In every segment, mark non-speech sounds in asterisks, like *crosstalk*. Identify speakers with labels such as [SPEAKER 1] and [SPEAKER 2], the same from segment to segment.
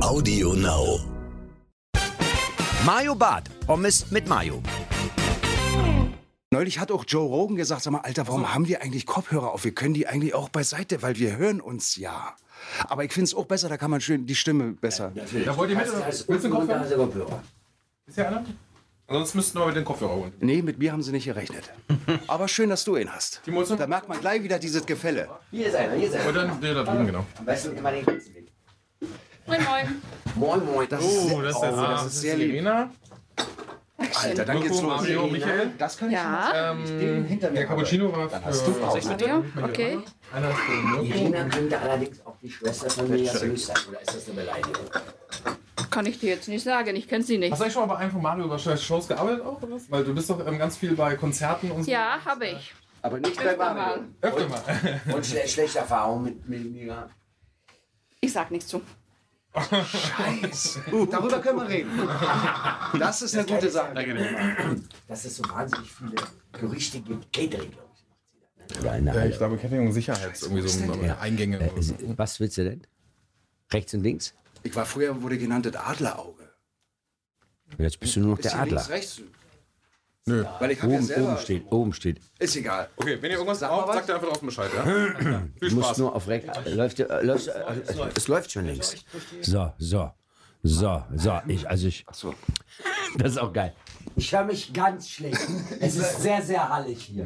[SPEAKER 1] Audio Now.
[SPEAKER 2] Mayo Bad. Pommes mit Mayo.
[SPEAKER 3] Neulich hat auch Joe Rogan gesagt, sag mal, Alter,
[SPEAKER 4] Also
[SPEAKER 3] warum haben wir eigentlich Kopfhörer auf? Wir können die eigentlich auch beiseite, weil wir hören uns ja. Aber ich finde es auch besser, da kann man schön die Stimme besser.
[SPEAKER 4] Ja, wollt ihr mit?
[SPEAKER 3] Also,
[SPEAKER 2] Also,
[SPEAKER 4] Willst du einen Kopfhörer? Ist ja einer? Ansonsten müssten wir mit den Kopfhörer holen.
[SPEAKER 3] Nee, mit mir haben sie nicht
[SPEAKER 4] *laughs*
[SPEAKER 3] gerechnet. Aber schön, dass du ihn hast.
[SPEAKER 4] Timo, so-
[SPEAKER 3] Da merkt man gleich wieder dieses Gefälle.
[SPEAKER 5] Hier ist einer, hier ist einer.
[SPEAKER 4] Und dann, der da drüben, genau.
[SPEAKER 5] Am besten immer den ganzen Weg.
[SPEAKER 6] Moin Moin.
[SPEAKER 5] Moin,
[SPEAKER 3] Oh,
[SPEAKER 5] moin.
[SPEAKER 3] Das
[SPEAKER 4] Oh.
[SPEAKER 3] ist, sehr-
[SPEAKER 4] das ist, jetzt, das ist
[SPEAKER 3] sehr lieb.
[SPEAKER 4] Irena,
[SPEAKER 3] Alter, dann geht's
[SPEAKER 4] Mirko,
[SPEAKER 3] los.
[SPEAKER 4] Mario, Michael.
[SPEAKER 3] Das kann ich
[SPEAKER 6] Ja,
[SPEAKER 4] Ähm,
[SPEAKER 5] hinter mir.
[SPEAKER 4] der Cappuccino war für...
[SPEAKER 6] Mario. Okay.
[SPEAKER 4] Einer ne? ist für Mirko.
[SPEAKER 5] Irina könnte allerdings auch die Schwester von Mia Sue sein. Oder ist das eine Beleidigung?
[SPEAKER 6] Kann ich dir jetzt nicht sagen. Ich kenne sie nicht.
[SPEAKER 4] Hast du eigentlich schon mal bei einem von Mario über Shows gearbeitet auch? Oder? was? Weil du bist doch ähm, ganz viel bei Konzerten und so.
[SPEAKER 6] Ja, habe ich.
[SPEAKER 3] aber nicht bei
[SPEAKER 6] Öfter
[SPEAKER 3] Mario.
[SPEAKER 6] mal.
[SPEAKER 4] Öfter mal.
[SPEAKER 5] Und schle schlechte Erfahrungen mit, mit Mia.
[SPEAKER 6] Ich sag nichts zu.
[SPEAKER 3] Darüber können wir reden. Das ist eine gute Sache.
[SPEAKER 5] Dass es so wahnsinnig viele Gerüchte gibt. Catering, glaube ich.
[SPEAKER 4] Ja, ich glaube, Catering und Sicherheit ist irgendwie so ein Eingänge.
[SPEAKER 2] Was willst du denn? Rechts und links?
[SPEAKER 3] Ich war früher, wurde genannt das Adlerauge.
[SPEAKER 2] Jetzt bist du nur noch der
[SPEAKER 3] Bisschen
[SPEAKER 2] Adler.
[SPEAKER 3] Links, rechts.
[SPEAKER 4] Nö.
[SPEAKER 3] Weil ich hab ja
[SPEAKER 2] Oben, oben
[SPEAKER 3] selber.
[SPEAKER 2] steht, oben steht.
[SPEAKER 3] Ist egal.
[SPEAKER 4] Okay, wenn ihr irgendwas
[SPEAKER 3] Sag mal
[SPEAKER 4] braucht,
[SPEAKER 3] was.
[SPEAKER 4] sagt ihr einfach draußen Bescheid, ja? Viel
[SPEAKER 2] Du musst
[SPEAKER 4] Spaß.
[SPEAKER 2] nur auf rechts. Äh, läuft, äh, läuft, äh, äh, es läuft schon links. So, so. So, so. Ich, also ich.
[SPEAKER 3] so.
[SPEAKER 2] *laughs* Das ist auch geil.
[SPEAKER 5] Ich höre mich ganz schlecht. Es
[SPEAKER 4] *laughs*
[SPEAKER 5] ist sehr, sehr hallig hier.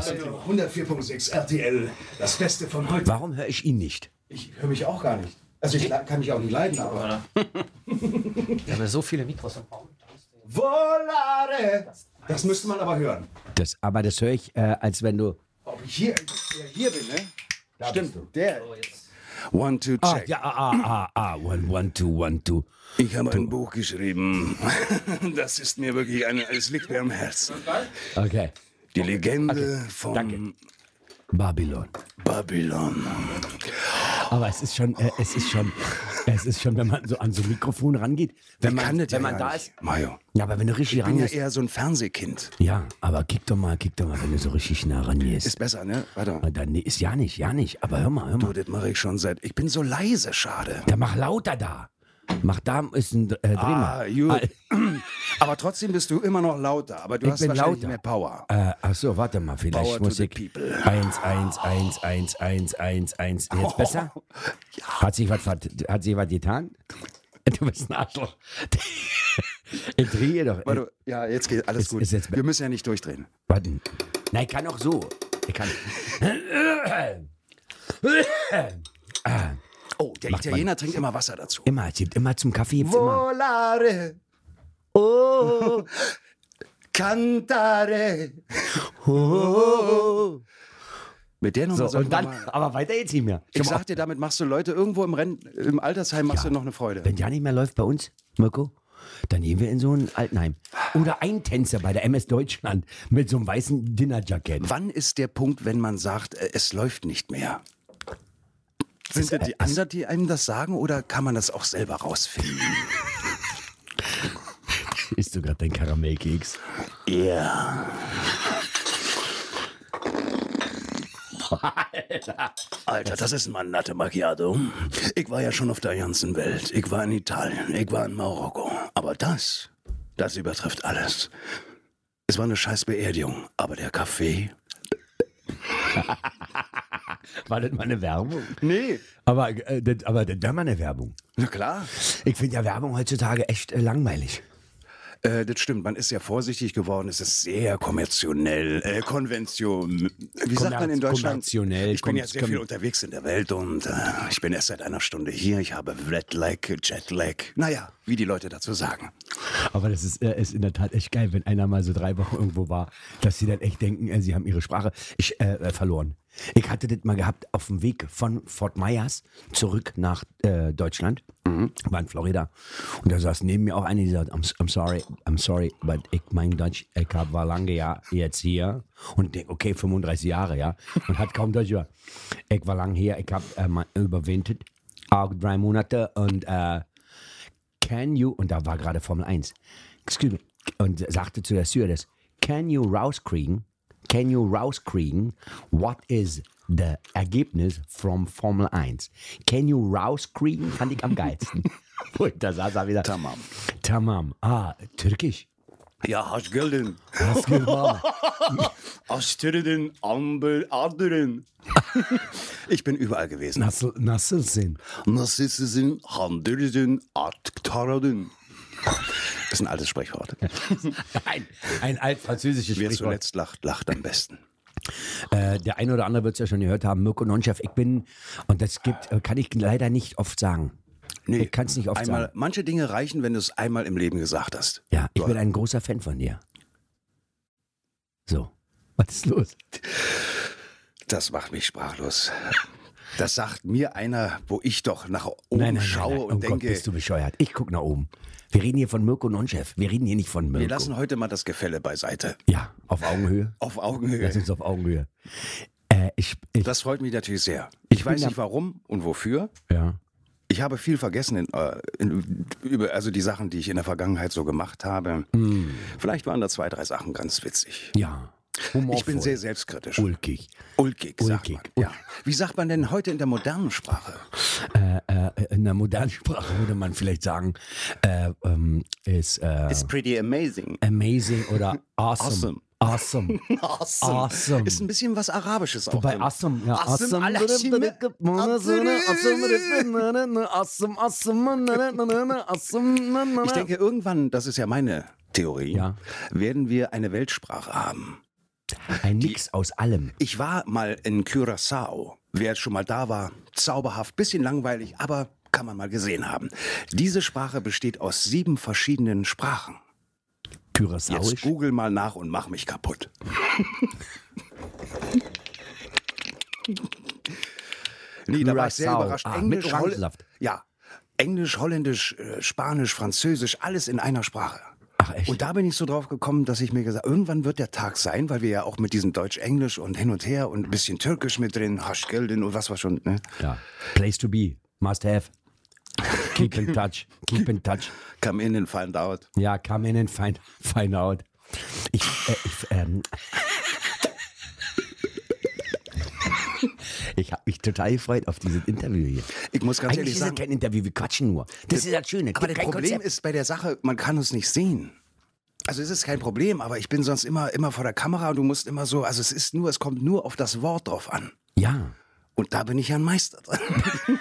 [SPEAKER 7] 104.6 RTL, das Beste von heute.
[SPEAKER 2] Warum höre ich ihn nicht?
[SPEAKER 7] Ich höre mich auch gar nicht. Also ich le- kann mich auch nicht leiden, aber... Wir haben so viele Mikros im Raum. Volare! Das müsste man aber hören.
[SPEAKER 2] Das, aber das höre ich, äh, als wenn du.
[SPEAKER 7] Ob ich hier...
[SPEAKER 3] Ja, hier bin, ne? Stimmt, der. One, two,
[SPEAKER 2] Oh, Ah,
[SPEAKER 3] check.
[SPEAKER 2] ja, ah, ah, ah, ah. One, one, two, one, two.
[SPEAKER 3] Ich habe ein Buch geschrieben. *laughs* Das ist mir wirklich eine, es liegt mir am Herzen.
[SPEAKER 2] Okay.
[SPEAKER 3] Die Legende von
[SPEAKER 2] danke. Babylon.
[SPEAKER 3] Babylon.
[SPEAKER 2] Aber es ist schon, äh, es ist schon, es ist schon, wenn man so an so ein Mikrofon rangeht, wenn man,
[SPEAKER 3] kann das ja
[SPEAKER 2] wenn man
[SPEAKER 3] gar
[SPEAKER 2] da
[SPEAKER 3] nicht.
[SPEAKER 2] ist.
[SPEAKER 3] Mario,
[SPEAKER 2] Ja, aber wenn du richtig
[SPEAKER 3] ich bin ja
[SPEAKER 2] rangehst.
[SPEAKER 3] eher so ein Fernsehkind.
[SPEAKER 2] Ja, aber kick doch mal, kick doch mal, wenn du so richtig nah
[SPEAKER 3] Ist
[SPEAKER 2] rangehst.
[SPEAKER 3] besser, ne? Warte.
[SPEAKER 2] Und Dann nee, ist ja nicht, ja nicht. Aber hör mal, hör
[SPEAKER 3] Du,
[SPEAKER 2] mal.
[SPEAKER 3] das mache ich schon seit. Ich bin so leise, schade.
[SPEAKER 2] Dann mach lauter da. Mach da ist ein äh, Dreh
[SPEAKER 3] Ah,
[SPEAKER 2] mal.
[SPEAKER 3] gut. *clears throat* Aber trotzdem bist du immer noch lauter. Aber du
[SPEAKER 2] Ich
[SPEAKER 3] hast
[SPEAKER 2] bin
[SPEAKER 3] wahrscheinlich
[SPEAKER 2] lauter.
[SPEAKER 3] mehr Power.
[SPEAKER 2] Äh, ach so, warte mal, vielleicht
[SPEAKER 3] Ah. Power to
[SPEAKER 2] muss
[SPEAKER 3] the
[SPEAKER 2] ich
[SPEAKER 3] people. Oh.
[SPEAKER 2] 1 1 1 1 1 1 1 jetzt besser? Hat sich was vert- hat sich was getan? *laughs* Du bist ein Arschloch. *laughs* ich drehe doch.
[SPEAKER 3] Warte, ja, jetzt geht alles
[SPEAKER 2] Ist-
[SPEAKER 3] gut.
[SPEAKER 2] ist jetzt be-
[SPEAKER 3] Wir müssen ja nicht durchdrehen.
[SPEAKER 2] Warten. Nein, ich kann auch so. Ich *coughs* kann.
[SPEAKER 3] Oh, der
[SPEAKER 2] Macht man.
[SPEAKER 3] Italiener trinkt immer Wasser dazu.
[SPEAKER 2] Immer, es gibt immer zum Kaffee. Gibt's immer.
[SPEAKER 3] Volare. Oh.
[SPEAKER 2] *laughs*
[SPEAKER 3] Cantare. Oh. Mit der Nummer
[SPEAKER 2] So,
[SPEAKER 3] sollten
[SPEAKER 2] und
[SPEAKER 3] wir
[SPEAKER 2] dann,
[SPEAKER 3] mal-
[SPEAKER 2] aber weiter geht's nicht mehr.
[SPEAKER 3] Ich sag dir, damit machst du Leute irgendwo im, Renn, im Altersheim machst du noch eine Freude.
[SPEAKER 2] Wenn ja nicht mehr läuft bei uns, Mirko, dann gehen wir in so ein Altenheim. Oder Eintänzer bei der MS Deutschland mit so einem weißen Dinnerjacket. *laughs*
[SPEAKER 3] Wann ist der Punkt, wenn man sagt, äh, es läuft nicht mehr? Sind das die anderen, die einem das sagen, oder kann man das auch selber rausfinden?
[SPEAKER 2] Isst du gerade deinen Karamellkeks?
[SPEAKER 3] Ja. Alter, das ist mal ein Latte Macchiato. Ich war ja schon auf der ganzen Welt. Ich war in Italien, ich war in Marokko. Aber das, das übertrifft alles. Es war eine scheiß Beerdigung, aber der Kaffee.
[SPEAKER 2] War das mal eine Werbung?
[SPEAKER 3] Nee.
[SPEAKER 2] Aber, äh, das, aber das wäre mal eine Werbung.
[SPEAKER 3] Na klar.
[SPEAKER 2] Ich finde ja Werbung heutzutage echt äh, langweilig.
[SPEAKER 3] Äh, das stimmt, man ist ja vorsichtig geworden. Es ist sehr kommerziell, äh, konvention. Wie sagt man in Deutschland?
[SPEAKER 2] kommerziell,
[SPEAKER 3] Ich bin
[SPEAKER 2] kom-
[SPEAKER 3] ja sehr viel
[SPEAKER 2] kom-
[SPEAKER 3] unterwegs in der Welt und äh, ich bin erst seit einer Stunde hier. Ich habe Redlag, Jetlag. Naja, wie die Leute dazu sagen.
[SPEAKER 2] Aber das ist, äh, ist in der Tat echt geil, wenn einer mal so drei Wochen irgendwo war, dass sie dann echt denken, äh, sie haben ihre Sprache ich, äh, äh, verloren. Ich hatte das mal gehabt auf dem Weg von Fort Myers zurück nach äh, Deutschland, war in Florida. Und da saß neben mir auch einer, die sagt, I'm, I'm sorry, I'm sorry, but ich mein Deutsch, ich hab war lange ja jetzt hier und denk, okay, 35 Jahre, ja, und hat kaum Deutsch gehört. Ich war lange hier, ich hab äh, mal überwindet, auch drei Monate und äh, Can you, und da war gerade Formel 1, excuse me, und sagte zu der Stewardess, Can you rauskriegen, can you rauskriegen, what is
[SPEAKER 5] the äh, Ergebnis from Formel 1. Can you rouse kriegen? Fand ich
[SPEAKER 3] *laughs*
[SPEAKER 5] am geilsten. Und da saß er wieder.
[SPEAKER 3] Tamam.
[SPEAKER 5] Tamam. Ah, türkisch.
[SPEAKER 3] Ja, hast geldin.
[SPEAKER 5] Das geht wahr.
[SPEAKER 3] Astridin, Ambel, Adrin. *laughs* Ich bin überall gewesen.
[SPEAKER 5] Nasıl, nasılsın?
[SPEAKER 3] Narzissisin, Handürdin, Adktaradin. Das ist ein altes Sprichwort.
[SPEAKER 5] Ein, ein altfranzösisches
[SPEAKER 3] Wer
[SPEAKER 5] Sprichwort.
[SPEAKER 3] zuletzt lacht, lacht am besten.
[SPEAKER 5] Äh, der eine oder andere wird es ja schon gehört haben. Mirko Nonchef, ich bin, und das gibt, äh, kann ich leider nicht oft sagen. Ich kann es nicht oft
[SPEAKER 3] Äh, einmal,
[SPEAKER 5] sagen.
[SPEAKER 3] Manche Dinge reichen, wenn du es einmal im Leben gesagt hast.
[SPEAKER 5] Ja, ich
[SPEAKER 3] So,
[SPEAKER 5] bin ein großer Fan von dir. So. Was ist los?
[SPEAKER 3] Oh, Das macht mich sprachlos. Das sagt mir einer, wo ich doch nach oben schaue und
[SPEAKER 5] oh Gott,
[SPEAKER 3] denke,
[SPEAKER 5] bist du bescheuert. Ich guck nach oben. Wir reden hier von Mirko Nonchef. Wir reden hier nicht von Mirko.
[SPEAKER 3] wir lassen heute mal das Gefälle beiseite.
[SPEAKER 5] ja, auf Augenhöhe.
[SPEAKER 3] Auf
[SPEAKER 5] Lass
[SPEAKER 3] Augenhöhe.
[SPEAKER 5] uns auf Augenhöhe. Äh, ich, ich,
[SPEAKER 3] Das freut mich natürlich sehr.
[SPEAKER 5] Ich
[SPEAKER 3] Ich,
[SPEAKER 5] bin
[SPEAKER 3] weiß
[SPEAKER 5] da-
[SPEAKER 3] nicht warum und wofür.
[SPEAKER 5] ja.
[SPEAKER 3] Ich habe viel vergessen, in, äh, in, über, also die Sachen, die ich in der Vergangenheit so gemacht habe.
[SPEAKER 5] Hm.
[SPEAKER 3] Vielleicht waren da zwei, drei Sachen ganz witzig.
[SPEAKER 5] Ja. Humorvoll.
[SPEAKER 3] Ich bin sehr selbstkritisch.
[SPEAKER 5] ulkig.
[SPEAKER 3] Ulkig, sagt
[SPEAKER 5] Ulkig.
[SPEAKER 3] man. Ja. Wie sagt man denn heute in der modernen Sprache?
[SPEAKER 5] Äh, in der modernen Sprache würde man vielleicht sagen, äh, ähm, ist äh,
[SPEAKER 3] It's pretty amazing. *laughs*
[SPEAKER 5] amazing oder awesome. Awesome.
[SPEAKER 3] Awesome. *laughs*
[SPEAKER 5] Awesome.
[SPEAKER 3] Ist ein bisschen was Arabisches auch.
[SPEAKER 5] Wobei
[SPEAKER 3] drin.
[SPEAKER 5] awesome, ja,
[SPEAKER 3] Awesome,
[SPEAKER 5] awesome,
[SPEAKER 3] Alashime.
[SPEAKER 5] awesome, awesome, awesome,
[SPEAKER 3] Ich denke, irgendwann, das ist ja meine Theorie,
[SPEAKER 5] Ja.
[SPEAKER 3] werden wir eine Weltsprache haben.
[SPEAKER 5] ein Mix aus allem.
[SPEAKER 3] Ich war mal in Curaçao. Wer schon mal da war, zauberhaft, bisschen langweilig, aber kann man mal gesehen haben. Diese Sprache besteht aus sieben verschiedenen Sprachen. Jetzt
[SPEAKER 5] Curaçaoisch.
[SPEAKER 3] google mal nach und mach mich
[SPEAKER 5] *laughs*
[SPEAKER 3] kaputt. nee, da war ich sehr
[SPEAKER 5] Curaçao.
[SPEAKER 3] überrascht.
[SPEAKER 5] Ah, mit
[SPEAKER 3] Englisch, Holl-
[SPEAKER 5] Orangensaft.
[SPEAKER 3] ja. Englisch, Holländisch, äh, Spanisch, Französisch, alles in einer Sprache.
[SPEAKER 5] Ach echt?
[SPEAKER 3] Und da bin ich so drauf gekommen, dass ich mir gesagt irgendwann wird der Tag sein, weil wir ja auch mit diesem Deutsch-Englisch und hin und her und ein bisschen Türkisch mit drin, Haschgeldin und was war schon, ne?
[SPEAKER 5] Ja. Place to be, must have. Keep in touch, keep in touch.
[SPEAKER 3] Come in and find out.
[SPEAKER 5] Ja, come in and *laughs* find, find out. Ich, äh, ich, ähm, ich habe mich total gefreut auf dieses Interview hier.
[SPEAKER 3] Ich muss ganz
[SPEAKER 5] Eigentlich
[SPEAKER 3] ehrlich
[SPEAKER 5] ist
[SPEAKER 3] sagen,
[SPEAKER 5] es kein Interview, wir quatschen nur. Das ist das Schöne.
[SPEAKER 3] Aber das
[SPEAKER 5] kein
[SPEAKER 3] Problem
[SPEAKER 5] Konzept.
[SPEAKER 3] ist bei der Sache, man kann uns nicht sehen. Also es ist kein Problem, aber ich bin sonst immer, immer vor der Kamera und du musst immer so, also es ist nur, es kommt nur auf das Wort drauf an.
[SPEAKER 5] ja.
[SPEAKER 3] Und da bin ich ja ein Meister dran. *laughs*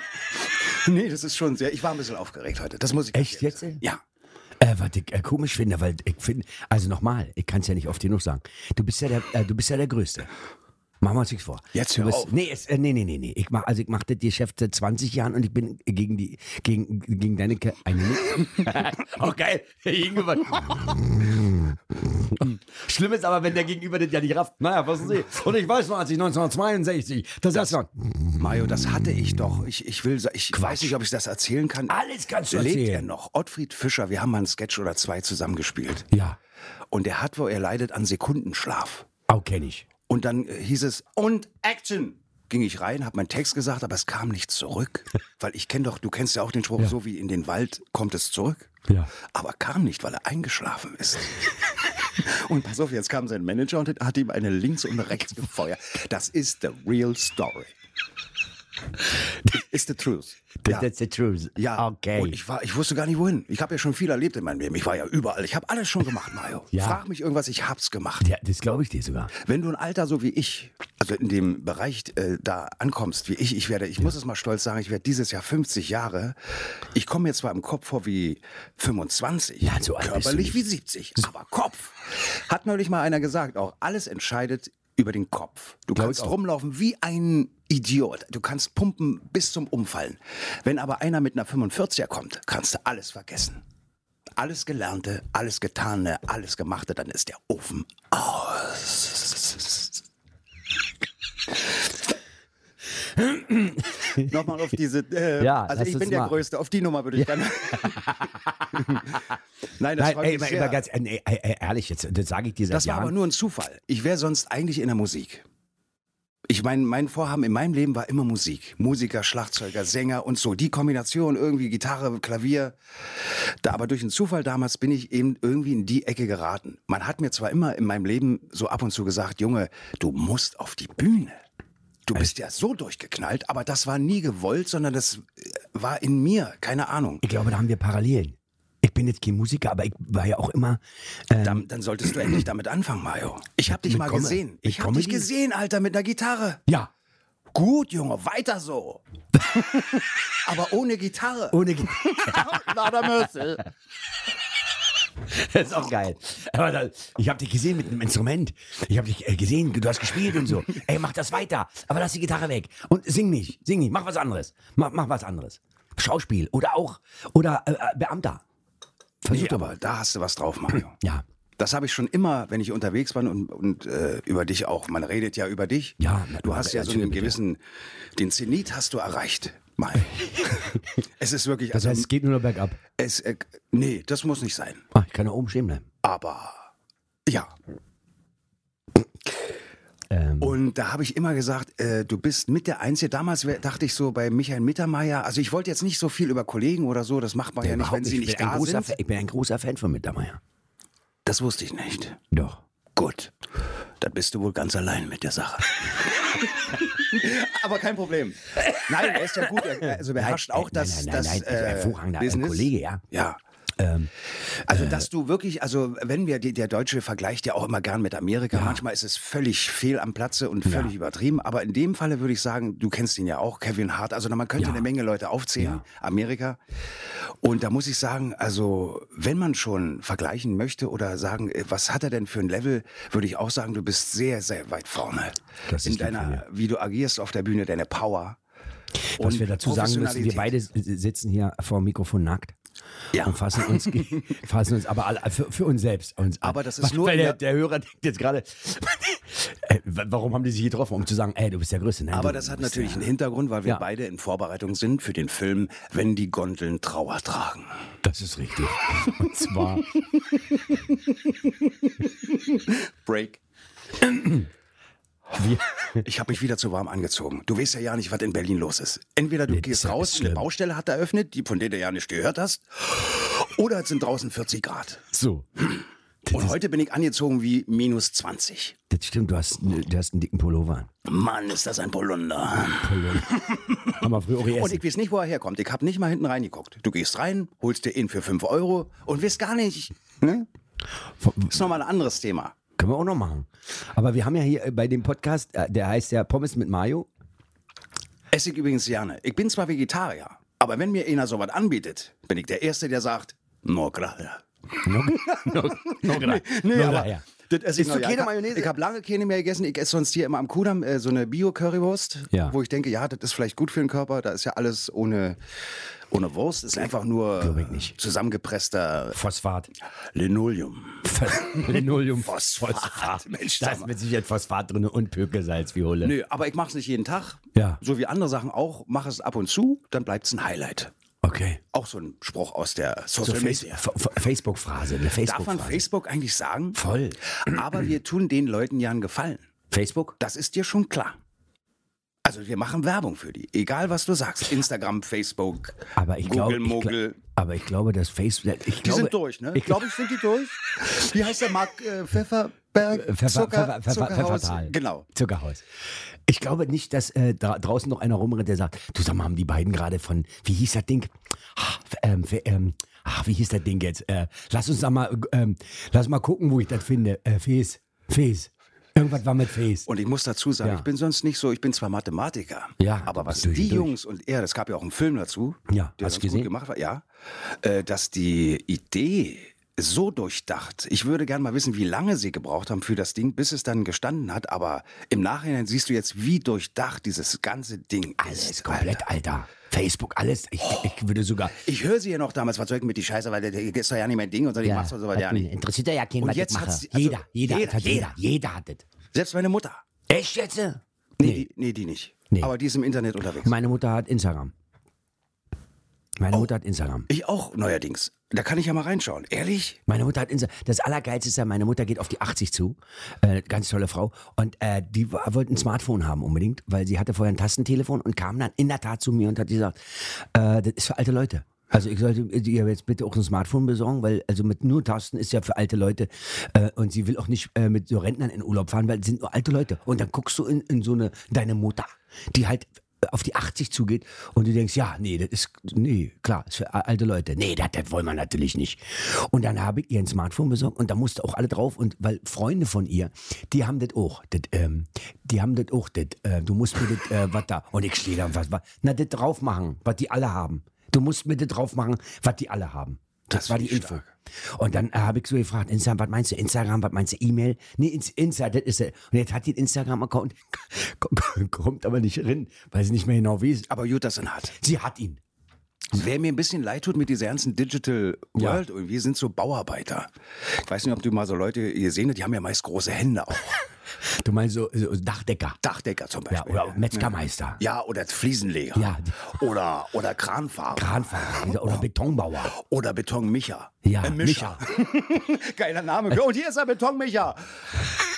[SPEAKER 3] nee, das ist schon sehr, ich war ein bisschen aufgeregt heute, das muss ich
[SPEAKER 5] Echt
[SPEAKER 3] gestehen.
[SPEAKER 5] jetzt?
[SPEAKER 3] Ja.
[SPEAKER 5] Äh, was ich äh, komisch finde, weil ich finde, also nochmal, ich kann es ja nicht oft genug sagen. Du bist ja der, äh, du bist ja der Größte. Machen wir uns nichts vor.
[SPEAKER 3] Jetzt
[SPEAKER 5] du
[SPEAKER 3] hör
[SPEAKER 5] bist,
[SPEAKER 3] auf.
[SPEAKER 5] Nee, es, äh, nee, nee, nee, nee. Ich mach, also ich mache das Geschäft seit 20 Jahren und ich bin gegen die, gegen, gegen deine, Ke eine, *laughs* oh geil, irgendwann. *laughs* Schlimm ist aber, wenn der Gegenüber das ja nicht rafft. Naja, was Sie? Und ich weiß noch, als ich 1962, das erste Mal,
[SPEAKER 3] Mario, das hatte ich doch. Ich, ich will, sa- ich weiß nicht, ob ich das erzählen kann.
[SPEAKER 5] alles kannst du
[SPEAKER 3] Lebt er
[SPEAKER 5] erzählen.
[SPEAKER 3] noch? Ottfried Fischer, wir haben mal einen Sketch oder zwei zusammengespielt.
[SPEAKER 5] Ja,
[SPEAKER 3] Und er hat, wo er leidet, an Sekundenschlaf.
[SPEAKER 5] auch kenne ich.
[SPEAKER 3] Und dann äh, hieß es, und Action! Ging ich rein, habe meinen Text gesagt, aber es kam nicht
[SPEAKER 5] *laughs*
[SPEAKER 3] zurück. Weil ich kenne doch, du kennst ja auch den Spruch, so wie in den Wald kommt es zurück.
[SPEAKER 5] Ja.
[SPEAKER 3] Aber kam nicht, weil er eingeschlafen ist. *laughs* und pass auf, jetzt kam sein Manager und hat ihm eine links und rechts gefeuert. Das ist the real story. Ist the truth.
[SPEAKER 5] That- That's the truth.
[SPEAKER 3] Ja,
[SPEAKER 5] Okay.
[SPEAKER 3] und ich, war, ich wusste gar nicht wohin. Ich habe ja schon viel erlebt in meinem Leben. Ich war ja überall. Ich habe alles schon gemacht, Mario.
[SPEAKER 5] Ja.
[SPEAKER 3] Frag mich irgendwas, ich hab's gemacht.
[SPEAKER 5] ja, das glaube ich dir sogar.
[SPEAKER 3] Wenn du ein Alter so wie ich, also in dem Bereich äh, da ankommst, wie ich, ich werde, ich muss es mal stolz sagen, ich werde dieses Jahr 50 Jahre. Ich komme mir zwar im Kopf vor wie 25,
[SPEAKER 5] Ja, so alt bist du
[SPEAKER 3] körperlich
[SPEAKER 5] nicht.
[SPEAKER 3] wie 70, aber Kopf. Hat neulich mal einer gesagt, auch alles entscheidet über den Kopf. Du kannst rumlaufen wie ein Idiot. Du kannst pumpen bis zum Umfallen. Wenn aber einer mit einer 45er kommt, kannst du alles vergessen. Alles Gelernte, alles Getane, alles Gemachte, dann ist der Ofen aus. Nochmal auf diese. Äh,
[SPEAKER 5] Ja,
[SPEAKER 3] also
[SPEAKER 5] lass
[SPEAKER 3] ich
[SPEAKER 5] uns
[SPEAKER 3] bin der
[SPEAKER 5] mal.
[SPEAKER 3] Größte. Auf die Nummer würde ich gerne. *laughs* Nein, das,
[SPEAKER 5] Nein,
[SPEAKER 3] freut
[SPEAKER 5] ey,
[SPEAKER 3] mich
[SPEAKER 5] mal,
[SPEAKER 3] sehr.
[SPEAKER 5] mal ganz äh, nee, ey, ey, ehrlich jetzt, das sage ich dir seit
[SPEAKER 3] das war
[SPEAKER 5] Jahren.
[SPEAKER 3] aber nur ein Zufall. Ich wäre sonst eigentlich in der Musik. Ich meine, mein Vorhaben in meinem Leben war immer Musik. Musiker, Schlagzeuger, Sänger und so. Die Kombination irgendwie Gitarre, Klavier. Da, aber durch einen Zufall damals bin ich eben irgendwie in die Ecke geraten. Man hat mir zwar immer in meinem Leben so ab und zu gesagt, Junge, du musst auf die Bühne. Du bist ja so durchgeknallt, aber das war nie gewollt, sondern das äh, war in mir. Keine Ahnung.
[SPEAKER 5] Ich glaube, da haben wir Parallelen. Ich bin jetzt kein Musiker, aber ich war ja auch
[SPEAKER 3] *laughs*
[SPEAKER 5] immer.
[SPEAKER 3] Dann, dann solltest du endlich damit anfangen, Mario. Ich hab dich
[SPEAKER 5] Mit
[SPEAKER 3] mal
[SPEAKER 5] Comedy.
[SPEAKER 3] gesehen.
[SPEAKER 5] Mit
[SPEAKER 3] Ich hab dich
[SPEAKER 5] Comedy?
[SPEAKER 3] gesehen, Alter, mit einer Gitarre.
[SPEAKER 5] Ja.
[SPEAKER 3] Gut, Junge, weiter *laughs* so. aber ohne Gitarre.
[SPEAKER 5] Ohne
[SPEAKER 3] *laughs*
[SPEAKER 5] Ge Das ist auch geil. Aber da, ich habe dich gesehen mit einem Instrument. Ich habe dich äh, gesehen, du hast gespielt
[SPEAKER 3] *laughs*
[SPEAKER 5] und so. Ey, mach das weiter. Aber lass die Gitarre weg. Und sing nicht, sing nicht. Mach was anderes. Mach, mach was anderes. Schauspiel oder auch, oder äh, äh, Beamter. Versuch
[SPEAKER 3] Nee,
[SPEAKER 5] doch
[SPEAKER 3] aber
[SPEAKER 5] mal.
[SPEAKER 3] da hast du was drauf, Mario.
[SPEAKER 5] Ja,
[SPEAKER 3] Das habe ich schon immer, wenn ich unterwegs war und, und äh, über dich auch. Man redet ja über dich.
[SPEAKER 5] Ja, na-
[SPEAKER 3] du hast ja so einen
[SPEAKER 5] natürlich, ja.
[SPEAKER 3] gewissen, den Zenit hast du erreicht. Mal. *laughs* es ist wirklich,
[SPEAKER 5] das
[SPEAKER 3] also
[SPEAKER 5] heißt, es geht nur noch bergab.
[SPEAKER 3] es, äh, nee, das muss nicht sein.
[SPEAKER 5] Ah, ich kann da oben stehen bleiben.
[SPEAKER 3] Aber ja,
[SPEAKER 5] Ähm,
[SPEAKER 3] und da habe ich immer gesagt, äh, du bist mit der Einzige. Damals wär, dachte ich so bei Michael Mittermeier. Also ich wollte jetzt nicht so viel über Kollegen oder so. Das macht man ja nicht,
[SPEAKER 5] Ähm, überhaupt
[SPEAKER 3] wenn sie
[SPEAKER 5] ich bin
[SPEAKER 3] nicht
[SPEAKER 5] ein
[SPEAKER 3] da
[SPEAKER 5] großer
[SPEAKER 3] sind.
[SPEAKER 5] Fan, ich bin ein großer Fan von Mittermeier.
[SPEAKER 3] Das wusste ich nicht.
[SPEAKER 5] Doch.
[SPEAKER 3] Gut, dann bist du wohl ganz allein mit der
[SPEAKER 5] *laughs*
[SPEAKER 3] Sache. Aber kein Problem. Nein, er ist ja gut. Er, also beherrscht
[SPEAKER 5] Nein,
[SPEAKER 3] auch
[SPEAKER 5] nein,
[SPEAKER 3] das,
[SPEAKER 5] nein, nein,
[SPEAKER 3] das
[SPEAKER 5] nein,
[SPEAKER 3] äh,
[SPEAKER 5] hervorragender äh,
[SPEAKER 3] Business.
[SPEAKER 5] Kollege, ja.
[SPEAKER 3] Ja.
[SPEAKER 5] Ähm, äh,
[SPEAKER 3] also, dass du wirklich, also wenn wir, die- der Deutsche vergleicht ja auch immer gern mit Amerika, manchmal ist es völlig fehl am Platze und völlig übertrieben, aber in dem Falle würde ich sagen, du kennst ihn ja auch, Kevin Hart, also na, man könnte
[SPEAKER 5] Ja.
[SPEAKER 3] eine Menge Leute aufzählen,
[SPEAKER 5] Ja.
[SPEAKER 3] Amerika, und da muss ich sagen, also wenn man schon vergleichen möchte oder sagen, äh, was hat er denn für ein Level, würde ich auch sagen, du bist sehr, sehr weit vorne
[SPEAKER 5] Das
[SPEAKER 3] in
[SPEAKER 5] ist lieb von
[SPEAKER 3] deiner, wie du agierst auf der Bühne, deine Power.
[SPEAKER 5] Was wir dazu sagen müssen, wir
[SPEAKER 3] Professionalität.
[SPEAKER 5] beide s- sitzen hier vor dem Mikrofon nackt.
[SPEAKER 3] Ja.
[SPEAKER 5] Und fassen uns,
[SPEAKER 3] *laughs*
[SPEAKER 5] ge- fassen uns aber alle, äh, für, für uns selbst. Uns an.
[SPEAKER 3] Aber das ist
[SPEAKER 5] Weil-
[SPEAKER 3] nur
[SPEAKER 5] Weil
[SPEAKER 3] in
[SPEAKER 5] der,
[SPEAKER 3] der-
[SPEAKER 5] der Hörer denkt jetzt gerade, *laughs* äh, wa- warum haben die sich getroffen? Um zu sagen, ey, du bist der Größte. Nein,
[SPEAKER 3] Aber
[SPEAKER 5] du
[SPEAKER 3] das hat
[SPEAKER 5] bist
[SPEAKER 3] natürlich
[SPEAKER 5] der-
[SPEAKER 3] einen Hintergrund, weil wir
[SPEAKER 5] Ja.
[SPEAKER 3] beide in Vorbereitung sind für den Film Wenn die Gondeln Trauer tragen.
[SPEAKER 5] Das ist richtig. Und zwar,
[SPEAKER 3] Break.
[SPEAKER 5] wir,
[SPEAKER 3] Ich habe mich wieder zu warm angezogen. Du weißt ja ja nicht, was in Berlin los ist. Entweder du
[SPEAKER 5] Nee,
[SPEAKER 3] gehst
[SPEAKER 5] das ist ja
[SPEAKER 3] raus,
[SPEAKER 5] nicht
[SPEAKER 3] eine
[SPEAKER 5] schlimm.
[SPEAKER 3] Baustelle hat eröffnet, die, von der du ja nicht gehört hast, oder es sind draußen 40 Grad.
[SPEAKER 5] so.
[SPEAKER 3] Und heute bin ich angezogen wie minus 20.
[SPEAKER 5] Das stimmt, du hast, ne- du hast einen dicken Pullover an.
[SPEAKER 3] Mann, ist das ein Polunder.
[SPEAKER 5] Haben wir früher auch
[SPEAKER 3] Und
[SPEAKER 5] gegessen.
[SPEAKER 3] ich weiß nicht, wo er herkommt. Ich habe nicht mal hinten reingeguckt. Du gehst rein, holst dir ihn für 5 Euro und weißt gar nicht. Ne?
[SPEAKER 5] Von-
[SPEAKER 3] Ist nochmal ein anderes Thema.
[SPEAKER 5] Können wir auch noch machen. Aber wir haben ja hier äh, bei dem Podcast, äh, der heißt ja Pommes mit Mayo.
[SPEAKER 3] Esse ich übrigens gerne. Ich bin zwar Vegetarier, aber wenn mir einer sowas anbietet, bin ich der Erste, der sagt, no gerade. *laughs*
[SPEAKER 5] Nee,
[SPEAKER 3] Nee, aber
[SPEAKER 5] ja.
[SPEAKER 3] das esse ich
[SPEAKER 5] Isst
[SPEAKER 3] noch
[SPEAKER 5] du
[SPEAKER 3] ja.
[SPEAKER 5] keine
[SPEAKER 3] Ich hab-
[SPEAKER 5] Mayonnaise?
[SPEAKER 3] Ich habe lange keine mehr gegessen. Ich esse sonst hier immer am Kudamm äh, so eine Bio-Currywurst,
[SPEAKER 5] Ja.
[SPEAKER 3] wo ich denke, ja, das ist vielleicht gut für den Körper. Da ist ja alles ohne, ohne Wurst. Ist einfach nur
[SPEAKER 5] Glaub ich nicht.
[SPEAKER 3] zusammengepresster
[SPEAKER 5] Phosphat.
[SPEAKER 3] Linoleum.
[SPEAKER 5] *laughs* Linoleum.
[SPEAKER 3] Phosphat.
[SPEAKER 5] Phosphat.
[SPEAKER 3] Mensch,
[SPEAKER 5] da
[SPEAKER 3] sag
[SPEAKER 5] ist
[SPEAKER 3] mal.
[SPEAKER 5] mit Sicherheit Phosphat drin und Pökelsalz wie Hulle.
[SPEAKER 3] Nö, aber ich mache es nicht jeden Tag.
[SPEAKER 5] Ja.
[SPEAKER 3] So wie andere Sachen auch. Mache es ab und zu, dann bleibt es ein Highlight.
[SPEAKER 5] Okay.
[SPEAKER 3] Auch so ein Spruch aus der
[SPEAKER 5] So
[SPEAKER 3] Social
[SPEAKER 5] Face
[SPEAKER 3] Media.
[SPEAKER 5] F- F- Facebook-Phrase. Eine
[SPEAKER 3] Darf man
[SPEAKER 5] Facebook-Phrase.
[SPEAKER 3] Facebook eigentlich sagen?
[SPEAKER 5] Voll.
[SPEAKER 3] Aber wir tun den Leuten ja einen Gefallen.
[SPEAKER 5] Facebook?
[SPEAKER 3] Das ist dir schon klar. Also wir machen Werbung für die, egal was du sagst. Instagram, Facebook,
[SPEAKER 5] Aber ich glaube,
[SPEAKER 3] Google,
[SPEAKER 5] ich, gla-
[SPEAKER 3] Mogel.
[SPEAKER 5] aber ich glaube, dass Facebook. Ich
[SPEAKER 3] Die
[SPEAKER 5] glaube,
[SPEAKER 3] sind durch, ne?
[SPEAKER 5] Ich glaube,
[SPEAKER 3] ich, sind die durch. Wie heißt der Mark äh, Pfefferberg?
[SPEAKER 5] Pfeffer, Pfeffer, Pfeffer,
[SPEAKER 3] Zuckerhaus?
[SPEAKER 5] Pfeffertal.
[SPEAKER 3] Genau.
[SPEAKER 5] Zuckerhaus. Ich glaube nicht, dass äh, dra draußen noch einer rumrennt, der sagt, du sag mal, haben die beiden gerade von, wie hieß das Ding? Ach, ähm, f- ähm, ach wie hieß das Ding jetzt? Äh, lass uns da mal, ähm, lass mal gucken, wo ich das finde. Äh, Face, Face. Irgendwas war mit Face.
[SPEAKER 3] Und ich muss dazu sagen,
[SPEAKER 5] Ja.
[SPEAKER 3] ich bin sonst nicht so, ich bin zwar Mathematiker,
[SPEAKER 5] Ja,
[SPEAKER 3] aber
[SPEAKER 5] du
[SPEAKER 3] was
[SPEAKER 5] bist durch
[SPEAKER 3] die
[SPEAKER 5] und durch.
[SPEAKER 3] Jungs und er, das gab ja auch einen Film dazu,
[SPEAKER 5] Ja,
[SPEAKER 3] der ganz
[SPEAKER 5] hast du
[SPEAKER 3] gut
[SPEAKER 5] gesehen?
[SPEAKER 3] gemacht war, ja, äh, dass die Idee so durchdacht. Ich würde gerne mal wissen, wie lange sie gebraucht haben für das Ding, bis es dann gestanden hat, aber im Nachhinein siehst du jetzt, wie durchdacht dieses ganze Ding
[SPEAKER 5] Alles ist komplett, Alter. Facebook, alles. Ich, ich würde sogar.
[SPEAKER 3] Ich höre sie ja noch damals, was soll ich mit die Scheiße, weil das ist doch ja nicht mein Ding und so, ich mach's doch sowas ja
[SPEAKER 5] hat mich-
[SPEAKER 3] nicht.
[SPEAKER 5] Interessiert ja keinen,
[SPEAKER 3] Und
[SPEAKER 5] was
[SPEAKER 3] jetzt
[SPEAKER 5] ich mache.
[SPEAKER 3] hat's- also
[SPEAKER 5] jeder, jeder,
[SPEAKER 3] jeder,
[SPEAKER 5] jeder, hat
[SPEAKER 3] jeder.
[SPEAKER 5] jeder, jeder hat das.
[SPEAKER 3] Selbst meine Mutter.
[SPEAKER 5] Echt jetzt? Nee.
[SPEAKER 3] Nee, Die, nee die nicht.
[SPEAKER 5] Nee.
[SPEAKER 3] Aber die ist im Internet unterwegs.
[SPEAKER 5] Meine Mutter hat Instagram.
[SPEAKER 3] Oh.
[SPEAKER 5] Meine Mutter hat Instagram.
[SPEAKER 3] Ich auch neuerdings. Da kann ich ja mal reinschauen. Ehrlich?
[SPEAKER 5] Meine Mutter hat Instagram. Das Allergeilste ist ja, meine Mutter geht auf die 80 zu. Äh, ganz tolle Frau. Und äh, die wa- wollte ein Smartphone haben unbedingt, weil sie hatte vorher ein Tastentelefon und kam dann in der Tat zu mir und hat gesagt, äh, das ist für alte Leute. Also ich sollte ihr jetzt bitte auch ein Smartphone besorgen, weil also mit nur Tasten ist ja für alte Leute äh, und sie will auch nicht äh, mit so Rentnern in Urlaub fahren, weil es sind nur alte Leute. Und dann guckst du in, in so eine, deine Mutter, die halt auf die 80 zugeht und du denkst, ja, nee, das ist, nee, klar, ist für a- alte Leute. Nee, das, das wollen wir natürlich nicht. Und dann habe ich ihr ein Smartphone besorgt und da musste auch alle drauf und weil Freunde von ihr, die haben das auch, das, ähm, die haben das auch, das, äh, du musst mir das, äh, was da, und ich stehe da, und was, was, na, das drauf machen, was die alle haben. Du musst mir das drauf machen, was die alle haben. Das,
[SPEAKER 3] Das
[SPEAKER 5] war die
[SPEAKER 3] find ich
[SPEAKER 5] Info. Und dann äh, habe ich so gefragt, Instagram, was meinst du? Instagram, was meinst du? E-Mail? Nee, ins, Insta, das ist er. Und jetzt hat die einen Instagram-Account, *laughs* kommt aber nicht rein, weil sie nicht mehr genau weiß.
[SPEAKER 3] Aber gut, dass er hat.
[SPEAKER 5] Sie hat ihn.
[SPEAKER 3] Wer mir ein bisschen leid tut mit dieser ganzen Digital World, und wir sind so Bauarbeiter. Ich weiß nicht, ob du mal so Leute gesehen hast, die haben ja meist große Hände auch.
[SPEAKER 5] *laughs* Du meinst so, so Dachdecker.
[SPEAKER 3] Dachdecker zum
[SPEAKER 5] Ja,
[SPEAKER 3] Beispiel.
[SPEAKER 5] oder auch Metzgermeister.
[SPEAKER 3] Ja, oder Fliesenleger.
[SPEAKER 5] Ja.
[SPEAKER 3] Oder, oder Kranfahrer.
[SPEAKER 5] Kranfahrer oder- oder Betonbauer.
[SPEAKER 3] oder Betonmicha.
[SPEAKER 5] Ja,
[SPEAKER 3] Äh, Mischer. *laughs* Geiler Name. Und hier ist er, Betonmicha.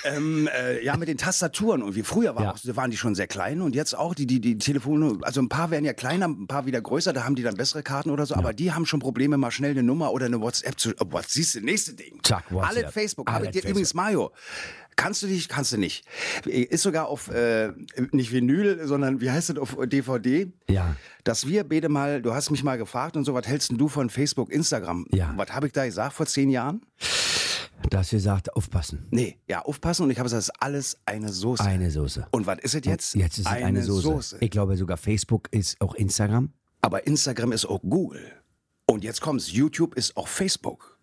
[SPEAKER 3] ähm, äh, ja, mit den Tastaturen. Und wie früher war
[SPEAKER 5] Ja.
[SPEAKER 3] auch, waren die schon sehr klein. Und jetzt auch, die, die, die Telefone, also ein paar werden ja kleiner, ein paar wieder größer. Da haben die dann bessere Karten oder so. Aber die haben schon Probleme, mal schnell eine Nummer oder eine WhatsApp zu... Oh, was siehst du, nächste Ding.
[SPEAKER 5] Zack, WhatsApp.
[SPEAKER 3] Alle Facebook.
[SPEAKER 5] Alle
[SPEAKER 3] Alle
[SPEAKER 5] Facebook.
[SPEAKER 3] Übrigens, Mario, kannst du dich, kannst du nicht. Ist sogar auf, äh, nicht Vinyl, sondern wie heißt das, auf DVD?
[SPEAKER 5] Ja.
[SPEAKER 3] dass wir beide mal, du hast mich mal gefragt und so, was hältst denn du von Facebook, Instagram?
[SPEAKER 5] Ja.
[SPEAKER 3] Was habe ich da gesagt vor zehn Jahren?
[SPEAKER 5] Dass wir sagt, aufpassen.
[SPEAKER 3] Nee, ja, aufpassen und ich habe gesagt, das ist alles eine Soße.
[SPEAKER 5] Eine Soße.
[SPEAKER 3] und was ist es jetzt?
[SPEAKER 5] Jetzt ist es eine, Soße. Ich glaube sogar Facebook ist auch Instagram.
[SPEAKER 3] Aber Instagram ist auch Google. Und jetzt kommt's, YouTube ist auch Facebook.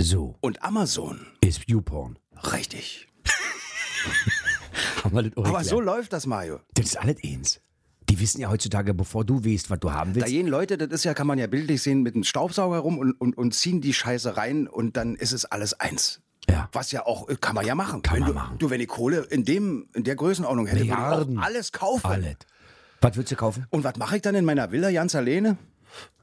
[SPEAKER 5] So
[SPEAKER 3] Und Amazon.
[SPEAKER 5] ist Viewporn.
[SPEAKER 3] Richtig.
[SPEAKER 5] Haben wir das auch
[SPEAKER 3] Aber
[SPEAKER 5] erklärt?
[SPEAKER 3] so läuft das, Mario.
[SPEAKER 5] Das ist alles eins. Die wissen ja heutzutage, bevor du weißt, was du haben
[SPEAKER 3] Da
[SPEAKER 5] willst.
[SPEAKER 3] gehen Leute, das ist ja, kann man ja bildlich sehen, mit einem Staubsauger rum und, und, und ziehen die Scheiße rein und dann ist es alles eins.
[SPEAKER 5] Ja.
[SPEAKER 3] Was ja auch, äh, kann man ja machen.
[SPEAKER 5] Kann
[SPEAKER 3] wenn
[SPEAKER 5] man
[SPEAKER 3] du,
[SPEAKER 5] machen.
[SPEAKER 3] du, wenn die Kohle in, dem, in der Größenordnung hätte, würde
[SPEAKER 5] Milliarden.
[SPEAKER 3] ich auch alles kaufen.
[SPEAKER 5] Alles. Was würdest du kaufen?
[SPEAKER 3] Und was mache ich dann in meiner Villa ganz alleine?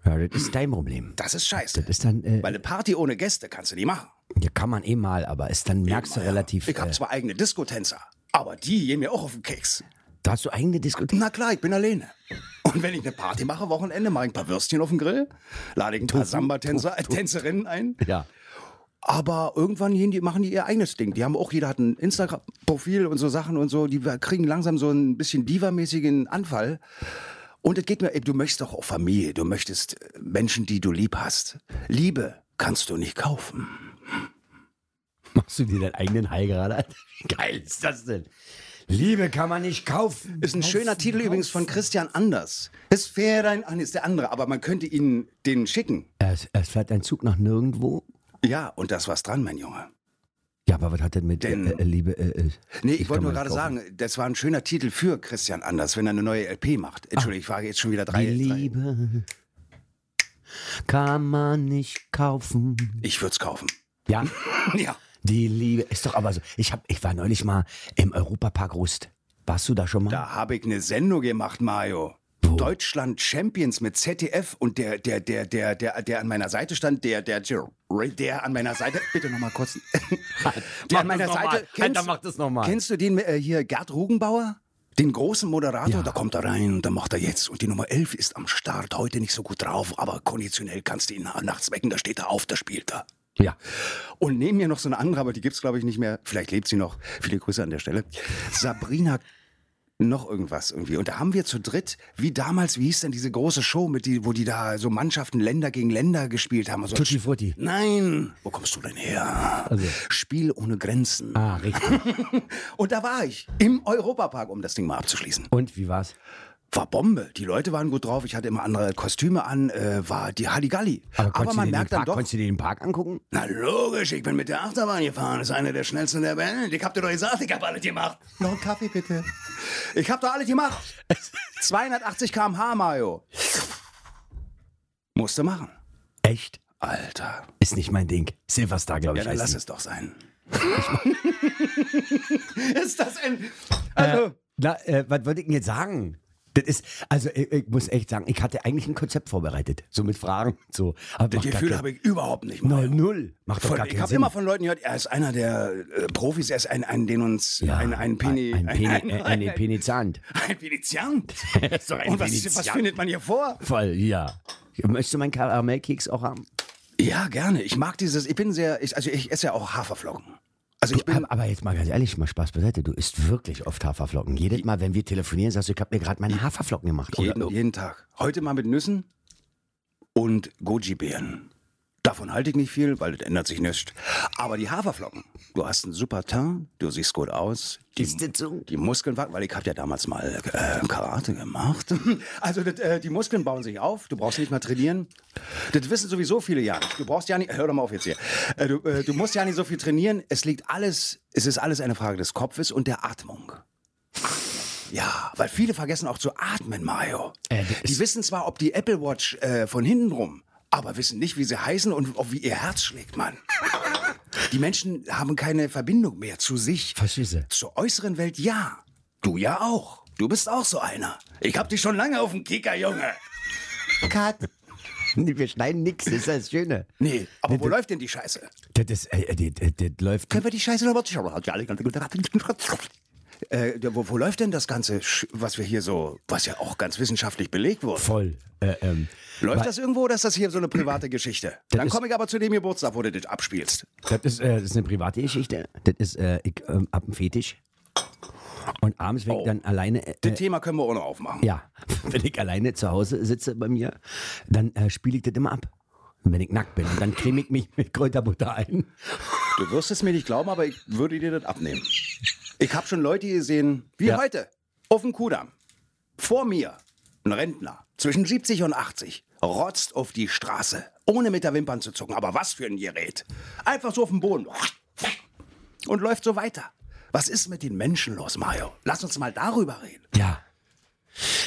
[SPEAKER 5] Ja, das ist dein Problem.
[SPEAKER 3] Das ist scheiße.
[SPEAKER 5] Das ist dann, äh,
[SPEAKER 3] Weil eine Party ohne Gäste kannst du nicht machen.
[SPEAKER 5] ja, kann man eh mal, aber ist dann merkst du relativ.
[SPEAKER 3] Ich habe
[SPEAKER 5] äh,
[SPEAKER 3] zwar eigene Diskotänzer, aber die gehen mir auch auf den Keks.
[SPEAKER 5] äh, da hast du eigene Diskussion. *laughs*
[SPEAKER 3] Na klar, ich bin alleine. Und wenn ich eine Party mache, Wochenende, mache ich ein paar Würstchen auf den Grill, lade ich ein paar Samba-Tänzer, äh, Tänzerinnen ein.
[SPEAKER 5] Ja.
[SPEAKER 3] Aber irgendwann gehen die, machen die ihr eigenes Ding. Die haben auch, jeder hat ein Instagram-Profil und so Sachen und so. Die kriegen langsam so ein bisschen divamäßigen Anfall. Und es geht mir, ey, du möchtest doch auch Familie. Du möchtest äh, Menschen, die du lieb hast. Liebe kannst du nicht kaufen.
[SPEAKER 5] Machst du dir deinen eigenen Hai gerade an? Wie geil ist das denn? Liebe kann man nicht kaufen.
[SPEAKER 3] Ist ein schöner Titel übrigens von Christian Anders. Es wäre ein, ach, nee, ist der andere, aber man könnte ihn den schicken.
[SPEAKER 5] Es, es fährt ein Zug nach nirgendwo.
[SPEAKER 3] Ja, und das war's dran, mein Junge.
[SPEAKER 5] Ja, aber was hat denn mit
[SPEAKER 3] Denn-
[SPEAKER 5] äh, äh, Liebe? Äh, äh,
[SPEAKER 3] Nee, ich, wollte
[SPEAKER 5] kann
[SPEAKER 3] nur
[SPEAKER 5] man
[SPEAKER 3] gerade
[SPEAKER 5] nicht kaufen.
[SPEAKER 3] sagen, das war ein schöner Titel für Christian Anders, wenn er eine neue LP macht.
[SPEAKER 5] Ah.
[SPEAKER 3] Entschuldigung, ich frage jetzt schon wieder drei.
[SPEAKER 5] Die
[SPEAKER 3] drei.
[SPEAKER 5] Liebe kann man nicht kaufen.
[SPEAKER 3] Ich würde es kaufen.
[SPEAKER 5] Ja.
[SPEAKER 3] *laughs* Ja.
[SPEAKER 5] Die Liebe ist doch aber so. Ich, hab, ich war neulich mal im Europapark Rust. Warst du da schon mal?
[SPEAKER 3] Da habe ich eine Sendung gemacht, Mario. Deutschland Champions mit ZDF und der, der, der, der, der, der an meiner Seite stand, der, der, der, der an meiner Seite, bitte nochmal kurz. *laughs* der an meiner
[SPEAKER 5] das noch mal.
[SPEAKER 3] Seite,
[SPEAKER 5] Alter, mach das noch mal.
[SPEAKER 3] Kennst du den äh, hier, Gerd Rugenbauer? Den großen Moderator,
[SPEAKER 5] Ja.
[SPEAKER 3] da kommt er rein und dann macht er jetzt. Und die Nummer 11 ist am Start, heute nicht so gut drauf, aber konditionell kannst du ihn nachts wecken, da steht er auf, da spielt er.
[SPEAKER 5] Ja.
[SPEAKER 3] Und neben mir noch so eine andere, aber die gibt's glaube ich nicht mehr. Vielleicht lebt sie noch. Viele Grüße an der Stelle. Sabrina noch irgendwas irgendwie. Und da haben wir zu dritt, wie damals, wie hieß denn diese große Show, mit die, wo die da so Mannschaften Länder gegen Länder gespielt haben. und So
[SPEAKER 5] Tutti Frutti.
[SPEAKER 3] Nein! Wo kommst du denn her?
[SPEAKER 5] Also.
[SPEAKER 3] Spiel ohne Grenzen.
[SPEAKER 5] Ah, richtig.
[SPEAKER 3] Und da war ich im Europapark, um das Ding mal abzuschließen.
[SPEAKER 5] Und wie war's?
[SPEAKER 3] War Bombe. Die Leute waren gut drauf. Ich hatte immer andere Kostüme an. Äh, war die Halligalli. Aber,
[SPEAKER 5] konntest du
[SPEAKER 3] man
[SPEAKER 5] dir den
[SPEAKER 3] merkt dann
[SPEAKER 5] Park,
[SPEAKER 3] doch,
[SPEAKER 5] Konntest du dir den Park angucken?
[SPEAKER 3] na logisch, ich bin mit der Achterbahn gefahren. Das ist eine der schnellsten der Welt. Ich hab dir doch gesagt, ich hab alles gemacht. *laughs* Noch einen Kaffee bitte. Ich hab doch alles gemacht. 280 km/h, Mario. Musste machen.
[SPEAKER 5] Echt?
[SPEAKER 3] Alter.
[SPEAKER 5] Ist nicht mein Ding. Silverstar, glaube
[SPEAKER 3] Ja,
[SPEAKER 5] ich.
[SPEAKER 3] dann lass
[SPEAKER 5] heißt
[SPEAKER 3] es doch sein. ist das ein. Also,
[SPEAKER 5] die. Na, äh, was wollte ich denn jetzt sagen? Das ist, also ich, ich muss echt sagen, ich hatte eigentlich ein Konzept vorbereitet. So mit Fragen. So. Aber
[SPEAKER 3] das
[SPEAKER 5] macht gar
[SPEAKER 3] Gefühl
[SPEAKER 5] kein-
[SPEAKER 3] habe ich überhaupt nicht,
[SPEAKER 5] Null,
[SPEAKER 3] Mario.
[SPEAKER 5] null. Macht doch
[SPEAKER 3] Von,
[SPEAKER 5] gar
[SPEAKER 3] ich
[SPEAKER 5] keinen
[SPEAKER 3] habe
[SPEAKER 5] Sinn.
[SPEAKER 3] immer von Leuten gehört, er ist einer der äh, Profis, er ist ein, ein den uns
[SPEAKER 5] Ja,
[SPEAKER 3] ein, ein Peni,
[SPEAKER 5] Ein,
[SPEAKER 3] *laughs*
[SPEAKER 5] ein Peni, ein,
[SPEAKER 3] ein, ein,
[SPEAKER 5] ein Penizant.
[SPEAKER 3] ein Veneziant. *laughs*
[SPEAKER 5] Ist doch ein
[SPEAKER 3] Und was, was
[SPEAKER 5] Veneziant.
[SPEAKER 3] findet man hier vor?
[SPEAKER 5] Voll, ja. Möchtest du meinen Karamellkeks auch haben?
[SPEAKER 3] Ja, gerne. Ich mag dieses. Ich bin sehr. Ich, also ich esse ja auch Haferflocken. Also ich
[SPEAKER 5] Du,
[SPEAKER 3] bin.
[SPEAKER 5] hab- aber jetzt mal ganz ehrlich, mal Spaß beiseite. Du isst wirklich oft Haferflocken. Jedes Mal, wenn wir telefonieren, sagst du, ich habe mir gerade meine Haferflocken gemacht. Oder-
[SPEAKER 3] Jeden, jeden Tag. Heute mal mit Nüssen und Goji-Beeren. Davon halte ich nicht viel, weil das ändert sich nichts. Aber die Haferflocken. Du hast einen super Teint, du siehst gut aus. Die,
[SPEAKER 5] Ist das so?
[SPEAKER 3] die Muskeln wachsen, weil ich habe ja damals mal äh, Karate gemacht. *laughs* Also das, äh, die Muskeln bauen sich auf, du brauchst nicht mal trainieren. Das wissen sowieso viele ja nicht. Du brauchst ja nicht, hör doch mal auf jetzt hier. Äh, du, äh, du musst ja nicht so viel trainieren. Es liegt alles, es ist alles eine Frage des Kopfes und der Atmung. Ja, weil viele vergessen auch zu atmen, Mario.
[SPEAKER 5] Äh, das
[SPEAKER 3] die
[SPEAKER 5] ist-
[SPEAKER 3] wissen zwar, ob die Apple Watch äh, von hinten rum, aber wissen nicht, wie sie heißen und auch wie ihr Herz schlägt, Mann. Die Menschen haben keine Verbindung mehr zu sich.
[SPEAKER 5] Verstehste?
[SPEAKER 3] Zur äußeren Welt ja. Du ja auch. Du bist auch so einer. Ich hab dich schon lange auf dem Kicker, Junge.
[SPEAKER 5] Cut. *laughs* Nee, wir schneiden nichts, das ist das Schöne.
[SPEAKER 3] Nee, aber wo läuft denn die Scheiße?
[SPEAKER 5] Das, ist, äh, äh, das, das, das läuft.
[SPEAKER 3] Können wir die Scheiße noch mal- äh, wo, wo läuft denn das Ganze, Sch- was wir hier so, was ja auch ganz wissenschaftlich belegt wurde?
[SPEAKER 5] Voll. Äh, ähm,
[SPEAKER 3] Läuft
[SPEAKER 5] weil-
[SPEAKER 3] das irgendwo oder ist das hier so eine private Geschichte? Dann komme ich aber zu dem Geburtstag, wo du das abspielst.
[SPEAKER 5] Das ist, äh, das ist eine private Geschichte. Das ist, äh, ich ähm, hab einen Fetisch. Und abends, wenn ich dann alleine. Äh,
[SPEAKER 3] Oh. Das Thema können wir auch noch aufmachen.
[SPEAKER 5] Ja, *laughs* wenn ich alleine zu Hause sitze bei mir, dann äh, spiele ich das immer ab. Wenn ich nackt bin. Und dann creme ich mich *laughs* mit Kräuterbutter ein.
[SPEAKER 3] Du wirst es mir nicht glauben, aber ich würde dir das abnehmen. Ich habe schon Leute gesehen, wie
[SPEAKER 5] Ja.
[SPEAKER 3] heute, auf dem Kudamm. Vor mir, ein Rentner, zwischen 70 und 80, rotzt auf die Straße, ohne mit der Wimpern zu zucken. Aber was für ein Gerät. Einfach so auf dem Boden. Und läuft so weiter. Was ist mit den Menschen los, Mario? Lass uns mal darüber reden.
[SPEAKER 5] Ja.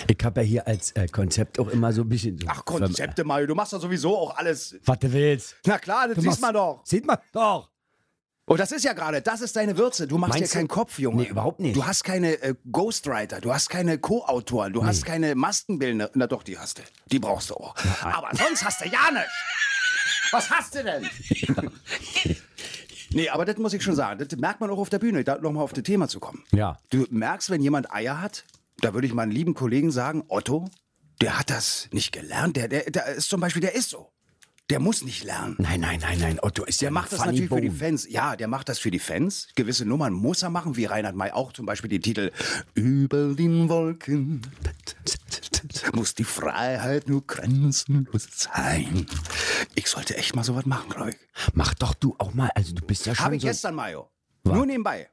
[SPEAKER 5] Ich habe ja hier als äh, Konzept auch immer so ein bisschen. So,
[SPEAKER 3] Ach, Konzepte, Mario, du machst doch sowieso auch alles.
[SPEAKER 5] Was du willst.
[SPEAKER 3] Na klar, das
[SPEAKER 5] Du
[SPEAKER 3] siehst
[SPEAKER 5] machst-
[SPEAKER 3] man doch.
[SPEAKER 5] Sieht man doch.
[SPEAKER 3] Und Oh, das ist ja gerade, das ist deine Würze. Du machst
[SPEAKER 5] Meinst
[SPEAKER 3] dir keinen
[SPEAKER 5] du?
[SPEAKER 3] Kopf, Junge.
[SPEAKER 5] Nee, überhaupt nicht.
[SPEAKER 3] Du hast keine äh, Ghostwriter, du hast keine Co-Autoren, du hast keine Maskenbildner. Na doch, die hast du. Die brauchst du auch. Aber sonst hast du ja nichts. Was hast du denn? nee, aber das muss ich schon sagen. Das merkt man auch auf der Bühne, da nochmal auf das Thema zu kommen.
[SPEAKER 5] Ja.
[SPEAKER 3] Du merkst, wenn jemand Eier hat, da würde ich meinen lieben Kollegen sagen, Otto, der hat das nicht gelernt. Der, der, der ist zum Beispiel, der ist so. Der muss nicht lernen.
[SPEAKER 5] Nein, nein, nein, nein. Otto ist
[SPEAKER 3] Der
[SPEAKER 5] ja
[SPEAKER 3] macht das
[SPEAKER 5] funny
[SPEAKER 3] natürlich für die
[SPEAKER 5] bone.
[SPEAKER 3] Fans. Ja, der macht das für die Fans. Gewisse Nummern muss er machen, wie Reinhard May auch zum Beispiel den Titel Über den Wolken muss die Freiheit nur grenzenlos sein. Ich sollte echt mal sowas machen, glaube ich.
[SPEAKER 5] Mach doch du auch mal. Also, du bist ja schon.
[SPEAKER 3] Habe ich
[SPEAKER 5] so,
[SPEAKER 3] gestern, Mario. Nur nebenbei.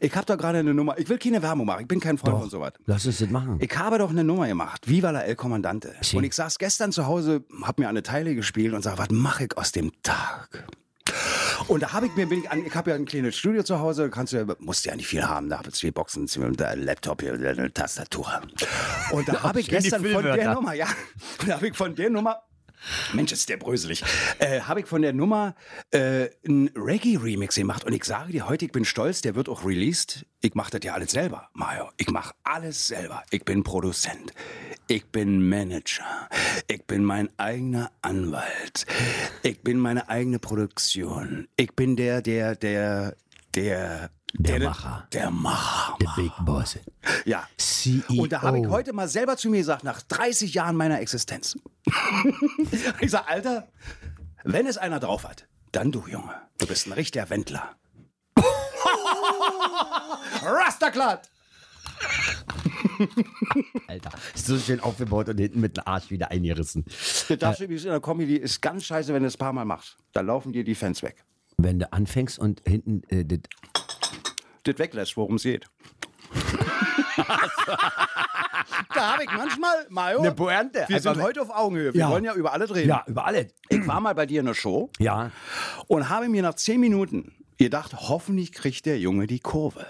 [SPEAKER 3] Ich habe da gerade eine Nummer. Ich will keine Werbung machen. Ich bin kein Freund von sowas.
[SPEAKER 5] Lass uns das machen.
[SPEAKER 3] Ich habe doch eine Nummer gemacht. Viva la El Comandante. Und ich saß gestern zu Hause, hab mir eine Teile gespielt und sag, was mache ich aus dem Tag? Und da habe ich mir, bin ich an, ich habe ja ein kleines Studio zu Hause, kannst du ja, musst ja nicht viel haben, da habe ich zwei Boxen, zwei- da ein Laptop hier, da eine Tastatur. Und da habe ich
[SPEAKER 5] schön die
[SPEAKER 3] gestern von der
[SPEAKER 5] Füllwörter.
[SPEAKER 3] Nummer, ja, *laughs* da habe ich von der Nummer, Mensch, ist der bröselig, äh, habe ich von der Nummer äh, einen Reggae-Remix gemacht und ich sage dir heute, ich bin stolz, der wird auch released. Ich mache das ja alles selber, Mario. Ich mache alles selber. Ich bin Produzent. Ich bin Manager. Ich bin mein eigener Anwalt. Ich bin meine eigene Produktion. Ich bin der, der, der, der,
[SPEAKER 5] Der Macher.
[SPEAKER 3] Der Macher.
[SPEAKER 5] The Big Boss. E
[SPEAKER 3] Ja.
[SPEAKER 5] CEO.
[SPEAKER 3] Ah. Und da habe ich heute mal selber zu mir gesagt, nach 30 Jahren meiner Existenz. *laughs* ich sage, Alter, wenn es einer drauf hat, dann du, Junge. Du bist ein richtiger Wendler. *laughs* Rasterklatt!
[SPEAKER 5] Alter. So schön aufgebaut und hinten mit dem Arsch wieder eingerissen.
[SPEAKER 3] Das darfst du übrigens in der Comedy, ist ganz scheiße, wenn du es ein paar Mal machst. Dann laufen dir die Fans weg.
[SPEAKER 5] Wenn du anfängst und hinten. Äh, das,
[SPEAKER 3] das weglässt, worum es geht. *laughs* da habe ich manchmal, Mario,
[SPEAKER 5] Eine Pointe.
[SPEAKER 3] wir
[SPEAKER 5] Einfach
[SPEAKER 3] sind
[SPEAKER 5] we-
[SPEAKER 3] heute auf Augenhöhe. Wir
[SPEAKER 5] Ja.
[SPEAKER 3] wollen ja über alles reden.
[SPEAKER 5] ja, über alle.
[SPEAKER 3] Ich war mal bei dir in der Show
[SPEAKER 5] Ja.
[SPEAKER 3] und habe mir nach zehn Minuten gedacht, hoffentlich kriegt der Junge die Kurve.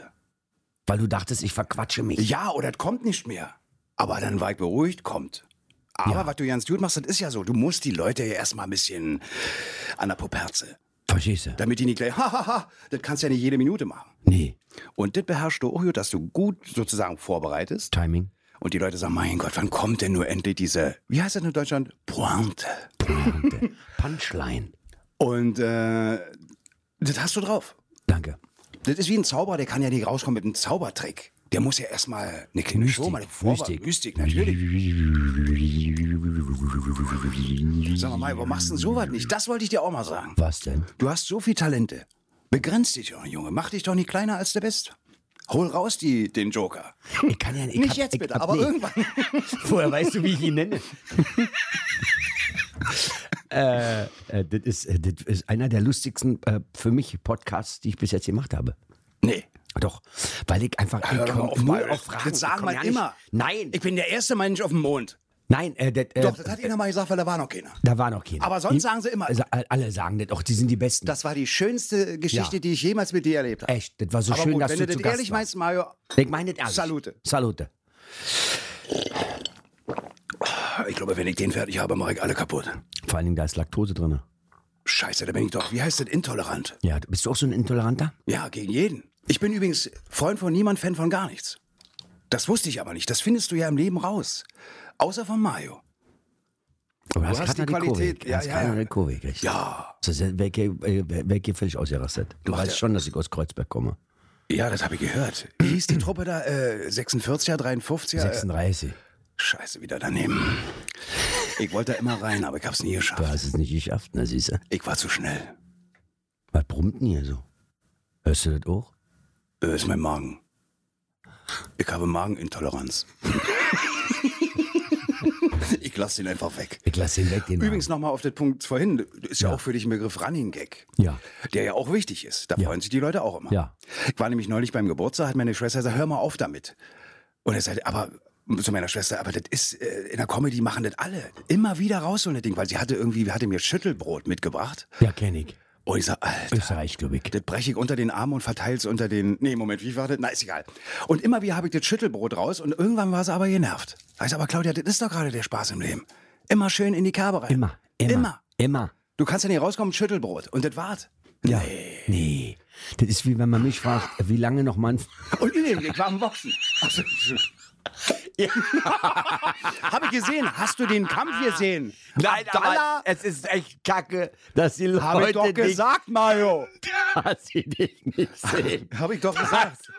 [SPEAKER 5] Weil du dachtest, ich verquatsche mich.
[SPEAKER 3] Ja, oder das kommt nicht mehr. Aber dann war ich beruhigt, kommt. Aber was du ganz gut machst, das ist ja so. Du musst die Leute ja erstmal ein bisschen an der Poperze.
[SPEAKER 5] Verstehst du?
[SPEAKER 3] Damit die nicht gleich, *laughs* hahaha, das kannst du ja nicht jede Minute machen.
[SPEAKER 5] Nee.
[SPEAKER 3] Und das beherrschst du auch gut, dass du gut sozusagen vorbereitest.
[SPEAKER 5] Timing.
[SPEAKER 3] Und die Leute sagen, mein Gott, wann kommt denn nur endlich diese, wie heißt das in Deutschland? Pointe.
[SPEAKER 5] Pointe. Punchline.
[SPEAKER 3] Und äh, das hast du drauf.
[SPEAKER 5] Danke.
[SPEAKER 3] Das ist wie ein Zauberer, der kann ja nicht rauskommen mit einem Zaubertrick. Der muss ja erstmal eine kleine Show mal
[SPEAKER 5] Mystik.
[SPEAKER 3] Mystik, natürlich. Sag mal, warum machst du denn sowas nicht? Das wollte ich dir auch mal sagen.
[SPEAKER 5] Was denn?
[SPEAKER 3] Du hast so viel Talente. Begrenz dich doch, Junge. Mach dich doch nicht kleiner als der Bist. Hol raus die, den Joker.
[SPEAKER 5] Ich kann ja ich
[SPEAKER 3] Nicht
[SPEAKER 5] hab-
[SPEAKER 3] jetzt
[SPEAKER 5] ich
[SPEAKER 3] bitte,
[SPEAKER 5] hab-
[SPEAKER 3] aber
[SPEAKER 5] nee.
[SPEAKER 3] irgendwann.
[SPEAKER 5] Vorher weißt du, wie ich ihn nenne. äh, äh, das, ist, äh, das ist einer der lustigsten äh, für mich Podcasts, die ich bis jetzt gemacht habe.
[SPEAKER 3] *laughs* Nee.
[SPEAKER 5] Doch, weil ich einfach
[SPEAKER 3] hör
[SPEAKER 5] ich
[SPEAKER 3] doch
[SPEAKER 5] komm
[SPEAKER 3] mal auf, Maul. Das sagen
[SPEAKER 5] ich komm
[SPEAKER 3] wir
[SPEAKER 5] nicht-
[SPEAKER 3] immer.
[SPEAKER 5] Nein,
[SPEAKER 3] Ich bin der erste Mensch auf dem Mond.
[SPEAKER 5] nein, äh, das, äh,
[SPEAKER 3] Doch, das hat ihnen mal gesagt, weil da war noch keiner.
[SPEAKER 5] da war noch keiner.
[SPEAKER 3] Aber sonst sagen sie immer,
[SPEAKER 5] Also, äh, alle sagen das auch, die sind die Besten.
[SPEAKER 3] das war die schönste Geschichte,
[SPEAKER 5] Ja.
[SPEAKER 3] die ich jemals mit dir erlebt habe.
[SPEAKER 5] Echt, das war so
[SPEAKER 3] Aber
[SPEAKER 5] schön,
[SPEAKER 3] gut,
[SPEAKER 5] dass
[SPEAKER 3] wenn
[SPEAKER 5] du,
[SPEAKER 3] du
[SPEAKER 5] zu
[SPEAKER 3] das
[SPEAKER 5] Gast
[SPEAKER 3] ehrlich
[SPEAKER 5] warst.
[SPEAKER 3] meinst, Mario,
[SPEAKER 5] Ich meine das ehrlich.
[SPEAKER 3] Salute.
[SPEAKER 5] Salute.
[SPEAKER 3] ich glaube, wenn ich den fertig habe, mache ich alle kaputt.
[SPEAKER 5] Vor allen Dingen, da ist Laktose drin.
[SPEAKER 3] Scheiße, da bin ich doch, wie heißt das, intolerant?
[SPEAKER 5] Ja, bist du auch so ein Intoleranter?
[SPEAKER 3] Ja, gegen jeden. Ich bin übrigens Freund von niemand, Fan von gar nichts. Das wusste ich aber nicht. Das findest du ja im Leben raus. Außer von Mario.
[SPEAKER 5] Aber
[SPEAKER 3] hast die Qualität.
[SPEAKER 5] Ja,
[SPEAKER 3] Ja,
[SPEAKER 5] hast
[SPEAKER 3] ja,
[SPEAKER 5] keine
[SPEAKER 3] ja.
[SPEAKER 5] Rekurve gekriegt.
[SPEAKER 3] Ja.
[SPEAKER 5] Das ist weg, weg völlig ausgerastet. Du
[SPEAKER 3] Macht
[SPEAKER 5] weißt
[SPEAKER 3] er.
[SPEAKER 5] schon, dass ich aus Kreuzberg komme.
[SPEAKER 3] Ja, das habe ich gehört. Wie hieß die Truppe da? Äh, 46er, 53er? Äh,
[SPEAKER 5] 36.
[SPEAKER 3] scheiße, wieder daneben. Ich wollte da immer rein, aber ich hab's nie
[SPEAKER 5] Du
[SPEAKER 3] geschafft.
[SPEAKER 5] hast es nicht geschafft, na siehst du.
[SPEAKER 3] Ich war zu schnell.
[SPEAKER 5] Was brummt denn hier so? Hörst du das auch?
[SPEAKER 3] Äh, ist mein Magen. Ich habe Magenintoleranz. *laughs* ich lasse den einfach weg.
[SPEAKER 5] Ich lass ihn weg, den
[SPEAKER 3] Übrigens nochmal auf den Punkt vorhin, ist ja, auch für dich ein Begriff Running-Gag,
[SPEAKER 5] Ja,
[SPEAKER 3] der ja auch wichtig ist. Da freuen sich die Leute auch immer.
[SPEAKER 5] ja.
[SPEAKER 3] Ich war nämlich neulich beim Geburtstag, hat meine Schwester gesagt, hör mal auf damit. Und er sagte, aber zu meiner Schwester, aber das ist, äh, in der Comedy machen das alle. Immer wieder raus so ein Ding, weil sie hatte irgendwie, hatte mir Schüttelbrot mitgebracht.
[SPEAKER 5] Ja, kenn ich.
[SPEAKER 3] Und ich sag, Alter,
[SPEAKER 5] Österreichgläubig.
[SPEAKER 3] das breche ich unter den Arm und verteile es unter den. Nee, Moment, wie war das? Na, ist egal. Und immer wieder habe ich das Schüttelbrot raus und irgendwann war sie aber genervt. Heißt aber, Claudia, das ist doch gerade der Spaß im Leben. Immer schön in die Kerbe rein.
[SPEAKER 5] Immer, immer.
[SPEAKER 3] Immer.
[SPEAKER 5] Immer.
[SPEAKER 3] Du kannst ja nicht rauskommen, Schüttelbrot. Und das war's.
[SPEAKER 5] Ja. Nee. Das ist wie wenn man mich fragt, wie lange noch man.
[SPEAKER 3] Und in dem Blick war am Boxen. Also, *laughs* ja. *laughs* Habe ich gesehen. Hast du den Kampf gesehen? Abdallah,
[SPEAKER 5] es ist echt kacke, dass die Leute.
[SPEAKER 3] habe ich doch gesagt, Mario.
[SPEAKER 5] Nicht, dass sie dich nicht sehen.
[SPEAKER 3] Habe ich doch gesagt. *laughs*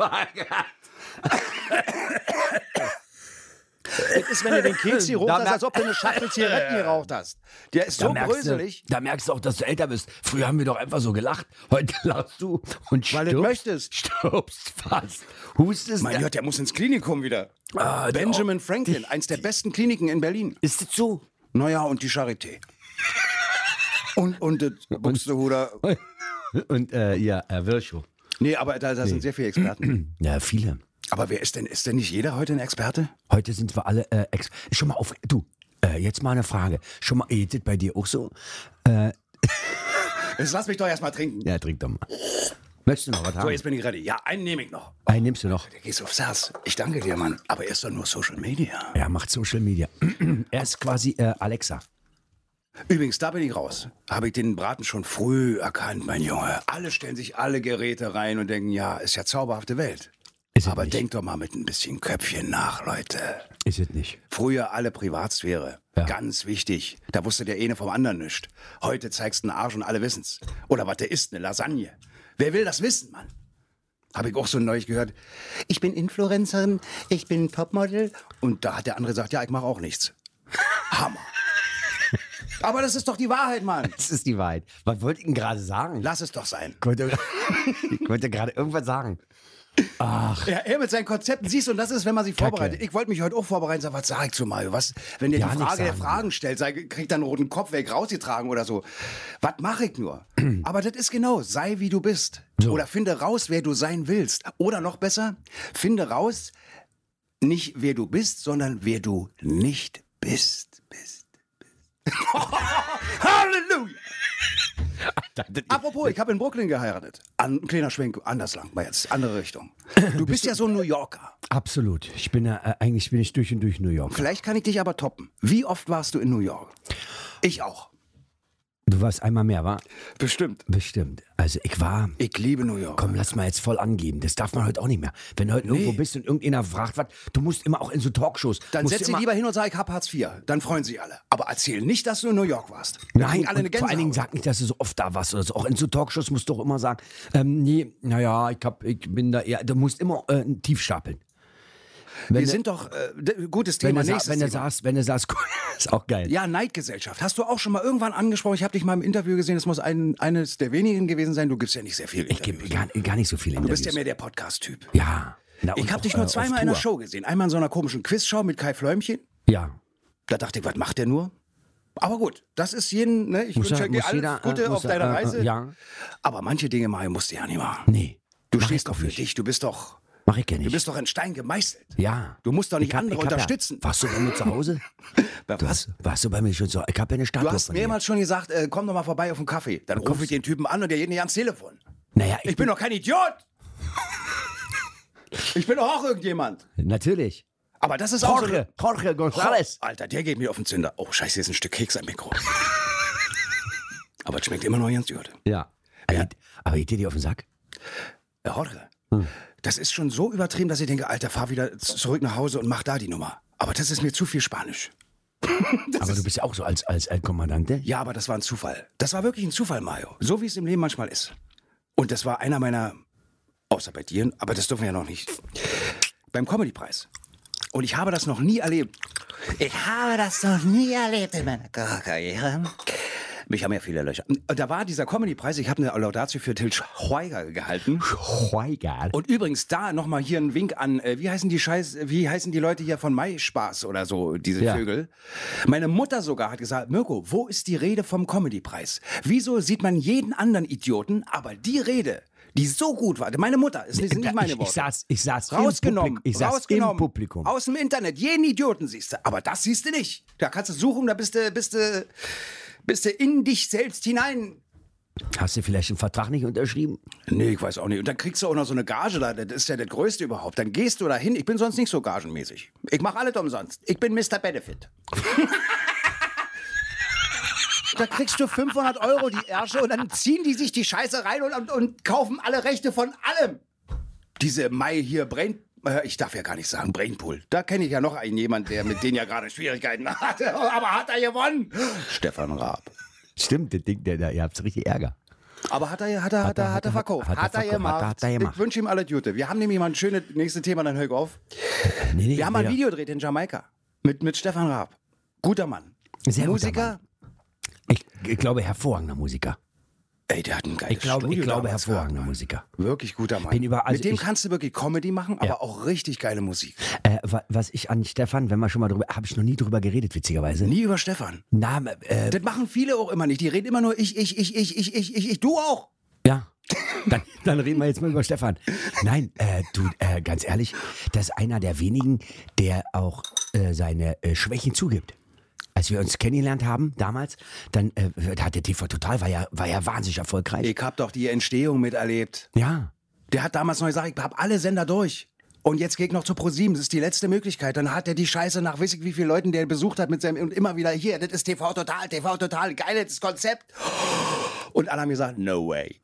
[SPEAKER 3] Das ist, wenn du den Keks hier rot
[SPEAKER 5] Da
[SPEAKER 3] hast,
[SPEAKER 5] merk-
[SPEAKER 3] als ob du eine Schachtel Zigaretten geraucht hast. Der ist so
[SPEAKER 5] da merkst, du,
[SPEAKER 3] bröselig,
[SPEAKER 5] da merkst du auch, dass du älter bist. Früher haben wir doch einfach so gelacht. Heute *laughs* lachst du und
[SPEAKER 3] weil du
[SPEAKER 5] stirbst,
[SPEAKER 3] möchtest.
[SPEAKER 5] stirbst fast. Hustest.
[SPEAKER 3] Mein Gott, der muss ins Klinikum wieder.
[SPEAKER 5] Ah, der-
[SPEAKER 3] Benjamin Franklin, eins der besten Kliniken in Berlin.
[SPEAKER 5] Ist das so?
[SPEAKER 3] Naja, und die Charité. Und, und das Buxtehuder.
[SPEAKER 5] Und äh, ja, äh, Virchow.
[SPEAKER 3] Nee, aber da, da sind sehr viele Experten.
[SPEAKER 5] Ja, viele.
[SPEAKER 3] *clears throat* Aber wer ist denn, ist denn nicht jeder heute ein Experte?
[SPEAKER 5] Heute sind wir alle äh, ex. Schon mal auf. Du, äh, jetzt mal eine Frage. Schon mal, geht das bei dir auch so?
[SPEAKER 3] Jetzt lass mich doch erstmal trinken.
[SPEAKER 5] Ja, trink doch mal. Möchtest du noch was
[SPEAKER 3] So,
[SPEAKER 5] haben?
[SPEAKER 3] jetzt bin ich ready. Ja, einen nehme ich noch.
[SPEAKER 5] Einen nimmst du noch.
[SPEAKER 3] Der geht aufs Herz. Ich danke dir, Mann. Aber er ist doch nur Social Media.
[SPEAKER 5] Er macht Social Media. *clears throat* er ist quasi äh, Alexa.
[SPEAKER 3] Übrigens, da bin ich raus. Habe ich den Braten schon früh erkannt, mein Junge. Alle stellen sich alle Geräte rein und denken, ja, ist ja zauberhafte Welt.
[SPEAKER 5] Ist es
[SPEAKER 3] Aber
[SPEAKER 5] nicht.
[SPEAKER 3] denkt doch mal mit ein bisschen Köpfchen nach, Leute.
[SPEAKER 5] Ist es nicht.
[SPEAKER 3] Früher alle Privatsphäre.
[SPEAKER 5] Ja.
[SPEAKER 3] Ganz wichtig. Da wusste der eine vom anderen nichts. Heute zeigst du einen Arsch und alle wissen's. Oder was der isst, eine Lasagne. Wer will das wissen, Mann? Habe ich auch so neulich gehört. Ich bin Influencerin, ich bin Topmodel. Und da hat der andere gesagt, ja, ich mache auch nichts. Hammer. Aber das ist doch die Wahrheit, Mann.
[SPEAKER 5] Das ist die Wahrheit. Was wollte ich denn gerade sagen?
[SPEAKER 3] Lass es doch sein.
[SPEAKER 5] Ich wollte, *laughs* ich wollte gerade irgendwas sagen.
[SPEAKER 3] Ja, er mit seinen Konzepten, siehst du, und das ist, wenn man sich vorbereitet. Ich wollte mich heute auch vorbereiten, sag, was sag ich zu Mario? Was, wenn der
[SPEAKER 5] Ja,
[SPEAKER 3] die
[SPEAKER 5] nichts
[SPEAKER 3] Frage der
[SPEAKER 5] sagen.
[SPEAKER 3] Fragen stellt, sag, kriegt dann einen roten Kopf weg, rausgetragen oder so. Was mache ich
[SPEAKER 5] *clears throat*
[SPEAKER 3] nur? Aber das ist genau, sei wie du bist. Oder finde raus, wer du sein willst. Oder noch besser, finde raus, nicht wer du bist, sondern wer du nicht bist. bist. *laughs* bist.
[SPEAKER 5] *laughs*
[SPEAKER 3] Halleluja! Apropos, ich habe in Brooklyn geheiratet. An, ein kleiner Schwenk, anders lang, mal jetzt, andere Richtung. Du bist ja so ein New Yorker.
[SPEAKER 5] Absolut. Ich bin ja, äh, eigentlich bin ich durch und durch New York.
[SPEAKER 3] Vielleicht kann ich dich aber toppen. Wie oft warst du in New York? Ich auch.
[SPEAKER 5] Du warst einmal mehr, war?
[SPEAKER 3] Bestimmt.
[SPEAKER 5] Bestimmt. Also ich war.
[SPEAKER 3] Ich liebe New York.
[SPEAKER 5] Komm, lass mal jetzt voll angeben. Das darf man heute auch nicht mehr. Wenn du heute irgendwo bist und irgendeiner fragt was, du musst immer auch in so Talkshows.
[SPEAKER 3] Dann
[SPEAKER 5] musst du
[SPEAKER 3] setz dich
[SPEAKER 5] immer-
[SPEAKER 3] lieber hin und sag, ich hab Hartz IV. Dann freuen sich alle. Aber erzähl nicht, dass du in New York warst. Dann
[SPEAKER 5] Nein,
[SPEAKER 3] kriegen alle eine
[SPEAKER 5] und vor allen Dingen
[SPEAKER 3] Gänsehaut.
[SPEAKER 5] sag nicht, dass du so oft da warst oder so. Auch in so Talkshows musst du auch immer sagen, ähm, nee, naja, ich, hab, ich bin da eher, du musst immer äh, tief stapeln. Wenn
[SPEAKER 3] Wir
[SPEAKER 5] du-
[SPEAKER 3] sind doch, äh, d- gutes
[SPEAKER 5] Wenn
[SPEAKER 3] Thema,
[SPEAKER 5] er, sa
[SPEAKER 3] nächstes
[SPEAKER 5] wenn er
[SPEAKER 3] Thema.
[SPEAKER 5] saß, wenn er saß, *laughs* ist auch geil.
[SPEAKER 3] Ja, Neidgesellschaft. Hast du auch schon mal irgendwann angesprochen? Ich habe dich mal im Interview gesehen. Das muss ein, eines der wenigen gewesen sein. Du gibst ja nicht sehr viel
[SPEAKER 5] ich gebe
[SPEAKER 3] Interviews.
[SPEAKER 5] gar, gar nicht so viel
[SPEAKER 3] Du bist ja mehr der Podcast-Typ.
[SPEAKER 5] Ja. Na, und
[SPEAKER 3] Ich habe dich
[SPEAKER 5] auch, äh,
[SPEAKER 3] nur
[SPEAKER 5] auf
[SPEAKER 3] zweimal in der
[SPEAKER 5] Tour.
[SPEAKER 3] Show gesehen. Einmal in so einer komischen Quizshow mit Kai Flömchen.
[SPEAKER 5] Ja.
[SPEAKER 3] Da dachte ich, was macht der nur? Aber gut, das ist jeden, ne? Ich
[SPEAKER 5] Muss
[SPEAKER 3] wünsche
[SPEAKER 5] er-
[SPEAKER 3] dir
[SPEAKER 5] muss
[SPEAKER 3] alles
[SPEAKER 5] jeder, äh,
[SPEAKER 3] Gute
[SPEAKER 5] muss
[SPEAKER 3] auf
[SPEAKER 5] er-
[SPEAKER 3] deiner
[SPEAKER 5] äh, äh,
[SPEAKER 3] Reise.
[SPEAKER 5] Ja.
[SPEAKER 3] Aber manche Dinge, Mario, musst du ja nicht machen.
[SPEAKER 5] Nee.
[SPEAKER 3] Du
[SPEAKER 5] mach ich
[SPEAKER 3] stehst doch
[SPEAKER 5] doch
[SPEAKER 3] für
[SPEAKER 5] nicht.
[SPEAKER 3] dich. Du bist doch,
[SPEAKER 5] Mach ich ja nicht.
[SPEAKER 3] du bist doch in Stein gemeißelt.
[SPEAKER 5] ja.
[SPEAKER 3] Du musst doch nicht
[SPEAKER 5] Ich hab-
[SPEAKER 3] andere
[SPEAKER 5] ich hab
[SPEAKER 3] unterstützen.
[SPEAKER 5] Ja, warst du bei mir zu Hause?
[SPEAKER 3] Was?
[SPEAKER 5] Du hast, warst du bei mir schon so? Ich habe ja eine Statue
[SPEAKER 3] Du hast
[SPEAKER 5] von dir.
[SPEAKER 3] mehrmals schon gesagt, äh, komm doch mal vorbei auf den Kaffee. Dann rufe ich den Typen an und der geht nicht ans Telefon.
[SPEAKER 5] Naja, ich,
[SPEAKER 3] Ich bin doch kein
[SPEAKER 5] *laughs*
[SPEAKER 3] Idiot. ich bin doch auch irgendjemand.
[SPEAKER 5] natürlich.
[SPEAKER 3] Aber das ist auch so
[SPEAKER 5] Jorge,
[SPEAKER 3] eine-
[SPEAKER 5] Jorge González.
[SPEAKER 3] Alter, der geht mir auf den Zünder. Oh, scheiße, hier ist ein Stück Keks am
[SPEAKER 5] *laughs*
[SPEAKER 3] Mikro. Aber es schmeckt immer noch ganz gut.
[SPEAKER 5] Ja. Aber geht- Aber geht dir die auf den Sack?
[SPEAKER 3] Herr Äh, Jorge,
[SPEAKER 5] Hm.
[SPEAKER 3] das ist schon so übertrieben, dass ich denke, Alter, fahr wieder z- zurück nach Hause und mach da die Nummer. Aber das ist mir zu viel Spanisch.
[SPEAKER 5] Aber du bist ja auch so als, äh, als Altkommandante.
[SPEAKER 3] Ja, aber das war ein Zufall. Das war wirklich ein Zufall, Mario. So wie es im Leben manchmal ist. Und das war einer meiner, außer bei dir, aber das dürfen wir ja noch nicht, beim Comedy-Preis. Und ich habe das noch nie erlebt. Ich habe das noch nie erlebt in meiner Karriere. Mich haben ja viele Löcher. Da war dieser Comedy-Preis, ich habe eine Laudatio für Til Schweiger gehalten.
[SPEAKER 5] Schweiger.
[SPEAKER 3] Und übrigens da nochmal hier ein Wink an, äh, wie heißen die Scheiß, wie heißen die Leute hier von Mai Spaß oder so, diese
[SPEAKER 5] Ja.
[SPEAKER 3] Vögel. Meine Mutter sogar hat gesagt, Mirko, wo ist die Rede vom Comedy-Preis? Wieso sieht man jeden anderen Idioten, aber die Rede, die so gut war, meine Mutter, ist nicht, sind nicht meine
[SPEAKER 5] ich,
[SPEAKER 3] Worte.
[SPEAKER 5] ich saß, ich saß Im
[SPEAKER 3] Rausgenommen,
[SPEAKER 5] Publikum. Ich saß
[SPEAKER 3] rausgenommen.
[SPEAKER 5] im Publikum.
[SPEAKER 3] Aus dem Internet, jeden Idioten siehst du. Aber das siehst du nicht. Da kannst du suchen, da bist du, bist du, bist du in dich selbst hinein
[SPEAKER 5] Hast du vielleicht einen Vertrag nicht unterschrieben?
[SPEAKER 3] Nee, ich weiß auch nicht. Und dann kriegst du auch noch so eine Gage da. Das ist ja das Größte überhaupt. Dann gehst du da hin. Ich bin sonst nicht so gagenmäßig. Ich mache alles umsonst. Ich bin Mr. Benefit. da kriegst du 500 Euro die Ärsche und dann ziehen die sich die Scheiße rein und, und, und kaufen alle Rechte von allem. Diese Mai hier, Brain... äh, Ich darf ja gar nicht sagen, Brainpool. Da kenne ich ja noch einen, jemand, der mit denen ja gerade Schwierigkeiten *laughs* hatte. Aber hat er gewonnen? Stefan Raab.
[SPEAKER 5] *laughs* Stimmt, das Ding, der, der, ihr habt richtig Ärger.
[SPEAKER 3] Aber hat er, hat er, hat er, hat er verkauft. Hat er,
[SPEAKER 5] verkauft,
[SPEAKER 3] gemacht.
[SPEAKER 5] hat er- hat er gemacht.
[SPEAKER 3] Ich wünsche ihm alle Gute. Wir haben nämlich mal ein schönes nächstes Thema, dann hör ich auf.
[SPEAKER 5] Nee, nee,
[SPEAKER 3] Wir haben mal ein
[SPEAKER 5] ja.
[SPEAKER 3] Video gedreht in Jamaika. Mit, mit Stefan Raab. Guter Mann.
[SPEAKER 5] Sehr guter
[SPEAKER 3] Musiker.
[SPEAKER 5] Ich, ich glaube, hervorragender Musiker.
[SPEAKER 3] Ey, der hat ein geiles
[SPEAKER 5] Ich glaube, ich
[SPEAKER 3] Studio
[SPEAKER 5] glaube
[SPEAKER 3] damals
[SPEAKER 5] hervorragender
[SPEAKER 3] gehabt.
[SPEAKER 5] Musiker.
[SPEAKER 3] Wirklich guter Mann.
[SPEAKER 5] Bin über- also
[SPEAKER 3] mit dem
[SPEAKER 5] ich-
[SPEAKER 3] kannst du wirklich Comedy machen, aber auch richtig geile Musik.
[SPEAKER 5] Äh, wa- was ich an Stefan, wenn wir schon mal drüber, habe ich noch nie drüber geredet, witzigerweise.
[SPEAKER 3] Nie über Stefan.
[SPEAKER 5] Name, äh,
[SPEAKER 3] Das machen viele auch immer nicht. Die reden immer nur ich, ich, ich, ich, ich, ich, ich, ich. Du auch.
[SPEAKER 5] *laughs* ja. Dann, dann reden wir jetzt mal über Stefan. Nein, äh, du, äh, ganz ehrlich, das ist einer der wenigen, der auch äh, seine äh, Schwächen zugibt. Als wir uns kennengelernt haben damals, dann äh, hat der TV Total, war ja, war ja wahnsinnig erfolgreich.
[SPEAKER 3] Ich hab doch die Entstehung miterlebt.
[SPEAKER 5] Ja.
[SPEAKER 3] Der hat damals noch gesagt, ich hab alle Sender durch. Und jetzt geht noch zu ProSieben, das ist die letzte Möglichkeit. Dann hat er die Scheiße nach weiß ich wie vielen Leuten, der besucht hat mit seinem und immer wieder hier, das ist TV total, TV total, geiles Konzept. Und alle haben gesagt, no way.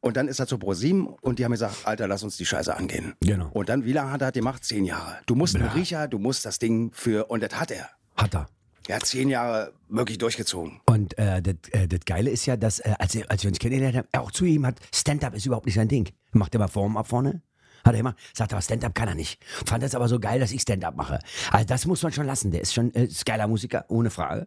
[SPEAKER 3] Und dann ist er zu ProSieben und die haben gesagt, Alter, lass uns die Scheiße angehen.
[SPEAKER 5] Genau.
[SPEAKER 3] Und dann, wie lange hat er das gemacht? Zehn Jahre. Du musst einen Riecher, du musst das Ding für, und das hat er.
[SPEAKER 5] Hat er.
[SPEAKER 3] Er hat zehn Jahre wirklich durchgezogen.
[SPEAKER 5] Und äh, das äh, das Geile ist ja, dass äh, als, er- als wir uns kennengelernt haben, er auch zu ihm hat, Stand-up ist überhaupt nicht sein Ding. Macht er mal Form ab vorne? Hat er immer, sagt aber Stand-up kann er nicht. Fand das aber so geil, dass ich Stand-up mache. Also das muss man schon lassen. Der ist schon äh, ist geiler Musiker, ohne Frage.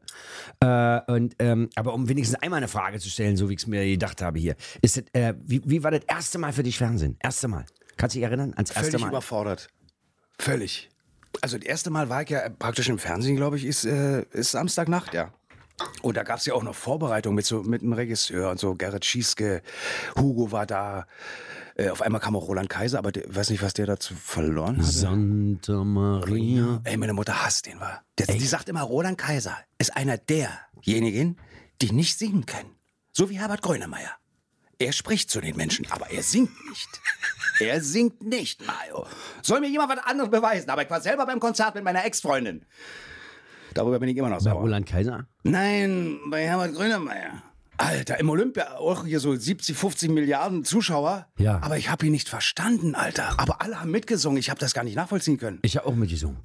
[SPEAKER 5] Äh, und, ähm, aber um wenigstens einmal eine Frage zu stellen, so wie ich es mir gedacht habe hier, ist das, äh, wie, wie war das erste Mal für dich Fernsehen? Erste Mal. Kannst du dich erinnern? Ans erste
[SPEAKER 3] Völlig
[SPEAKER 5] Mal.
[SPEAKER 3] überfordert. Völlig. Also das erste Mal war ich ja praktisch im Fernsehen, glaube ich, ist, äh, ist Samstagnacht, ja. Und da gab es ja auch noch Vorbereitung mit, so, mit einem Regisseur und so. Gerrit Schieske, Hugo war da. Äh, auf einmal kam auch Roland Kaiser, aber der, weiß nicht, was der dazu verloren hat.
[SPEAKER 5] Santa Maria.
[SPEAKER 3] Ey, meine Mutter hasst den, war. Der, die sagt immer, Roland Kaiser ist einer derjenigen, die nicht singen können. So wie Herbert Grönemeyer. Er spricht zu den Menschen, aber er singt nicht. Er singt nicht, Mario. Soll mir jemand was anderes beweisen, aber ich war selber beim Konzert mit meiner Ex-Freundin. Darüber bin ich immer noch
[SPEAKER 5] Bei
[SPEAKER 3] sauer.
[SPEAKER 5] Roland Kaiser?
[SPEAKER 3] Nein, bei Herbert Grönemeyer. Alter, im Olympia auch hier so 70, 50 Milliarden Zuschauer.
[SPEAKER 5] Ja.
[SPEAKER 3] Aber ich habe ihn nicht verstanden, Alter. Aber alle haben mitgesungen. Ich habe das gar nicht nachvollziehen können.
[SPEAKER 5] Ich habe auch mitgesungen.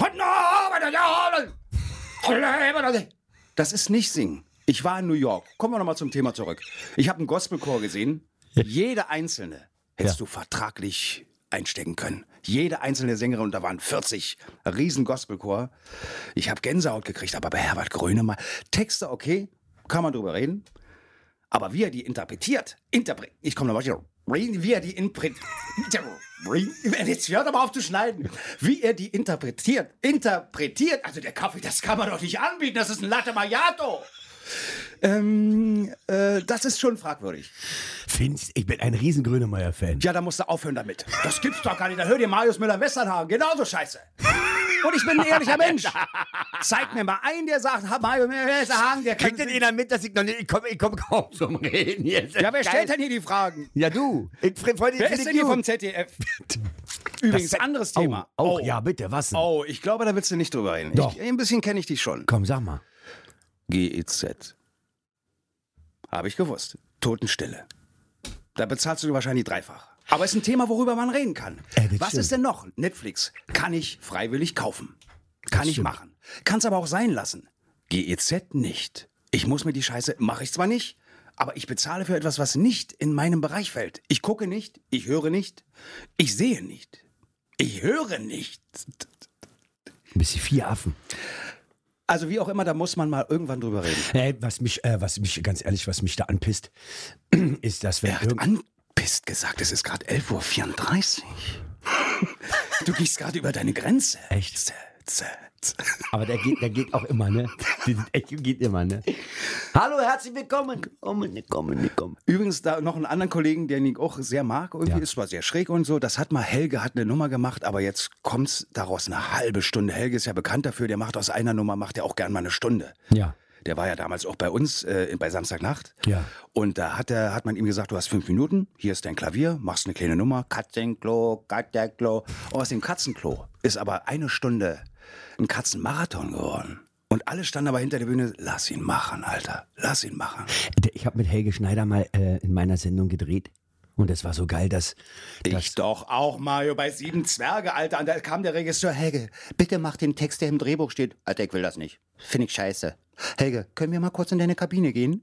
[SPEAKER 3] Das ist nicht singen. Ich war in New York. Kommen wir nochmal zum Thema zurück. Ich habe einen Gospelchor gesehen. Jede einzelne hättest du
[SPEAKER 5] Ja.
[SPEAKER 3] vertraglich einstecken können. Jede einzelne Sängerin, und da waren 40, riesen Gospelchor. Ich habe Gänsehaut gekriegt, aber bei Herbert Grönemeyer, Texte okay, kann man drüber reden, aber wie er die interpretiert, interpre ich komme nochmal wieder, wie er die interpretiert, *laughs* jetzt hört aber auf zu schneiden, wie er die interpretiert, interpretiert, also der Kaffee, das kann man doch nicht anbieten, das ist ein Latte Macchiato. Ähm, äh, das ist schon fragwürdig.
[SPEAKER 2] Finst, ich bin ein riesen Grönemeyer-Fan.
[SPEAKER 3] Ja, da musst du aufhören damit. Das gibt's doch gar nicht. Da hör dir Marius Müller-Westernhagen. Genauso scheiße. Und ich bin ein ehrlicher Mensch. Zeig mir mal einen, der sagt, ha, Marius Müller-Westernhagen, der kann...
[SPEAKER 2] Kriegt denn einer mit, dass ich noch nicht. Ich komme ich komm kaum zum Reden jetzt.
[SPEAKER 3] Ja, wer
[SPEAKER 2] Geil.
[SPEAKER 3] stellt denn hier die Fragen?
[SPEAKER 2] Ja, du. Ich fre- freue mich.
[SPEAKER 3] Wer ist denn hier
[SPEAKER 2] *laughs*
[SPEAKER 3] vom ZDF? Übrigens,
[SPEAKER 2] Das-
[SPEAKER 3] anderes
[SPEAKER 2] Oh,
[SPEAKER 3] Thema.
[SPEAKER 2] oh, ja, bitte, was denn?
[SPEAKER 3] Oh, ich glaube, da willst du nicht drüber hin.
[SPEAKER 2] Doch.
[SPEAKER 3] Ich, ein bisschen kenne ich dich schon.
[SPEAKER 2] Komm, sag mal.
[SPEAKER 3] GEZ. E Habe ich gewusst. Totenstille. Da bezahlst du wahrscheinlich dreifach. Aber ist ein Thema, worüber man reden kann.
[SPEAKER 2] Äh, das
[SPEAKER 3] Was
[SPEAKER 2] stimmt.
[SPEAKER 3] ist denn noch? Netflix kann ich freiwillig kaufen. Kann ich
[SPEAKER 2] stimmt.
[SPEAKER 3] machen. Kann es aber auch sein lassen. GEZ nicht. Ich muss mir die Scheiße, mache ich zwar nicht, aber ich bezahle für etwas, was nicht in meinem Bereich fällt. Ich gucke nicht, ich höre nicht, ich sehe nicht. Ich höre nicht.
[SPEAKER 2] Ein bisschen vier Affen.
[SPEAKER 3] Also wie auch immer, da muss man mal irgendwann drüber reden.
[SPEAKER 2] Ey, was mich, äh, was mich, ganz ehrlich, was mich da anpisst, *clears throat* ist, dass wenn
[SPEAKER 3] Er hat
[SPEAKER 2] irgend-
[SPEAKER 3] anpisst gesagt, es ist gerade 11.34 Uhr. *laughs* du gehst gerade über deine Grenze.
[SPEAKER 2] Echt?
[SPEAKER 3] Z, z, z.
[SPEAKER 2] Aber der geht, der geht auch immer, *laughs* ne? Der geht immer, ne? Hallo, herzlich willkommen. Willkommen, willkommen, willkommen.
[SPEAKER 3] Übrigens, da noch einen anderen Kollegen, den ich auch sehr mag, irgendwie
[SPEAKER 2] Ja.
[SPEAKER 3] ist zwar sehr schräg und so. Das hat mal Helge hat eine Nummer gemacht, aber jetzt kommt's daraus eine halbe Stunde. Helge ist ja bekannt dafür, der macht aus einer Nummer macht er auch gern mal eine Stunde.
[SPEAKER 2] Ja.
[SPEAKER 3] Der war ja damals auch bei uns äh, bei Samstagnacht.
[SPEAKER 2] Ja.
[SPEAKER 3] Und da hat, er, hat man ihm gesagt, du hast fünf Minuten, hier ist dein Klavier, machst eine kleine Nummer, Katzenklo, Katzenklo. Aus dem Katzenklo ist aber eine Stunde ein Katzenmarathon geworden. Und alle standen aber hinter der Bühne, lass ihn machen, Alter, lass ihn machen.
[SPEAKER 2] Der- Ich habe mit Helge Schneider mal äh, in meiner Sendung gedreht. Und das war so geil, dass.
[SPEAKER 3] Ich doch auch, Mario, bei Sieben Zwerge, Alter. Und da kam der Regisseur, Helge, bitte mach den Text, der im Drehbuch steht. Alter, ich will das nicht. Finde ich scheiße. Helge, können wir mal kurz in deine Kabine gehen?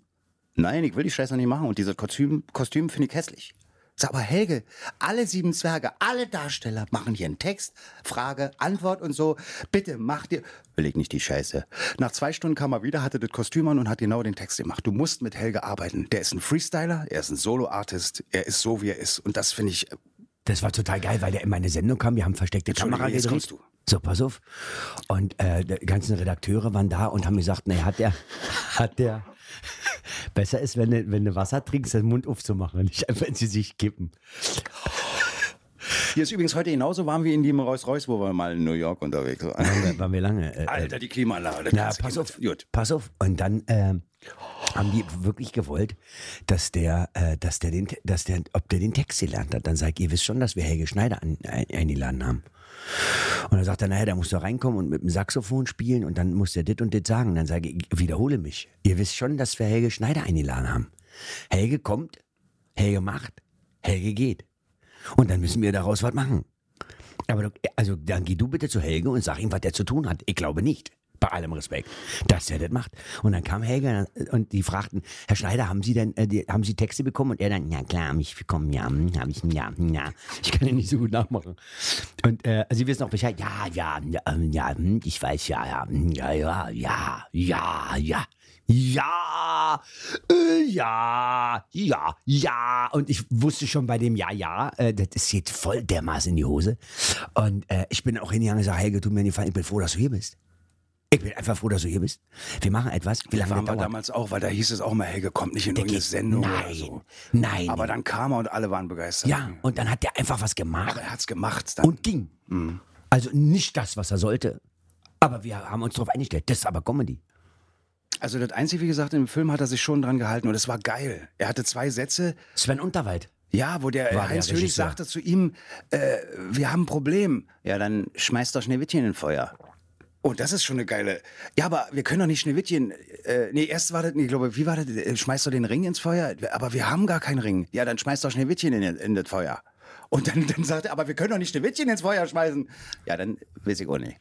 [SPEAKER 3] Nein, ich will die Scheiße nicht machen. Und dieses Kostüm, Kostüm finde ich hässlich. Sag aber, Helge, alle sieben Zwerge, alle Darsteller machen hier einen Text, Frage, Antwort und so. Bitte mach dir. Will ich nicht die Scheiße. Nach zwei Stunden kam er wieder, hatte das Kostüm an und hat genau den Text gemacht. Du musst mit Helge arbeiten. Der ist ein Freestyler, er ist ein Solo-Artist, er ist so, wie er ist. Und das finde ich
[SPEAKER 2] Das war total geil, weil der in meine Sendung kam. Wir haben versteckte
[SPEAKER 3] Entschuldige,
[SPEAKER 2] Kamera
[SPEAKER 3] jetzt
[SPEAKER 2] gedreht.
[SPEAKER 3] kommst du.
[SPEAKER 2] So, pass auf. Und äh, die ganzen Redakteure *laughs* waren da und haben gesagt: Nee, hat der. Hat der. Besser ist, wenn du, wenn du Wasser trinkst, den Mund aufzumachen und nicht einfach ins Gesicht kippen.
[SPEAKER 3] Hier ist übrigens heute genauso warm wie in dem Rolls-Royce, wo wir mal in New York unterwegs waren.
[SPEAKER 2] Da waren wir lange. Äh, äh,
[SPEAKER 3] die Klimaanlage. das
[SPEAKER 2] Na,
[SPEAKER 3] ganze
[SPEAKER 2] pass
[SPEAKER 3] Klima-
[SPEAKER 2] auf.
[SPEAKER 3] Gut.
[SPEAKER 2] Pass auf. Und dann ähm, haben die wirklich gewollt, dass der, äh, dass der den, dass der, ob der den Text gelernt hat. Dann sagt, ihr wisst schon, dass wir Helge Schneider an, ein, eingeladen haben. Und dann sagt er, naja, da musst du reinkommen und mit dem Saxophon spielen und dann muss der dit und dit sagen. Dann sage ich, ich wiederhole mich. Ihr wisst schon, dass wir Helge Schneider eingeladen haben. Helge kommt, Helge macht, Helge geht. Und dann müssen wir daraus was machen. Aber du, also dann geh du bitte zu Helge und sag ihm, was der zu tun hat. Ich glaube nicht. Bei allem Respekt, dass er das macht. Und dann kam Helge und die fragten, Herr Schneider, haben Sie denn, äh, die, haben Sie Texte bekommen? Und er dann, ja klar, hab ich bekommen, ja, hm, hab ich, hm, ja, hm, ja. Ich kann ihn nicht so gut nachmachen. Und äh, Sie wissen auch Bescheid, ja, ja, ja, ähm, ja, hm, ich weiß, ja, ja, hm, ja, ja, ja, ja, ja. Ja, äh, ja, ja, ja. Und ich wusste schon bei dem Ja, ja, äh, das ist- geht voll dermaßen in die Hose. Und äh, ich bin auch hingegangen und gesagt, Helge, tu mir einen Gefallen, ich bin froh, dass du hier bist. Ich bin einfach froh, dass du hier bist. Wir machen etwas. Wie
[SPEAKER 3] Da
[SPEAKER 2] lange
[SPEAKER 3] waren wir
[SPEAKER 2] dauert?
[SPEAKER 3] damals auch, weil da hieß es auch mal, Helge kommt nicht in irgendeine Sendung oder
[SPEAKER 2] Nein,
[SPEAKER 3] so.
[SPEAKER 2] nein.
[SPEAKER 3] Aber dann kam er und alle waren begeistert.
[SPEAKER 2] ja, und dann hat der einfach was
[SPEAKER 3] Aber
[SPEAKER 2] gemacht
[SPEAKER 3] er hat's gemacht dann.
[SPEAKER 2] und ging. Also nicht das, was er sollte. Aber wir haben uns darauf eingestellt. Das ist aber Comedy.
[SPEAKER 3] also das Einzige, wie gesagt, im Film hat er sich schon dran gehalten und es war geil. Er hatte zwei Sätze,
[SPEAKER 2] Sven Unterwald.
[SPEAKER 3] ja, wo der
[SPEAKER 2] War der
[SPEAKER 3] Heinz Hönig
[SPEAKER 2] Regisseur.
[SPEAKER 3] sagte zu ihm, äh, wir haben ein Problem. Ja, dann schmeißt doch Schneewittchen in Feuer. Oh, das ist schon eine geile. Ja, aber wir können doch nicht Schneewittchen. Äh, nee, erst war das, nee, ich glaube, wie war das? Äh, Schmeißt doch den Ring ins Feuer? Aber wir haben gar keinen Ring. Ja, dann schmeißt doch Schneewittchen in, in das Feuer. Und dann, dann sagt er, aber wir können doch nicht Schneewittchen ins Feuer schmeißen. Ja, dann weiß ich auch nicht.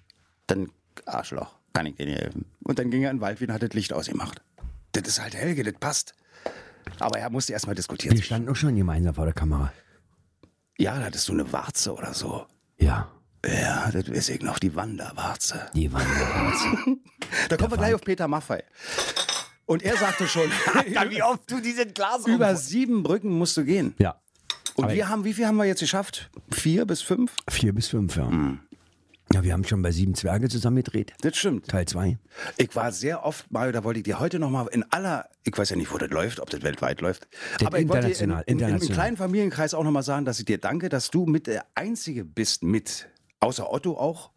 [SPEAKER 3] Dann Arschloch, kann ich dir nicht helfen. Und dann ging er in den Wald wieder und hat das Licht ausgemacht. Das ist halt Helge, das passt. Aber er musste erst mal diskutieren.
[SPEAKER 2] Wir standen auch schon gemeinsam vor der Kamera.
[SPEAKER 3] Ja, da hattest du eine Warze oder so.
[SPEAKER 5] Ja,
[SPEAKER 3] Ja, das weiß ich noch, die Wanderwarze.
[SPEAKER 5] die Wanderwarze.
[SPEAKER 3] *laughs* Da kommen wir gleich auf Peter Maffei. Und er sagte
[SPEAKER 5] *laughs*
[SPEAKER 3] schon,
[SPEAKER 5] Wie oft du diesen Glas
[SPEAKER 3] über sieben Brücken musst du gehen.
[SPEAKER 5] Ja,
[SPEAKER 3] Und
[SPEAKER 5] Aber-
[SPEAKER 3] wir haben, wie viel haben wir jetzt geschafft? Vier bis fünf?
[SPEAKER 5] vier bis fünf, ja.
[SPEAKER 3] Mhm.
[SPEAKER 5] Ja, wir haben schon bei Sieben Zwerge zusammen gedreht.
[SPEAKER 3] Das stimmt.
[SPEAKER 5] Teil zwei.
[SPEAKER 3] Ich war sehr oft, Mario, da wollte ich dir heute nochmal in aller, ich weiß ja nicht, wo das läuft, ob das weltweit läuft,
[SPEAKER 5] Das
[SPEAKER 3] aber ich wollte dir in,
[SPEAKER 5] international,
[SPEAKER 3] in, in einem
[SPEAKER 5] international.
[SPEAKER 3] kleinen Familienkreis auch nochmal sagen, dass ich dir danke, dass du mit der Einzige bist mit, außer Otto auch,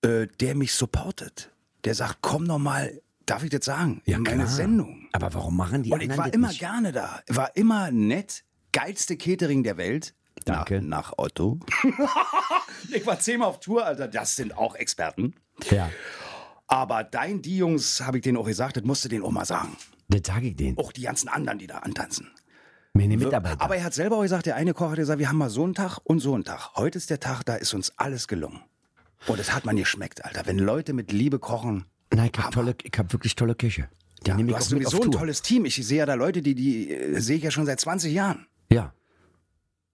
[SPEAKER 3] äh, der mich supportet. Der sagt, komm nochmal, darf ich das sagen, in meine
[SPEAKER 5] klar.
[SPEAKER 3] Sendung.
[SPEAKER 5] Aber warum machen die
[SPEAKER 3] Und ich
[SPEAKER 5] anderen
[SPEAKER 3] war
[SPEAKER 5] das
[SPEAKER 3] immer
[SPEAKER 5] nicht?
[SPEAKER 3] gerne da, war immer nett, geilste Catering der Welt.
[SPEAKER 5] Danke.
[SPEAKER 3] Nach, nach Otto. *laughs* ich war zehnmal auf Tour, Alter, das sind auch Experten.
[SPEAKER 5] Ja,
[SPEAKER 3] Aber dein, die Jungs, habe ich denen auch gesagt, das musste denen auch mal sagen.
[SPEAKER 5] das sage ich denen.
[SPEAKER 3] Auch die ganzen anderen, die da antanzen.
[SPEAKER 5] Meine Mitarbeiter.
[SPEAKER 3] Aber er hat selber auch gesagt, der eine Koch hat gesagt, wir haben mal so einen Tag und so einen Tag. Heute ist der Tag, da ist uns alles gelungen. Und das hat man geschmeckt, Alter. Wenn Leute mit Liebe kochen,
[SPEAKER 5] Nein, ich habe tolle, ich hab wirklich tolle Küche. Die nehme
[SPEAKER 3] du
[SPEAKER 5] ich
[SPEAKER 3] hast
[SPEAKER 5] auch mit auf
[SPEAKER 3] sowieso ein
[SPEAKER 5] Tour.
[SPEAKER 3] tolles Team. Ich sehe ja da Leute, die, die äh, sehe ich ja schon seit 20 Jahren.
[SPEAKER 5] Ja.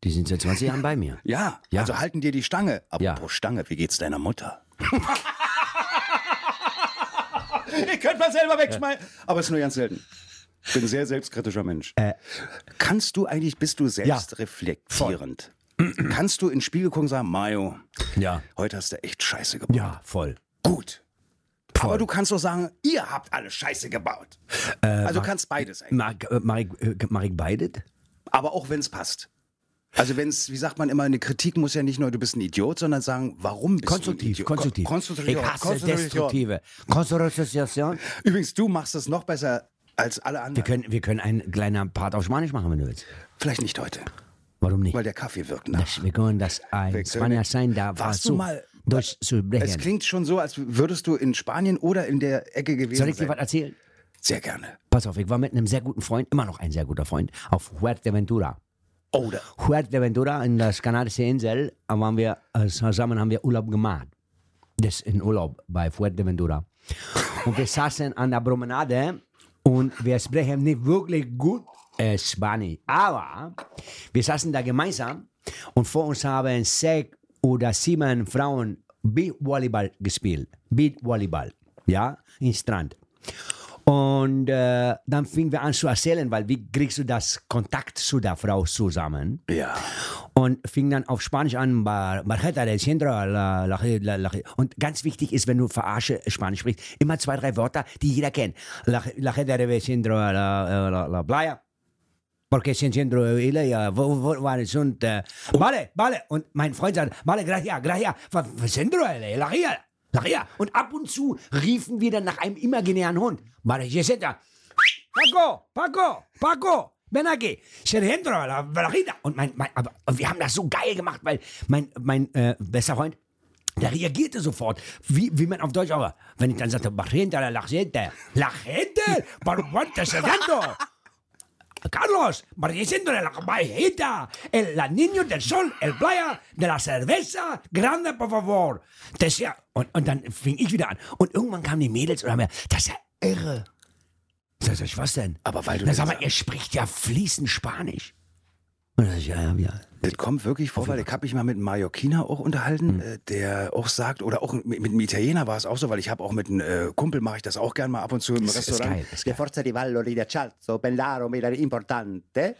[SPEAKER 5] Die sind seit 20 Jahren bei mir.
[SPEAKER 3] Ja,
[SPEAKER 5] Ja.
[SPEAKER 3] also halten dir die Stange. Apropos
[SPEAKER 5] Ja.
[SPEAKER 3] Stange, wie geht's deiner *laughs* Mutter? Ihr könnt mal selber wegschmeißen. Aber es ist nur ganz selten. Ich bin ein sehr selbstkritischer Mensch.
[SPEAKER 5] Äh.
[SPEAKER 3] Kannst du eigentlich, bist du selbstreflektierend? Kannst du ins Spiegel gucken und sagen, Mayo,
[SPEAKER 5] Ja.
[SPEAKER 3] heute hast du echt Scheiße gebaut?
[SPEAKER 5] Ja, voll.
[SPEAKER 3] Gut.
[SPEAKER 5] Voll. Äh,
[SPEAKER 3] Aber du kannst doch sagen, ihr habt alle Scheiße gebaut. also kannst beides eigentlich.
[SPEAKER 5] Mag, äh, mag, ich- äh, mag ich beides?
[SPEAKER 3] Aber auch wenn es passt. Also wenn es, wie sagt man immer, eine Kritik muss ja nicht nur, du bist ein Idiot, sondern sagen, warum bist
[SPEAKER 5] Konstruktiv,
[SPEAKER 3] du ein Idiot? Ko-
[SPEAKER 5] konstruktiv.
[SPEAKER 3] Konstruktiv.
[SPEAKER 5] ich hasse
[SPEAKER 3] konstruktiv.
[SPEAKER 5] destruktive. Konstruktion.
[SPEAKER 3] Übrigens, du machst es noch besser als alle
[SPEAKER 5] Wir
[SPEAKER 3] anderen.
[SPEAKER 5] können, wir können einen kleinen Part auf Spanisch machen, wenn du willst.
[SPEAKER 3] Vielleicht nicht heute,
[SPEAKER 5] Warum nicht?
[SPEAKER 3] weil der Kaffee wirkt nach.
[SPEAKER 5] Das, wir können das
[SPEAKER 3] Wir
[SPEAKER 5] ein
[SPEAKER 3] können-
[SPEAKER 5] Spanier sein, da
[SPEAKER 3] Warst du mal- Es
[SPEAKER 5] durchzubrechen.
[SPEAKER 3] klingt schon so, als würdest du in Spanien oder in der Ecke gewesen
[SPEAKER 5] Soll ich dir was
[SPEAKER 3] sein.
[SPEAKER 5] erzählen?
[SPEAKER 3] Sehr gerne.
[SPEAKER 5] Pass auf, ich war mit einem sehr guten Freund, immer noch ein sehr guter Freund, auf Fuerteventura.
[SPEAKER 3] Oder
[SPEAKER 5] Fuerteventura in der kanadische Insel äh, waren wir äh, zusammen haben wir Urlaub gemacht. Das in Urlaub bei Fuerteventura. Und wir saßen an der Promenade und wir sprechen nicht wirklich gut äh, Spanisch. Aber wir saßen da gemeinsam und vor uns haben sechs oder sieben Frauen Beachvolleyball gespielt. Beachvolleyball, ja, im Strand. Und äh, dann fingen wir an zu erzählen, weil wie kriegst du das Kontakt zu der Frau zusammen?
[SPEAKER 3] ja,
[SPEAKER 5] und fing dann auf Spanisch an, Bar- Barjeta del Centro, la, la, la, la. und ganz wichtig ist, wenn du verarsche Spanisch sprichst, immer zwei, drei Wörter, die jeder kennt. La, la Jeta del Centro, la, la, la Playa, porque se centro de uh, Ilea, wo, wo, war es und, äh, vale, vale, und mein Freund sagt, vale, gracias, gracias, fa- fa- Centro de Ilea, la Ria, la Ria. Und ab und zu riefen wir dann nach einem imaginären Hund, vale, Jeseta, Paco, Paco, Paco, ven aquí. Se dentro, la, la Rita. Und mein, mein, aber wir haben das so geil gemacht, weil mein, mein äh, bester Freund, der reagierte sofort, wie, wie man auf Deutsch aber, wenn ich dann sagte, Barrienta, la gente, la gente, por cuánto se dentro. *laughs* Carlos, Barrienta, la bajita, el la niño del sol, el playa, de la cerveza, grande, por favor. Das ist ja, und, und dann fing ich wieder an. Und irgendwann kamen die Mädels und haben mir, das ist ja irre. Sag ich, was denn?
[SPEAKER 3] Aber weil du
[SPEAKER 5] Na,
[SPEAKER 3] den
[SPEAKER 5] sag mal,
[SPEAKER 3] sagst.
[SPEAKER 5] ihr spricht Also, ja fließend Spanisch. Und dann sag ich, ja, ja, ja.
[SPEAKER 3] das kommt wirklich vor, weil ich habe mich mal mit einem Mallorquiner auch
[SPEAKER 5] Hm.
[SPEAKER 3] unterhalten, äh, der auch sagt, oder auch mit, mit einem Italiener war es auch so, weil ich habe auch mit einem äh, Kumpel, mache ich das auch gerne mal ab und zu im
[SPEAKER 5] Das ist
[SPEAKER 3] Restaurant.
[SPEAKER 5] geil, das ist
[SPEAKER 2] Le
[SPEAKER 5] geil.
[SPEAKER 2] forze di valori di accialzo, bellaro, era importante.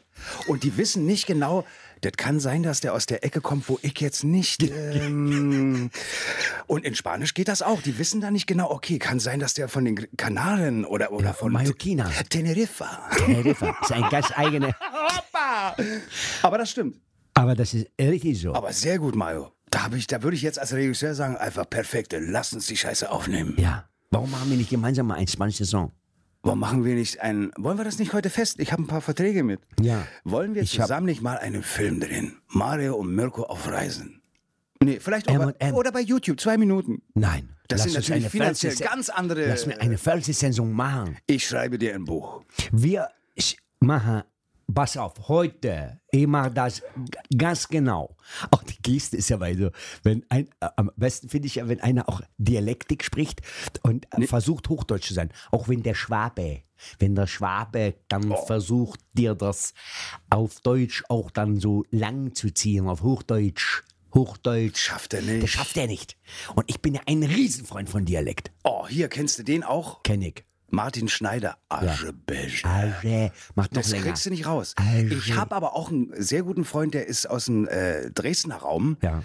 [SPEAKER 3] Und die wissen nicht genau, das kann sein, dass der aus der Ecke kommt, wo ich jetzt nicht.
[SPEAKER 5] *laughs*
[SPEAKER 3] Ähm, und in Spanisch geht das auch. Die wissen da nicht genau, okay, kann sein, dass der von den Kanaren oder, oder von
[SPEAKER 5] Mallorquina. *laughs*
[SPEAKER 3] Teneriffa.
[SPEAKER 5] Teneriffa ist ein ganz eigener.
[SPEAKER 3] Aber das stimmt.
[SPEAKER 5] Aber das ist richtig so.
[SPEAKER 3] Aber sehr gut, Mario. Da, hab ich, da würde ich jetzt als Regisseur sagen, einfach perfekt, lass uns die Scheiße aufnehmen.
[SPEAKER 5] ja. Warum machen wir nicht gemeinsam mal ein spanisches Song?
[SPEAKER 3] Warum machen wir nicht einen. Wollen wir das nicht heute fest? Ich habe ein paar Verträge mit.
[SPEAKER 5] Ja.
[SPEAKER 3] Wollen wir
[SPEAKER 5] hab-
[SPEAKER 3] zusammen nicht mal einen Film drehen? Mario und Mirko auf Reisen. Nee, vielleicht auch
[SPEAKER 5] M
[SPEAKER 3] bei,
[SPEAKER 5] und M.
[SPEAKER 3] oder bei YouTube, zwei Minuten.
[SPEAKER 5] Nein.
[SPEAKER 3] Das sind
[SPEAKER 5] uns
[SPEAKER 3] natürlich
[SPEAKER 5] eine
[SPEAKER 3] finanziell
[SPEAKER 5] Fernsehse-
[SPEAKER 3] ganz andere-
[SPEAKER 5] Lass mir eine Fernsehsendung machen.
[SPEAKER 3] Ich schreibe dir ein Buch.
[SPEAKER 5] Wir sch- machen, pass auf, heute, ich mache das g- ganz genau. Auch die Geste ist ja weil so, wenn ein, äh, am besten finde ich ja, wenn einer auch Dialektik spricht und äh, versucht Hochdeutsch zu sein, auch wenn der Schwabe wenn der Schwabe dann
[SPEAKER 3] Oh.
[SPEAKER 5] versucht, dir das auf Deutsch auch dann so lang zu ziehen, auf Hochdeutsch. Hochdeutsch.
[SPEAKER 3] Schafft er nicht.
[SPEAKER 5] Das schafft er nicht. Und ich bin ja ein Riesenfreund von Dialekt.
[SPEAKER 3] Oh, hier kennst du den auch?
[SPEAKER 5] Kenn ich.
[SPEAKER 3] Martin Schneider. Aschebesch.
[SPEAKER 5] Alter, mach noch
[SPEAKER 3] Das
[SPEAKER 5] länger.
[SPEAKER 3] kriegst du nicht raus.
[SPEAKER 5] Also.
[SPEAKER 3] Ich habe aber auch einen sehr guten Freund, der ist aus dem äh, Dresdner Raum.
[SPEAKER 5] Ja.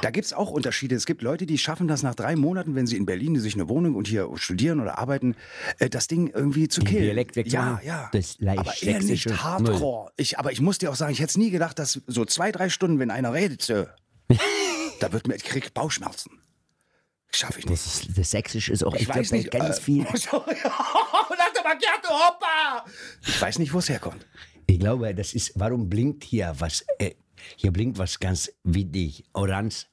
[SPEAKER 3] Da gibt es auch Unterschiede. Es gibt Leute, die schaffen das nach drei Monaten, wenn sie in Berlin sich eine Wohnung und hier studieren oder arbeiten, äh, das Ding irgendwie zu killen.
[SPEAKER 5] Dialekt
[SPEAKER 3] ja,
[SPEAKER 5] wegzumachen.
[SPEAKER 3] ja.
[SPEAKER 5] Das leicht
[SPEAKER 3] aber eher nicht
[SPEAKER 5] sächsische Null.
[SPEAKER 3] Hardcore. Ich, aber ich muss dir auch sagen, ich hätte es nie gedacht, dass so zwei, drei Stunden, wenn einer redet,
[SPEAKER 5] *laughs*
[SPEAKER 3] so, da wird mir, ich krieg Bauchschmerzen. Schaffe ich nicht.
[SPEAKER 5] Das, ist, das Sächsische ist auch
[SPEAKER 3] Ich
[SPEAKER 5] echt
[SPEAKER 3] weiß
[SPEAKER 5] dabei
[SPEAKER 3] nicht,
[SPEAKER 5] ganz
[SPEAKER 3] äh, *laughs*
[SPEAKER 5] viel.
[SPEAKER 3] Ich weiß nicht, wo es herkommt.
[SPEAKER 5] Ich glaube, das ist, warum blinkt hier was? Äh, hier blinkt was ganz wichtig. Orange.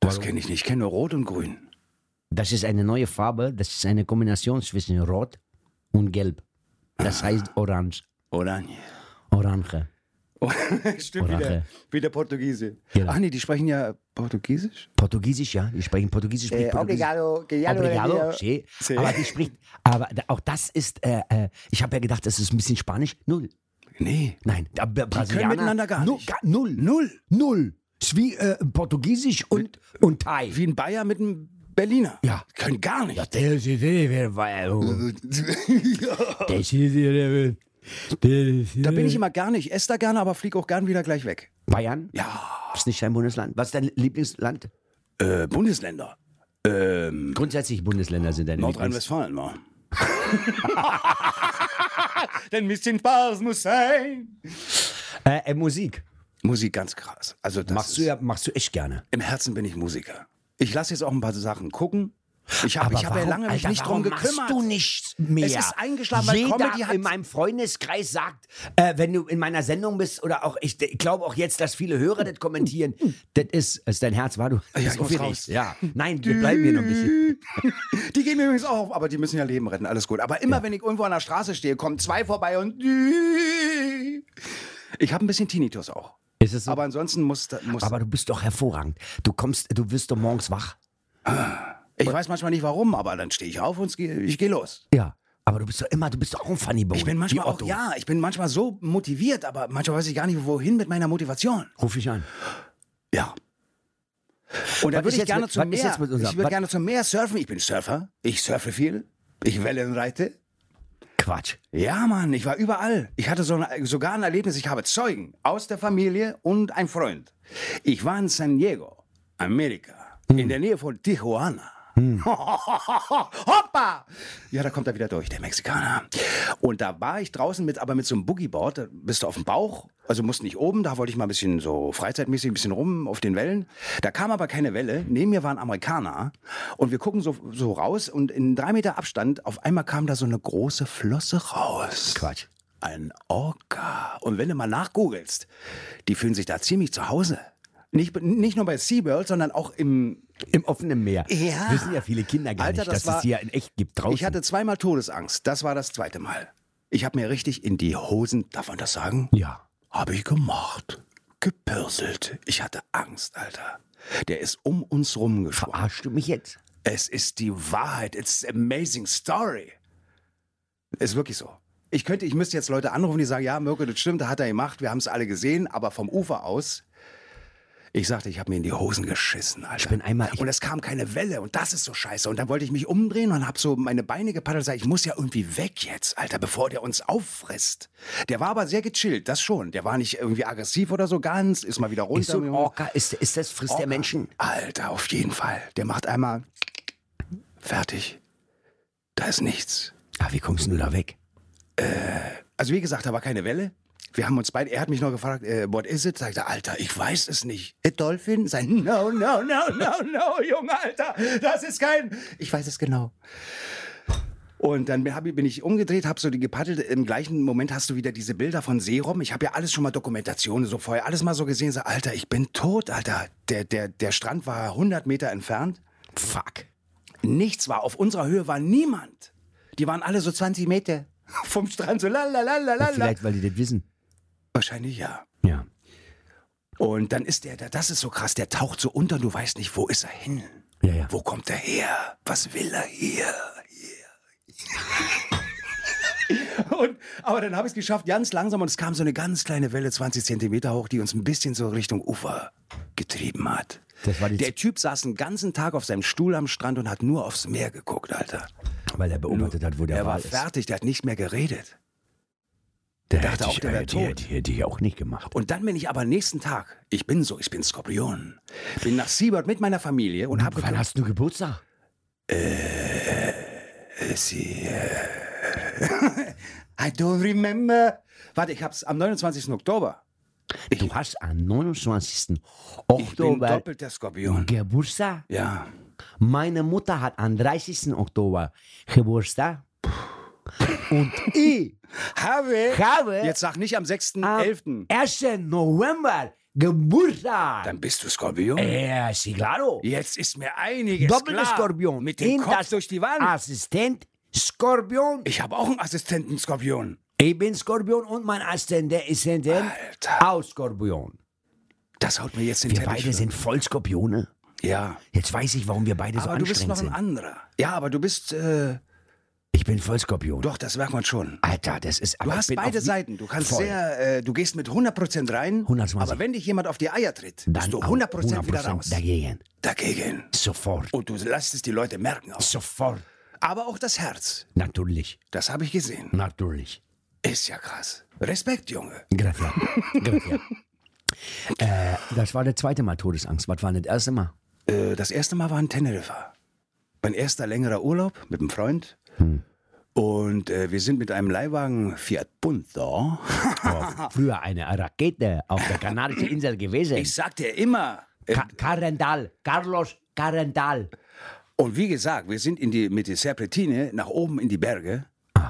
[SPEAKER 3] Das kenne ich nicht. Ich kenne nur Rot und Grün.
[SPEAKER 5] Das ist eine neue Farbe. Das ist eine Kombination zwischen Rot und Gelb. Das heißt Orange.
[SPEAKER 3] Oder?
[SPEAKER 5] Orange.
[SPEAKER 3] *laughs* Stimmt,
[SPEAKER 5] Oder
[SPEAKER 3] wie der,
[SPEAKER 5] Rache.
[SPEAKER 3] wie der Portugiese.
[SPEAKER 5] Genau.
[SPEAKER 3] Ach nee, die sprechen ja Portugiesisch?
[SPEAKER 5] Portugiesisch, ja. Die sprechen Portugiesisch.
[SPEAKER 3] Äh,
[SPEAKER 5] spricht
[SPEAKER 2] Eh,
[SPEAKER 5] Portugiesisch.
[SPEAKER 2] obrigado, que ya lo
[SPEAKER 5] Obrigado,
[SPEAKER 2] venía.
[SPEAKER 5] sí.
[SPEAKER 3] Sí.
[SPEAKER 5] Aber die spricht, aber da- auch das ist, äh, äh, ich habe ja gedacht, das ist ein bisschen Spanisch. Null.
[SPEAKER 3] Nee.
[SPEAKER 5] Nein, da- Bra- Brasilianer.
[SPEAKER 3] miteinander gar
[SPEAKER 5] nu-
[SPEAKER 3] nicht.
[SPEAKER 5] ga- Null. Null. Null. Ist wie äh, Portugiesisch und, und Thai.
[SPEAKER 3] Wie ein Bayer mit einem Berliner.
[SPEAKER 5] Ja. Äh,
[SPEAKER 3] Können gar nicht. *laughs*
[SPEAKER 5] Das ist Oh.
[SPEAKER 3] da
[SPEAKER 5] Da
[SPEAKER 3] bin ich immer gar nicht. Esse da gerne, aber flieg auch gern wieder gleich weg.
[SPEAKER 5] Bayern?
[SPEAKER 3] Ja.
[SPEAKER 5] Ist nicht dein Bundesland. Was ist dein Lieblingsland?
[SPEAKER 3] Äh, Bundesländer. Ähm,
[SPEAKER 5] Grundsätzlich Bundesländer sind deine Lieblings-
[SPEAKER 3] Nordrhein-Westfalen mal. *laughs* Denn ein bisschen Spaß muss sein.
[SPEAKER 5] Äh, äh, Musik.
[SPEAKER 3] Musik ganz krass. Also das
[SPEAKER 5] Machst du
[SPEAKER 3] ist,
[SPEAKER 5] ja, machst du echt gerne.
[SPEAKER 3] Im Herzen bin ich Musiker. Ich lasse jetzt auch ein paar Sachen gucken. Ich habe
[SPEAKER 5] Aber
[SPEAKER 3] hab ja
[SPEAKER 5] warum,
[SPEAKER 3] lange mich
[SPEAKER 5] Alter,
[SPEAKER 3] nicht
[SPEAKER 5] warum
[SPEAKER 3] drum gekümmert.
[SPEAKER 5] Machst du nichts mehr?
[SPEAKER 3] Es ist eingeschlafen, weil
[SPEAKER 5] Jeder
[SPEAKER 3] Comedy hat-
[SPEAKER 5] in meinem Freundeskreis sagt, äh, wenn du in meiner Sendung bist oder auch, ich, ich glaube auch jetzt, dass viele Hörer
[SPEAKER 3] *laughs*
[SPEAKER 5] das kommentieren, das ist, ist dein Herz, war du?
[SPEAKER 3] ich
[SPEAKER 5] das
[SPEAKER 3] muss
[SPEAKER 5] aufgeregt.
[SPEAKER 3] raus.
[SPEAKER 5] Ja, nein, wir bleiben hier noch
[SPEAKER 3] *laughs*
[SPEAKER 5] ein bisschen.
[SPEAKER 3] Die gehen mir übrigens auch auf, aber die müssen ja Leben retten, alles gut. Aber immer, wenn ich irgendwo an der Straße stehe, kommen zwei vorbei und. *laughs* Ich habe ein bisschen Tinnitus auch.
[SPEAKER 5] Ist es so?
[SPEAKER 3] Aber ansonsten muss. da- muss
[SPEAKER 5] Aber du bist doch hervorragend. Du kommst, du wirst doch morgens wach.
[SPEAKER 3] ich weiß manchmal nicht warum, aber dann stehe ich auf und gehe- ich gehe los.
[SPEAKER 5] Ja. Aber du bist doch immer, du bist doch auch ein Funny Bone.
[SPEAKER 3] Ich bin manchmal auch, ja, ich bin manchmal so motiviert, aber manchmal weiß ich gar nicht, wohin mit meiner Motivation.
[SPEAKER 5] Ruf ich an.
[SPEAKER 3] Ja. Und
[SPEAKER 5] Was
[SPEAKER 3] dann
[SPEAKER 5] ist
[SPEAKER 3] würde ich
[SPEAKER 5] jetzt
[SPEAKER 3] gerne
[SPEAKER 5] mit-
[SPEAKER 3] zum
[SPEAKER 5] was ist
[SPEAKER 3] Meer.
[SPEAKER 5] jetzt mit unserem-
[SPEAKER 3] Ich würde
[SPEAKER 5] was-
[SPEAKER 3] gerne zum Meer surfen. Ich bin Surfer. Ich surfe viel. Ich Wellenreite.
[SPEAKER 5] Quatsch.
[SPEAKER 3] Ja, Mann, ich war überall. Ich hatte so ein, sogar ein Erlebnis. Ich habe Zeugen aus der Familie und ein Freund. Ich war in San Diego, Amerika, in der Nähe von Tijuana. *laughs* Hoppa! Ja, da kommt er wieder durch, der Mexikaner. Und da war ich draußen mit, aber mit so einem Boogieboard, da bist du auf dem Bauch, also musst nicht oben, da wollte ich mal ein bisschen so freizeitmäßig ein bisschen rum auf den Wellen. Da kam aber keine Welle, neben mir waren Amerikaner und wir gucken so, so raus und in drei Meter Abstand, auf einmal kam da so eine große Flosse raus.
[SPEAKER 5] Quatsch.
[SPEAKER 3] Ein Orca. Und wenn du mal nachgoogelst, die fühlen sich da ziemlich zu Hause. Nicht, nicht nur bei SeaWorld, sondern auch im,
[SPEAKER 5] Im offenen Meer.
[SPEAKER 3] Ja.
[SPEAKER 5] Wissen ja viele Kinder gar
[SPEAKER 3] Alter,
[SPEAKER 5] nicht,
[SPEAKER 3] das
[SPEAKER 5] dass
[SPEAKER 3] war-
[SPEAKER 5] es hier in echt gibt draußen.
[SPEAKER 3] Ich hatte zweimal Todesangst. Das war das zweite Mal. Ich habe mir richtig in die Hosen, darf man das sagen?
[SPEAKER 5] ja.
[SPEAKER 3] Habe ich gemacht. Gepürselt. Ich hatte Angst, Alter. Der ist um uns rumgeschwommen.
[SPEAKER 5] Verarschst du mich jetzt?
[SPEAKER 3] Es ist die Wahrheit. It's an amazing story. Ist wirklich so. Ich könnte, ich müsste jetzt Leute anrufen, die sagen, ja, Mirko, das stimmt, da hat er gemacht, wir haben es alle gesehen, aber vom Ufer aus, ich sagte, ich habe mir in die Hosen geschissen, Alter. Ich
[SPEAKER 5] bin einmal- ich-
[SPEAKER 3] und es kam keine Welle und das ist so scheiße. Und dann wollte ich mich umdrehen und habe so meine Beine gepaddelt und sag, ich muss ja irgendwie weg jetzt, Alter, bevor der uns auffrisst. Der war aber sehr gechillt, das schon. Der war nicht irgendwie aggressiv oder so, ganz, ist mal wieder runter.
[SPEAKER 5] Ist so ein Orca, ist, ist das, frisst der
[SPEAKER 3] Orca.
[SPEAKER 5] Menschen?
[SPEAKER 3] Alter, auf jeden Fall. Der macht einmal fertig. Da ist nichts.
[SPEAKER 5] Ah, wie kommst du da weg?
[SPEAKER 3] Also wie gesagt, da war keine Welle. Wir haben uns beide, er hat mich noch gefragt, äh, what is it? Sagte, Alter, ich weiß es nicht. A Dolphin? Sein, no, no, no, no, no, Junge, Alter, das ist kein, ich weiß es genau. Und dann hab, ich- bin ich umgedreht, habe so die gepaddelt. Im gleichen Moment hast du wieder diese Bilder von Serum. Ich habe ja alles schon mal Dokumentationen so vorher, alles mal so gesehen. So, Alter, ich bin tot, Alter. Der, der, der Strand war 100 Meter entfernt.
[SPEAKER 5] Fuck.
[SPEAKER 3] Nichts war. Auf unserer Höhe war niemand. Die waren alle so 20 Meter *laughs* vom Strand, so la la la la la. la.
[SPEAKER 5] Vielleicht, weil die das wissen.
[SPEAKER 3] Wahrscheinlich ja.
[SPEAKER 5] Ja.
[SPEAKER 3] Und dann ist der, da- das ist so krass, der taucht so unter, du weißt nicht, wo ist er hin?
[SPEAKER 5] Ja, ja.
[SPEAKER 3] Wo kommt er her? Was will er hier? *laughs* Und, aber dann habe ich es geschafft, ganz langsam, und es kam so eine ganz kleine Welle, 20 Zentimeter hoch, die uns ein bisschen so Richtung Ufer getrieben hat.
[SPEAKER 5] Das war die
[SPEAKER 3] Der Typ saß den ganzen Tag auf seinem Stuhl am Strand und hat nur aufs Meer geguckt, Alter.
[SPEAKER 5] weil er beobachtet hat, wo der
[SPEAKER 3] Der war
[SPEAKER 5] Wal ist.
[SPEAKER 3] fertig, der hat nicht mehr geredet. Der dachte auch, der wäre
[SPEAKER 5] die,
[SPEAKER 3] tot.
[SPEAKER 5] hätte- die hätte ich auch nicht gemacht.
[SPEAKER 3] Und dann bin ich aber nächsten Tag, ich bin so, ich bin Skorpion, bin nach Siebert mit meiner Familie und habe
[SPEAKER 5] Wann hast du Geburtstag?
[SPEAKER 3] Sie, äh, *laughs* I don't remember. Warte, ich hab's am 29. Oktober.
[SPEAKER 5] Du hast am 29.
[SPEAKER 3] Ich bin
[SPEAKER 5] Oktober
[SPEAKER 3] doppelter Skorpion.
[SPEAKER 5] Geburtstag.
[SPEAKER 3] Ja.
[SPEAKER 5] Meine Mutter hat am 30. Oktober Geburtstag. Und ich
[SPEAKER 3] Habe.
[SPEAKER 5] habe
[SPEAKER 3] Jetzt sag nicht am
[SPEAKER 5] am
[SPEAKER 3] 6.11.
[SPEAKER 5] 1. November Geburtstag.
[SPEAKER 3] Dann bist du Skorpion.
[SPEAKER 5] Ja, sí, claro.
[SPEAKER 3] Jetzt ist mir einiges
[SPEAKER 5] Doppelter
[SPEAKER 3] klar.
[SPEAKER 5] Skorpion.
[SPEAKER 3] Mit dem
[SPEAKER 5] In
[SPEAKER 3] Kopf
[SPEAKER 5] das
[SPEAKER 3] durch die Wand.
[SPEAKER 5] Assistent Skorpion.
[SPEAKER 3] Ich habe auch einen Assistenten Skorpion.
[SPEAKER 5] Ich bin Skorpion und mein Assistent der Assistent
[SPEAKER 3] Alter.
[SPEAKER 5] aus Skorpion.
[SPEAKER 3] Das haut mir jetzt den
[SPEAKER 5] Wir
[SPEAKER 3] Teppich
[SPEAKER 5] beide
[SPEAKER 3] weg.
[SPEAKER 5] sind voll Skorpione.
[SPEAKER 3] Ja.
[SPEAKER 5] Jetzt weiß ich, warum wir beide so
[SPEAKER 3] Aber du bist
[SPEAKER 5] anstrengend
[SPEAKER 3] noch ein
[SPEAKER 5] sind.
[SPEAKER 3] anderer. Ja, aber du bist, äh,
[SPEAKER 5] Ich bin voll Skorpion.
[SPEAKER 3] doch, das merkt man schon.
[SPEAKER 5] Alter, das ist...
[SPEAKER 3] Du
[SPEAKER 5] aber ich
[SPEAKER 3] hast
[SPEAKER 5] bin
[SPEAKER 3] beide
[SPEAKER 5] auf-
[SPEAKER 3] Seiten. Du kannst
[SPEAKER 5] Voll.
[SPEAKER 3] sehr, äh, du gehst mit 100% rein,
[SPEAKER 5] 120.
[SPEAKER 3] aber wenn dich jemand auf die Eier tritt, bist du
[SPEAKER 5] auch
[SPEAKER 3] 100%, wieder raus.
[SPEAKER 5] dagegen.
[SPEAKER 3] Dagegen.
[SPEAKER 5] Sofort.
[SPEAKER 3] Und du lässt es die Leute merken auch.
[SPEAKER 5] Sofort.
[SPEAKER 3] Aber auch das Herz,
[SPEAKER 5] Natürlich.
[SPEAKER 3] das habe ich gesehen.
[SPEAKER 5] Natürlich.
[SPEAKER 3] Ist ja krass. Respekt, Junge.
[SPEAKER 5] Gracias.
[SPEAKER 3] *laughs*
[SPEAKER 5] Gracias. äh, das war das zweite Mal Todesangst. Was war denn das erste
[SPEAKER 3] *laughs*
[SPEAKER 5] Mal?
[SPEAKER 3] Äh, das erste Mal war in Teneriffa. Mein erster längerer Urlaub mit einem Freund.
[SPEAKER 5] Hm.
[SPEAKER 3] Und äh, wir sind mit einem Leihwagen Fiat Punto.
[SPEAKER 5] Oh, früher eine Rakete auf der kanarischen Insel gewesen.
[SPEAKER 3] Ich sagte immer, äh,
[SPEAKER 5] Ka Karendal. Carlos Karendal.
[SPEAKER 3] Und wie gesagt, wir sind in die, mit der Serpentine nach oben in die Berge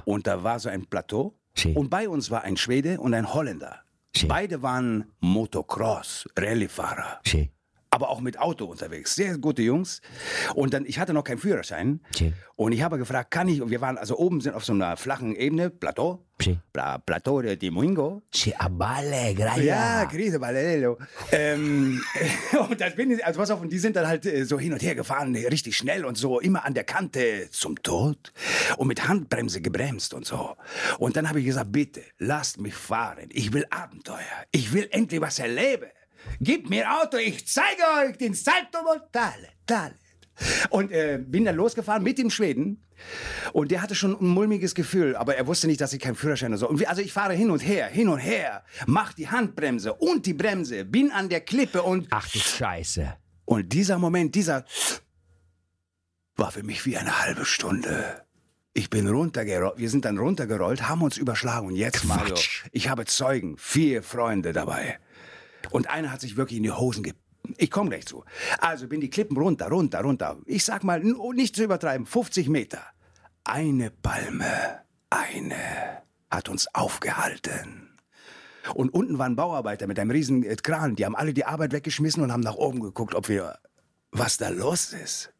[SPEAKER 3] und da war so ein Plateau
[SPEAKER 5] Schön.
[SPEAKER 3] und bei uns war ein Schwede und ein Holländer.
[SPEAKER 5] Schön.
[SPEAKER 3] Beide waren Motocross, Rallyefahrer,
[SPEAKER 5] Schön.
[SPEAKER 3] aber auch mit Auto unterwegs. Sehr gute Jungs. Und dann, ich hatte noch keinen Führerschein
[SPEAKER 5] Schön.
[SPEAKER 3] und ich habe gefragt, kann ich, und wir waren also oben sind auf so einer flachen Ebene, Plateau,
[SPEAKER 5] Schön.
[SPEAKER 3] Pla Plateau de Domingo.
[SPEAKER 5] Che, ah, vale, gracias.
[SPEAKER 3] Ja, Grüße, Balello. Ähm, *laughs* und das bin ich, also pass auf, und die sind dann halt äh, so hin und her gefahren, äh, richtig schnell und so, immer an der Kante zum Tod und mit Handbremse gebremst und so. Und dann habe ich gesagt, bitte, lasst mich fahren. Ich will Abenteuer. Ich will endlich was erleben. Gib mir Auto, ich zeige euch den Salto Mortale. Tale. Und äh, bin dann losgefahren mit dem Schweden. Und der hatte schon ein mulmiges Gefühl, aber er wusste nicht, dass ich keinen Führerschein oder so. Und wir, also ich fahre hin und her, hin und her, mach die Handbremse und die Bremse, bin an der Klippe und
[SPEAKER 5] Ach du Scheiße.
[SPEAKER 3] und dieser Moment, dieser war für mich wie eine halbe Stunde. Ich bin runtergerollt, wir sind dann runtergerollt, haben uns überschlagen und jetzt Mario,
[SPEAKER 5] Quatsch.
[SPEAKER 3] ich habe Zeugen, vier Freunde dabei. Und einer hat sich wirklich in die Hosen ge... Ich komme gleich zu. Also bin die Klippen runter, runter, runter. Ich sag mal, n- nicht zu übertreiben, 50 Meter. Eine Palme, eine, hat uns aufgehalten. Und unten waren Bauarbeiter mit einem riesen äh, Kran. Die haben alle die Arbeit weggeschmissen und haben nach oben geguckt, ob wir was da los ist.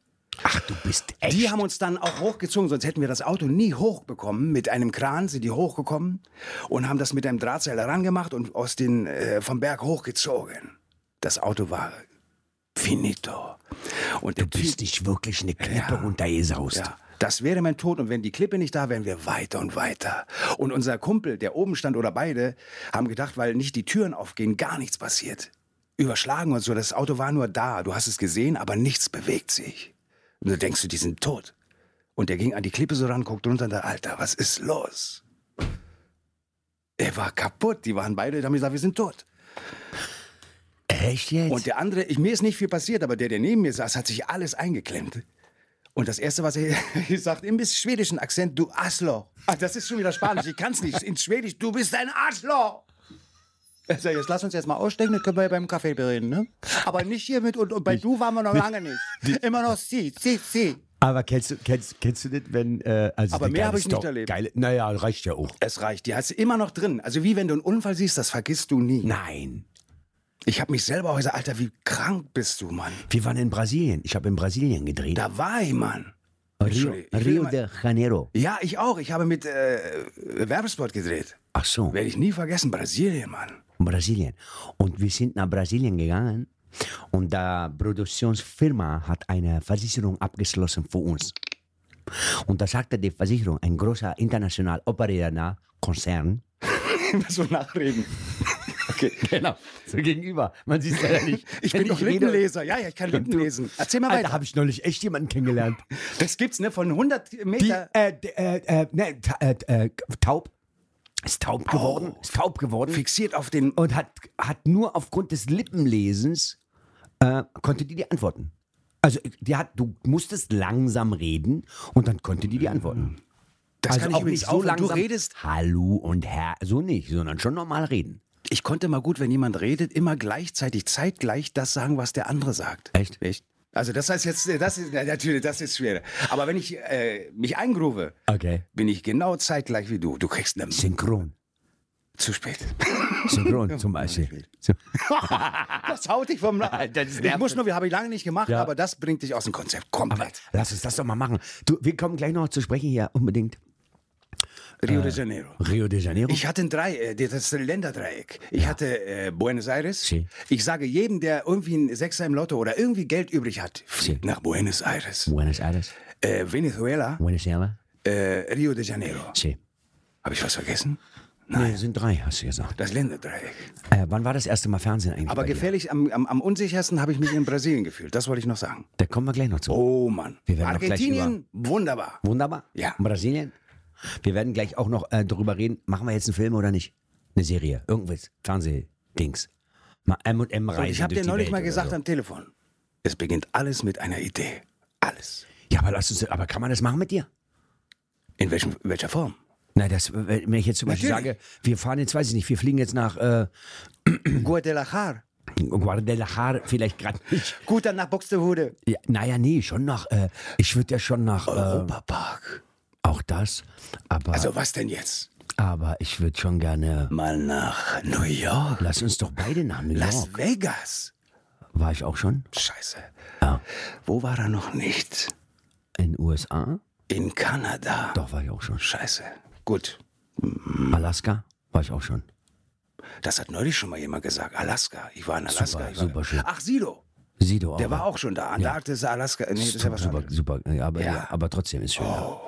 [SPEAKER 5] Ach, du bist echt.
[SPEAKER 3] Die haben uns dann auch hochgezogen, sonst hätten wir das Auto nie hochbekommen. Mit einem Kran sind die hochgekommen und haben das mit einem Drahtseil herangemacht und aus den, äh, vom Berg hochgezogen. Das Auto war finito. Und der
[SPEAKER 5] du bist dich wirklich eine Klippe runtergesaust.
[SPEAKER 3] ja, das wäre mein Tod. Und wenn die Klippe nicht da, wären wir weiter und weiter. Und unser Kumpel, der oben stand oder beide, haben gedacht, weil nicht die Türen aufgehen, gar nichts passiert. Überschlagen und so, das Auto war nur da. Du hast es gesehen, aber nichts bewegt sich. Und du denkst, die sind tot. Und der ging an die Klippe so ran, guckt runter und da, Alter, was ist los? Er war kaputt. Die waren beide, da haben gesagt, wir sind tot.
[SPEAKER 5] Echt jetzt?
[SPEAKER 3] Und der andere, ich, mir ist nicht viel passiert, aber der, der neben mir saß, hat sich alles eingeklemmt. Und das Erste, was er *laughs* sagt, im bis schwedischen Akzent, du Arschloch. Ach, das ist schon wieder Spanisch, ich kann's nicht. In Schwedisch, du bist ein Arschloch. Er sagt, jetzt lass uns jetzt mal aussteigen, dann können wir ja beim Kaffee bereden, ne? Aber nicht hier mit und, und bei du waren wir noch lange nicht. *laughs* Immer noch sie, sie, sie.
[SPEAKER 5] Aber kennst du, kennst, kennst du das, wenn. Äh, also
[SPEAKER 3] Aber
[SPEAKER 5] eine
[SPEAKER 3] mehr
[SPEAKER 5] geile
[SPEAKER 3] habe ich nicht
[SPEAKER 5] Story-
[SPEAKER 3] erlebt.
[SPEAKER 5] Geile, naja, reicht ja auch.
[SPEAKER 3] Es reicht, die hast du immer noch drin. Also wie wenn du einen Unfall siehst, das vergisst du nie.
[SPEAKER 5] Nein.
[SPEAKER 3] Ich habe mich selber auch gesagt, Alter, wie krank bist du, Mann.
[SPEAKER 5] Wir waren in Brasilien. Ich habe in Brasilien gedreht.
[SPEAKER 3] Da war ich, Mann.
[SPEAKER 5] Rio,
[SPEAKER 3] Entschuldigung, ich will
[SPEAKER 5] Rio
[SPEAKER 3] mal-
[SPEAKER 5] de Janeiro.
[SPEAKER 3] Ja, ich auch. Ich habe mit äh, Werbespot gedreht.
[SPEAKER 5] Ach so,
[SPEAKER 3] Werde ich nie vergessen, Brasilien,
[SPEAKER 5] *laughs*
[SPEAKER 3] Mann.
[SPEAKER 5] Brasilien. Und wir sind nach Brasilien gegangen und da Produktionsfirma hat eine Versicherung abgeschlossen für uns. Und da sagte die Versicherung, ein großer international operierender Konzern,
[SPEAKER 3] so nachreden. Okay.
[SPEAKER 5] genau, so gegenüber. Man sieht
[SPEAKER 3] *laughs*
[SPEAKER 5] es leider nicht.
[SPEAKER 3] Ich
[SPEAKER 5] Wenn
[SPEAKER 3] bin doch
[SPEAKER 5] rede-
[SPEAKER 3] Lippenleser. Ja, ja, ich kann Lippen lesen. Erzähl mal
[SPEAKER 5] Alter,
[SPEAKER 3] weiter.
[SPEAKER 5] habe ich neulich echt jemanden
[SPEAKER 3] *laughs*
[SPEAKER 5] kennengelernt.
[SPEAKER 3] Das gibt's, ne? Von 100
[SPEAKER 5] Die,
[SPEAKER 3] Meter.
[SPEAKER 5] äh, d- äh, äh, ne, ta- äh, äh, taub. Ist taub geworden.
[SPEAKER 3] Oh.
[SPEAKER 5] Ist taub geworden.
[SPEAKER 3] Fixiert auf den.
[SPEAKER 5] Und hat, hat nur aufgrund des Lippenlesens, äh, konnte die die antworten. Also die hat, du musstest langsam reden und dann konnte die die antworten.
[SPEAKER 3] Hm, Das
[SPEAKER 5] also
[SPEAKER 3] kann ich
[SPEAKER 5] auch
[SPEAKER 3] übrigens
[SPEAKER 5] nicht so
[SPEAKER 3] auch. wenn
[SPEAKER 5] langsam.
[SPEAKER 3] Du redest.
[SPEAKER 5] Hallo und Herr, so nicht, sondern schon normal reden.
[SPEAKER 3] Ich konnte mal gut, wenn jemand redet, immer gleichzeitig, zeitgleich das sagen, was der andere sagt.
[SPEAKER 5] Echt?
[SPEAKER 3] Echt? Also das heißt jetzt, das ist na, natürlich, das ist schwer. Aber wenn ich äh, mich eingrove,
[SPEAKER 5] Okay.
[SPEAKER 3] bin ich genau zeitgleich wie du. Du kriegst eine
[SPEAKER 5] Synchron.
[SPEAKER 3] zu spät. *laughs*
[SPEAKER 5] Synchron zum Beispiel. So.
[SPEAKER 3] Das haut dich vom La
[SPEAKER 5] Das ist
[SPEAKER 3] Ich muss nur, wir habe ich lange nicht gemacht,
[SPEAKER 5] Ja.
[SPEAKER 3] aber das bringt dich aus dem Konzept komplett.
[SPEAKER 5] Lass uns das doch mal machen. Du, wir kommen gleich noch zu sprechen hier, unbedingt. äh,
[SPEAKER 3] Rio de Janeiro.
[SPEAKER 5] Rio de Janeiro.
[SPEAKER 3] Ich hatte ein Dreieck, äh, das ist ein Länderdreieck. Ich hatte äh, Buenos Aires.
[SPEAKER 5] Sí.
[SPEAKER 3] Ich sage jedem, der irgendwie einen Sechser im Lotto oder irgendwie Geld übrig hat, fliegt
[SPEAKER 5] Sí.
[SPEAKER 3] nach Buenos Aires.
[SPEAKER 5] Buenos Aires.
[SPEAKER 3] Äh, Venezuela,
[SPEAKER 5] Buenos Aires.
[SPEAKER 3] äh, Rio de Janeiro.
[SPEAKER 5] Sí.
[SPEAKER 3] Habe ich was vergessen?
[SPEAKER 5] Nein, sind drei, hast du gesagt.
[SPEAKER 3] Das Länderdreieck.
[SPEAKER 5] Äh, wann war das erste Mal Fernsehen eigentlich?
[SPEAKER 3] Aber
[SPEAKER 5] bei dir?
[SPEAKER 3] gefährlich, am, am, am unsichersten habe ich mich in Brasilien gefühlt. Das wollte ich noch sagen.
[SPEAKER 5] Da kommen wir gleich noch zu.
[SPEAKER 3] Oh Mann.
[SPEAKER 5] Wir werden noch gleich
[SPEAKER 3] Argentinien, wunderbar.
[SPEAKER 5] Wunderbar.
[SPEAKER 3] Ja.
[SPEAKER 5] Brasilien. Wir werden gleich auch noch äh, darüber reden, machen wir jetzt einen Film oder nicht? Eine Serie, irgendwas, Fernsehdings. Mal M&M
[SPEAKER 3] Und
[SPEAKER 5] reisen.
[SPEAKER 3] ich habe
[SPEAKER 5] durch
[SPEAKER 3] dir
[SPEAKER 5] die
[SPEAKER 3] neulich
[SPEAKER 5] Welt
[SPEAKER 3] mal
[SPEAKER 5] oder
[SPEAKER 3] gesagt
[SPEAKER 5] so.
[SPEAKER 3] am Telefon, es beginnt alles mit einer Idee. Alles.
[SPEAKER 5] Ja, aber lass uns, aber kann man das machen mit dir?
[SPEAKER 3] In welchem, welcher Form?
[SPEAKER 5] Na, das, wenn ich jetzt zum Beispiel
[SPEAKER 3] Natürlich.
[SPEAKER 5] sage, wir fahren jetzt, weiß ich nicht, wir fliegen jetzt nach äh,
[SPEAKER 3] Guadalajara.
[SPEAKER 5] Guadalajara, vielleicht gerade nicht.
[SPEAKER 3] Gut, dann nach Buxtehude.
[SPEAKER 5] Ja, naja, nee, schon nach, äh, ich würde ja schon nach, äh,
[SPEAKER 3] Europapark.
[SPEAKER 5] auch das, aber,
[SPEAKER 3] Also was denn jetzt?
[SPEAKER 5] aber ich würde schon gerne,
[SPEAKER 3] Mal nach New York.
[SPEAKER 5] lass uns doch beide nach New
[SPEAKER 3] Las
[SPEAKER 5] York.
[SPEAKER 3] Vegas.
[SPEAKER 5] War ich auch schon?
[SPEAKER 3] Scheiße.
[SPEAKER 5] Ja.
[SPEAKER 3] Wo war er noch nicht?
[SPEAKER 5] In den USA?
[SPEAKER 3] In Kanada.
[SPEAKER 5] Doch, war ich auch schon.
[SPEAKER 3] Scheiße. Gut.
[SPEAKER 5] Alaska? War ich auch schon.
[SPEAKER 3] Das hat neulich schon mal jemand gesagt. Alaska. Ich war in Alaska.
[SPEAKER 5] Super,
[SPEAKER 3] ich war
[SPEAKER 5] super schön.
[SPEAKER 3] Ach, Sido.
[SPEAKER 5] Sido auch.
[SPEAKER 3] Der war auch schon da. Antarktis, Alaska. Nee, das ist ja was
[SPEAKER 5] super,
[SPEAKER 3] anderes.
[SPEAKER 5] super. Ja, aber,
[SPEAKER 3] Ja. Oh.
[SPEAKER 5] ja. aber trotzdem ist schön. da.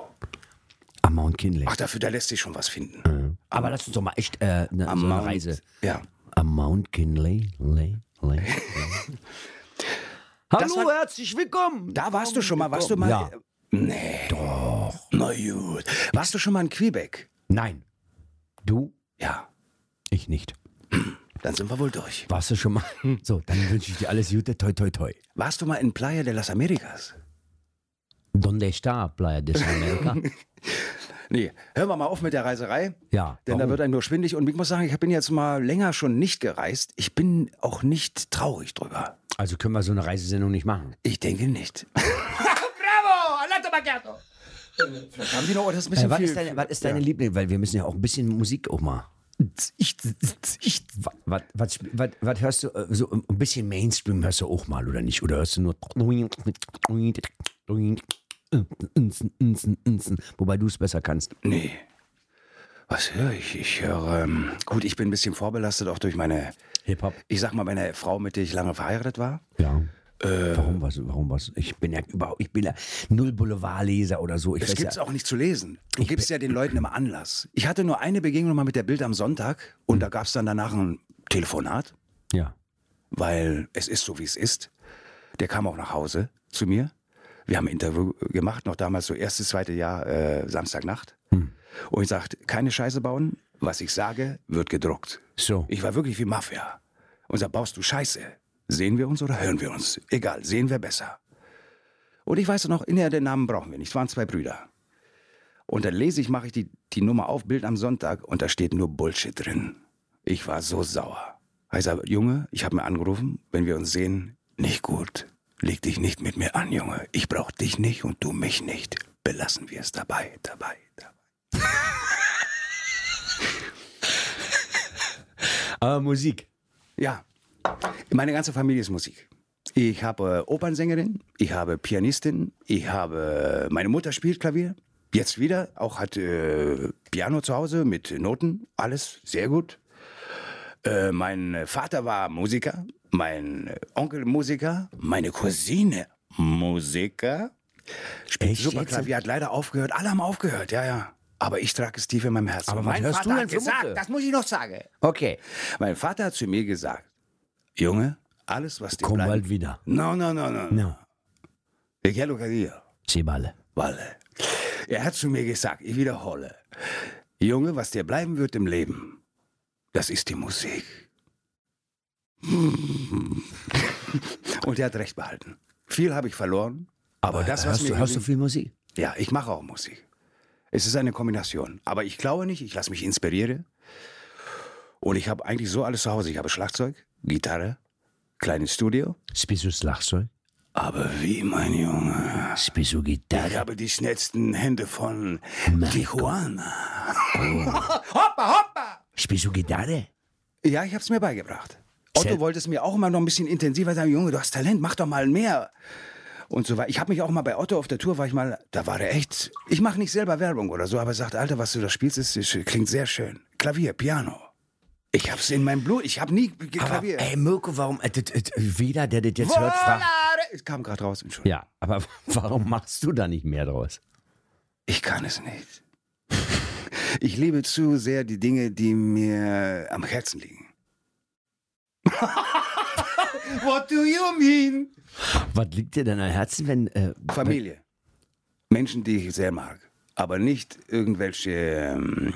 [SPEAKER 5] Am Mount Kinley.
[SPEAKER 3] Ach, dafür, da lässt sich schon was finden.
[SPEAKER 5] aber lass uns doch mal echt äh, ne,
[SPEAKER 3] Am
[SPEAKER 5] so eine
[SPEAKER 3] Mount.
[SPEAKER 5] Reise.
[SPEAKER 3] Ja.
[SPEAKER 5] Am Mount Kinley. Lay,
[SPEAKER 3] *laughs*
[SPEAKER 5] lay, lay.
[SPEAKER 3] Das
[SPEAKER 5] Hallo,
[SPEAKER 3] war-
[SPEAKER 5] herzlich willkommen.
[SPEAKER 3] Da warst du schon mal. Warst du mal. äh,
[SPEAKER 5] Ja.
[SPEAKER 3] Nee. Doch. Na gut. Warst du schon mal in Quebec?
[SPEAKER 5] Nein. Du?
[SPEAKER 3] Ja.
[SPEAKER 5] Ich nicht.
[SPEAKER 3] Dann sind wir wohl durch.
[SPEAKER 5] Warst du schon mal? So, dann wünsche ich dir alles Gute. Toi, toi, toi.
[SPEAKER 3] Warst du mal in Playa de las Americas?
[SPEAKER 5] Donde está Playa de San America?
[SPEAKER 3] Nee, hören wir mal auf mit der Reiserei.
[SPEAKER 5] *laughs* Ja.
[SPEAKER 3] Denn da
[SPEAKER 5] warum?
[SPEAKER 3] wird einem nur schwindelig. Und ich muss sagen, ich bin jetzt mal länger schon nicht gereist. Ich bin auch nicht traurig drüber.
[SPEAKER 5] also können wir so eine Reisesendung nicht machen.
[SPEAKER 3] Ich denke nicht. *laughs* Bravo! Alato Macchiato! Haben die noch, oh, das ist ein bisschen
[SPEAKER 5] Äh, was,
[SPEAKER 3] viel.
[SPEAKER 5] ist deine, was ist deine Lieblings... Weil wir müssen ja auch ein bisschen Musik auch mal...
[SPEAKER 3] ich, ich,
[SPEAKER 5] Wa- Was, was, sp- was, was hörst du, äh, so ein bisschen Mainstream hörst du auch mal, oder nicht? Oder hörst du nur... *laughs* Inzen, Inzen, Inzen. Wobei du es besser kannst.
[SPEAKER 3] nee. Was höre ich? Ich höre, ähm, gut, ich bin ein bisschen vorbelastet auch durch meine,
[SPEAKER 5] Hip-Hop.
[SPEAKER 3] ich sag mal, meine Frau, mit der ich lange verheiratet war.
[SPEAKER 5] Ja. warum was? Warum was? Ich bin ja überhaupt, ich bin ja null Boulevardleser oder so. Ich
[SPEAKER 3] Das
[SPEAKER 5] weiß
[SPEAKER 3] gibt's
[SPEAKER 5] ja,
[SPEAKER 3] auch nicht zu lesen. Du gibst ja den Leuten immer Anlass. Ich hatte nur eine Begegnung mal mit der Bild am Sonntag und da gab's dann danach ein Telefonat,
[SPEAKER 5] Mhm. ja.
[SPEAKER 3] weil es ist so, wie es ist. Der kam auch nach Hause zu mir. Wir haben ein Interview gemacht, noch damals so erstes, zweite Jahr, äh, Samstagnacht.
[SPEAKER 5] Hm.
[SPEAKER 3] Und ich sagte, keine Scheiße bauen, was ich sage, wird gedruckt.
[SPEAKER 5] So.
[SPEAKER 3] Ich war wirklich wie Mafia. Und sag, baust du Scheiße? Sehen wir uns oder hören wir uns? Egal, sehen wir besser. Und ich weiß noch, in der den Namen brauchen wir nicht. Es waren zwei Brüder. Und dann lese ich, mache ich die, die Nummer auf, Bild am Sonntag, und da steht nur Bullshit drin. Ich war so sauer. Ich sag, Junge, ich habe mir angerufen, wenn wir uns sehen, nicht gut. Leg dich nicht mit mir an, Junge. Ich brauch dich nicht und du mich nicht. Belassen wir es dabei, dabei, dabei. Ah,
[SPEAKER 5] Aber Musik.
[SPEAKER 3] Ja, meine ganze Familie ist Musik. Ich habe äh, Opernsängerin, ich habe Pianistin, ich habe äh, meine Mutter spielt Klavier. Jetzt wieder, auch hat äh, Piano zu Hause mit Noten, alles sehr gut. Äh, mein Vater war Musiker, mein Onkel Musiker, meine Cousine Musiker. Spielt
[SPEAKER 5] Echt
[SPEAKER 3] super
[SPEAKER 5] jetzt?
[SPEAKER 3] Klavier, hat leider aufgehört. Alle haben aufgehört, ja, ja. Aber ich trage es tief in meinem Herzen.
[SPEAKER 5] Aber was
[SPEAKER 3] mein
[SPEAKER 5] hörst
[SPEAKER 3] Vater
[SPEAKER 5] du denn
[SPEAKER 3] hat
[SPEAKER 5] für
[SPEAKER 3] gesagt,
[SPEAKER 5] Mucke?
[SPEAKER 3] das muss ich noch sagen. Okay. Mein Vater hat zu mir gesagt, Junge, alles, was dir
[SPEAKER 5] Komm
[SPEAKER 3] bleibt.
[SPEAKER 5] bald wieder.
[SPEAKER 3] No, no, no, no.
[SPEAKER 5] No.
[SPEAKER 3] Ich hello dir.
[SPEAKER 5] Seeballe.
[SPEAKER 3] Walle. Er hat zu mir gesagt, ich wiederhole. Junge, was dir bleiben wird im Leben, das ist die Musik. *laughs* Und er hat recht behalten. Viel habe ich verloren, aber, das, was
[SPEAKER 5] hörst,
[SPEAKER 3] mir
[SPEAKER 5] Äh, du, hörst du
[SPEAKER 3] geblieben-
[SPEAKER 5] viel Musik?
[SPEAKER 3] ja, ich mache auch Musik. Es ist eine Kombination. Aber ich klaue nicht, ich lasse mich inspirieren. Und ich habe eigentlich so alles zu Hause. Ich habe Schlagzeug, Gitarre, kleines Studio.
[SPEAKER 5] Spielst du Schlagzeug?
[SPEAKER 3] Aber wie, mein Junge?
[SPEAKER 5] Spielst du
[SPEAKER 3] Ich
[SPEAKER 5] Gitarre?
[SPEAKER 3] habe die schnellsten Hände von Tijuana.
[SPEAKER 5] Spielst du Gitarre?
[SPEAKER 3] Ja, ich habe es mir beigebracht. Otto
[SPEAKER 5] Zell-
[SPEAKER 3] wollte es mir auch immer noch ein bisschen intensiver sagen. Junge, du hast Talent, mach doch mal mehr. Und so war. Ich habe mich auch mal bei Otto auf der Tour, war ich mal, da war er echt. Ich mache nicht selber Werbung oder so, aber er sagt, Alter, was du da spielst, ist, ist, klingt sehr schön. Klavier, Piano. Ich hab's in meinem Blut. Ich hab nie ge-
[SPEAKER 5] Aber,
[SPEAKER 3] Klavier.
[SPEAKER 5] ey, Mirko, warum. Äh, das- das- jeder, der das jetzt hört, fragt.
[SPEAKER 3] es kam gerade raus. Entschuldigung.
[SPEAKER 5] Ja, aber *laughs* warum machst du da nicht mehr draus?
[SPEAKER 3] Ich kann es nicht. *laughs* Ich liebe zu sehr die Dinge, die mir am Herzen liegen. *laughs* What do you mean?
[SPEAKER 5] Was liegt dir denn am Herzen, wenn. Äh,
[SPEAKER 3] Familie. Menschen, die ich sehr mag. Aber nicht irgendwelche, ähm,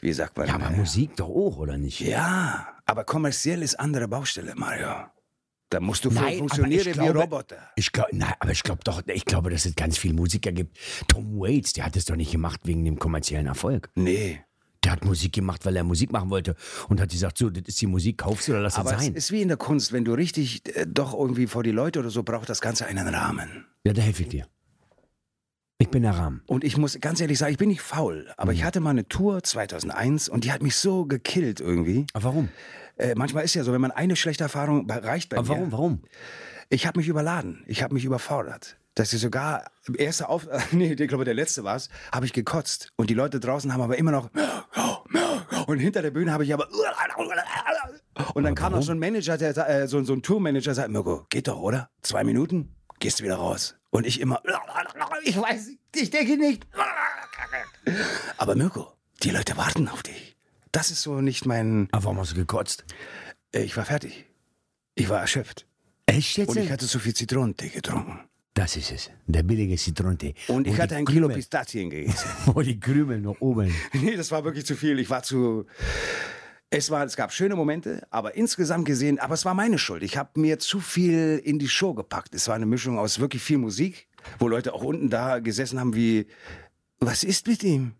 [SPEAKER 3] wie sagt man?
[SPEAKER 5] ja, aber
[SPEAKER 3] äh,
[SPEAKER 5] Musik doch auch, oder nicht?
[SPEAKER 3] ja, aber kommerziell ist andere Baustelle, Mario. Da musst du
[SPEAKER 5] Nein,
[SPEAKER 3] Nein, funktionieren
[SPEAKER 5] aber ich
[SPEAKER 3] wie
[SPEAKER 5] glaube-
[SPEAKER 3] Roboter.
[SPEAKER 5] Ich glaube, nein, aber ich glaube doch, ich glaube, dass es ganz viele Musiker gibt. Tom Waits, der hat es doch nicht gemacht wegen dem kommerziellen Erfolg.
[SPEAKER 3] Nee.
[SPEAKER 5] Der hat Musik gemacht, weil er Musik machen wollte und hat gesagt, so, das ist die Musik, kaufst du oder lass
[SPEAKER 3] Aber
[SPEAKER 5] es
[SPEAKER 3] es
[SPEAKER 5] sein.
[SPEAKER 3] ist wie in der Kunst, wenn du richtig äh, doch irgendwie vor die Leute oder so braucht das Ganze einen Rahmen.
[SPEAKER 5] ja, da helfe ich dir. Ich bin der Rahmen.
[SPEAKER 3] Und ich muss ganz ehrlich sagen, ich bin nicht faul, aber
[SPEAKER 5] Mhm.
[SPEAKER 3] ich hatte mal eine Tour 2001 und die hat mich so gekillt irgendwie.
[SPEAKER 5] Aber warum?
[SPEAKER 3] Äh, manchmal ist ja so, wenn man eine schlechte Erfahrung be- reicht bei
[SPEAKER 5] Aber
[SPEAKER 3] mir.
[SPEAKER 5] warum, warum?
[SPEAKER 3] Ich habe mich überladen. Ich habe mich überfordert. Dass ich sogar, erste Auf, *laughs* nee, ich glaube, der letzte war es, habe ich gekotzt. Und die Leute draußen haben aber immer noch. Und hinter der Bühne habe ich aber. Und dann kam noch so ein Manager, der, sa- äh, so, so ein Tourmanager, sagt: Mirko, geht doch, oder? Zwei Minuten, gehst wieder raus. Und ich immer. Ich weiß, ich denke nicht. Aber Mirko, die Leute warten auf dich. Das ist so nicht mein.
[SPEAKER 5] Aber warum hast du gekotzt?
[SPEAKER 3] Äh, Ich war fertig. Ich war erschöpft.
[SPEAKER 5] Echt jetzt?
[SPEAKER 3] Und ich hatte zu viel Zitronentee getrunken.
[SPEAKER 5] das ist es. Der billige Zitronentee.
[SPEAKER 3] Und
[SPEAKER 5] Wo
[SPEAKER 3] ich
[SPEAKER 5] die
[SPEAKER 3] hatte ein Kilo
[SPEAKER 5] *laughs* Krümel-
[SPEAKER 3] Pistazien gegessen. *laughs*
[SPEAKER 5] Wo die Krümel noch oben.
[SPEAKER 3] nee, das war wirklich zu viel. Ich war zu. Es, war, es gab schöne Momente, aber insgesamt gesehen, aber es war meine Schuld. Ich habe mir zu viel in die Show gepackt. Es war eine Mischung aus wirklich viel Musik, wo Leute auch unten da gesessen haben wie, was ist mit ihm?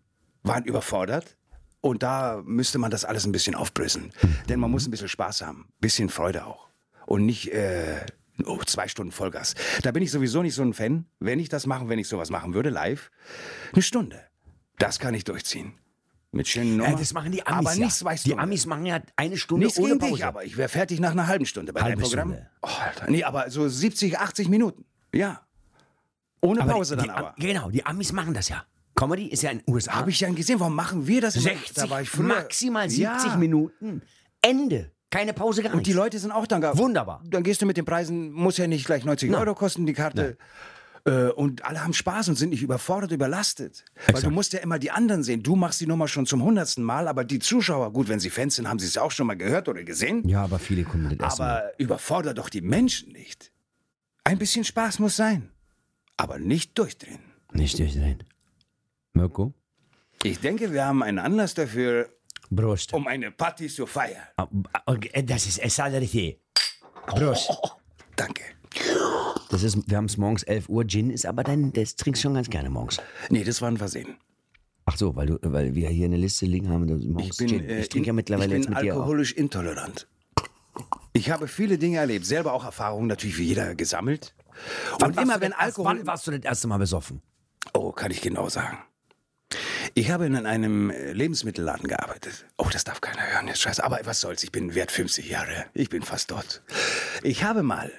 [SPEAKER 3] Waren überfordert. Und da müsste man das alles ein bisschen aufbrüssen. Denn man muss ein bisschen Spaß haben, bisschen Freude auch. Und nicht äh, oh, zwei Stunden Vollgas. Da bin ich sowieso nicht so ein Fan, wenn ich das machen, wenn ich sowas machen würde, live. Eine Stunde. Das kann ich durchziehen. Mit schönen Nummern.
[SPEAKER 5] Ja, Äh, das machen die Amis.
[SPEAKER 3] Aber
[SPEAKER 5] ja.
[SPEAKER 3] nichts weißt
[SPEAKER 5] Die
[SPEAKER 3] du.
[SPEAKER 5] Amis machen ja eine Stunde
[SPEAKER 3] nichts
[SPEAKER 5] ohne
[SPEAKER 3] gegen
[SPEAKER 5] Pause.
[SPEAKER 3] dich, aber ich wäre fertig nach einer halben Stunde bei
[SPEAKER 5] Halbe
[SPEAKER 3] deinem Programm.
[SPEAKER 5] Stunde.
[SPEAKER 3] Oh, Alter. Nee, aber so 70, 80 Minuten. Ja. Ohne
[SPEAKER 5] Aber
[SPEAKER 3] Pause dann
[SPEAKER 5] die, die,
[SPEAKER 3] aber.
[SPEAKER 5] Am- Genau, die Amis machen das ja. Comedy ist ja in den USA.
[SPEAKER 3] Habe ich dann gesehen, warum machen wir das? immer?
[SPEAKER 5] 60,
[SPEAKER 3] da war ich früher.
[SPEAKER 5] maximal 70
[SPEAKER 3] ja.
[SPEAKER 5] Minuten. Ende. Keine Pause, gar nichts.
[SPEAKER 3] Und die Leute sind auch dankbar.
[SPEAKER 5] Wunderbar.
[SPEAKER 3] Dann gehst du mit den Preisen, muss ja nicht gleich 90 Euro kosten, die Karte. Äh, Und alle haben Spaß und sind nicht überfordert, überlastet. Weil du musst ja immer die anderen sehen. Du machst die Nummer schon zum hundertsten Mal, aber die Zuschauer, gut, wenn sie Fans sind, haben sie es auch schon mal gehört oder gesehen.
[SPEAKER 5] ja, aber viele kommen das erste Mal.
[SPEAKER 3] Aber überfordert doch die Menschen nicht. Ein bisschen Spaß muss sein, aber nicht durchdrehen.
[SPEAKER 5] Nicht durchdrehen. Mirko?
[SPEAKER 3] Ich denke, wir haben einen Anlass dafür,
[SPEAKER 5] Brust.
[SPEAKER 3] um eine Party zu feiern.
[SPEAKER 5] Ah, okay, Das ist, es hat richtig. Brust.
[SPEAKER 3] Danke.
[SPEAKER 5] Das ist, wir haben es morgens 11 Uhr. Gin ist aber dein, das trinkst du schon ganz gerne morgens.
[SPEAKER 3] Nee, das war ein Versehen.
[SPEAKER 5] Ach so, weil, du, weil wir hier eine Liste liegen haben. das ist Morgens
[SPEAKER 3] Ich bin,
[SPEAKER 5] Gin.
[SPEAKER 3] äh,
[SPEAKER 5] ich trinke ja
[SPEAKER 3] in-
[SPEAKER 5] mittlerweile
[SPEAKER 3] ich
[SPEAKER 5] jetzt
[SPEAKER 3] bin
[SPEAKER 5] mit dir auch.
[SPEAKER 3] alkoholisch intolerant. Ich habe viele Dinge erlebt, selber auch Erfahrungen natürlich wie jeder gesammelt.
[SPEAKER 5] Wann
[SPEAKER 3] Und
[SPEAKER 5] warst
[SPEAKER 3] immer
[SPEAKER 5] du
[SPEAKER 3] wenn
[SPEAKER 5] denn erst-
[SPEAKER 3] Alkohol
[SPEAKER 5] Wann warst du das erste Mal besoffen?
[SPEAKER 3] Oh, kann ich genau sagen. Ich habe in einem äh, Lebensmittelladen gearbeitet. Oh, das darf keiner hören, jetzt scheiße. Aber was soll's, ich bin wert 50 Jahre. Ich bin fast dort. Ich habe mal,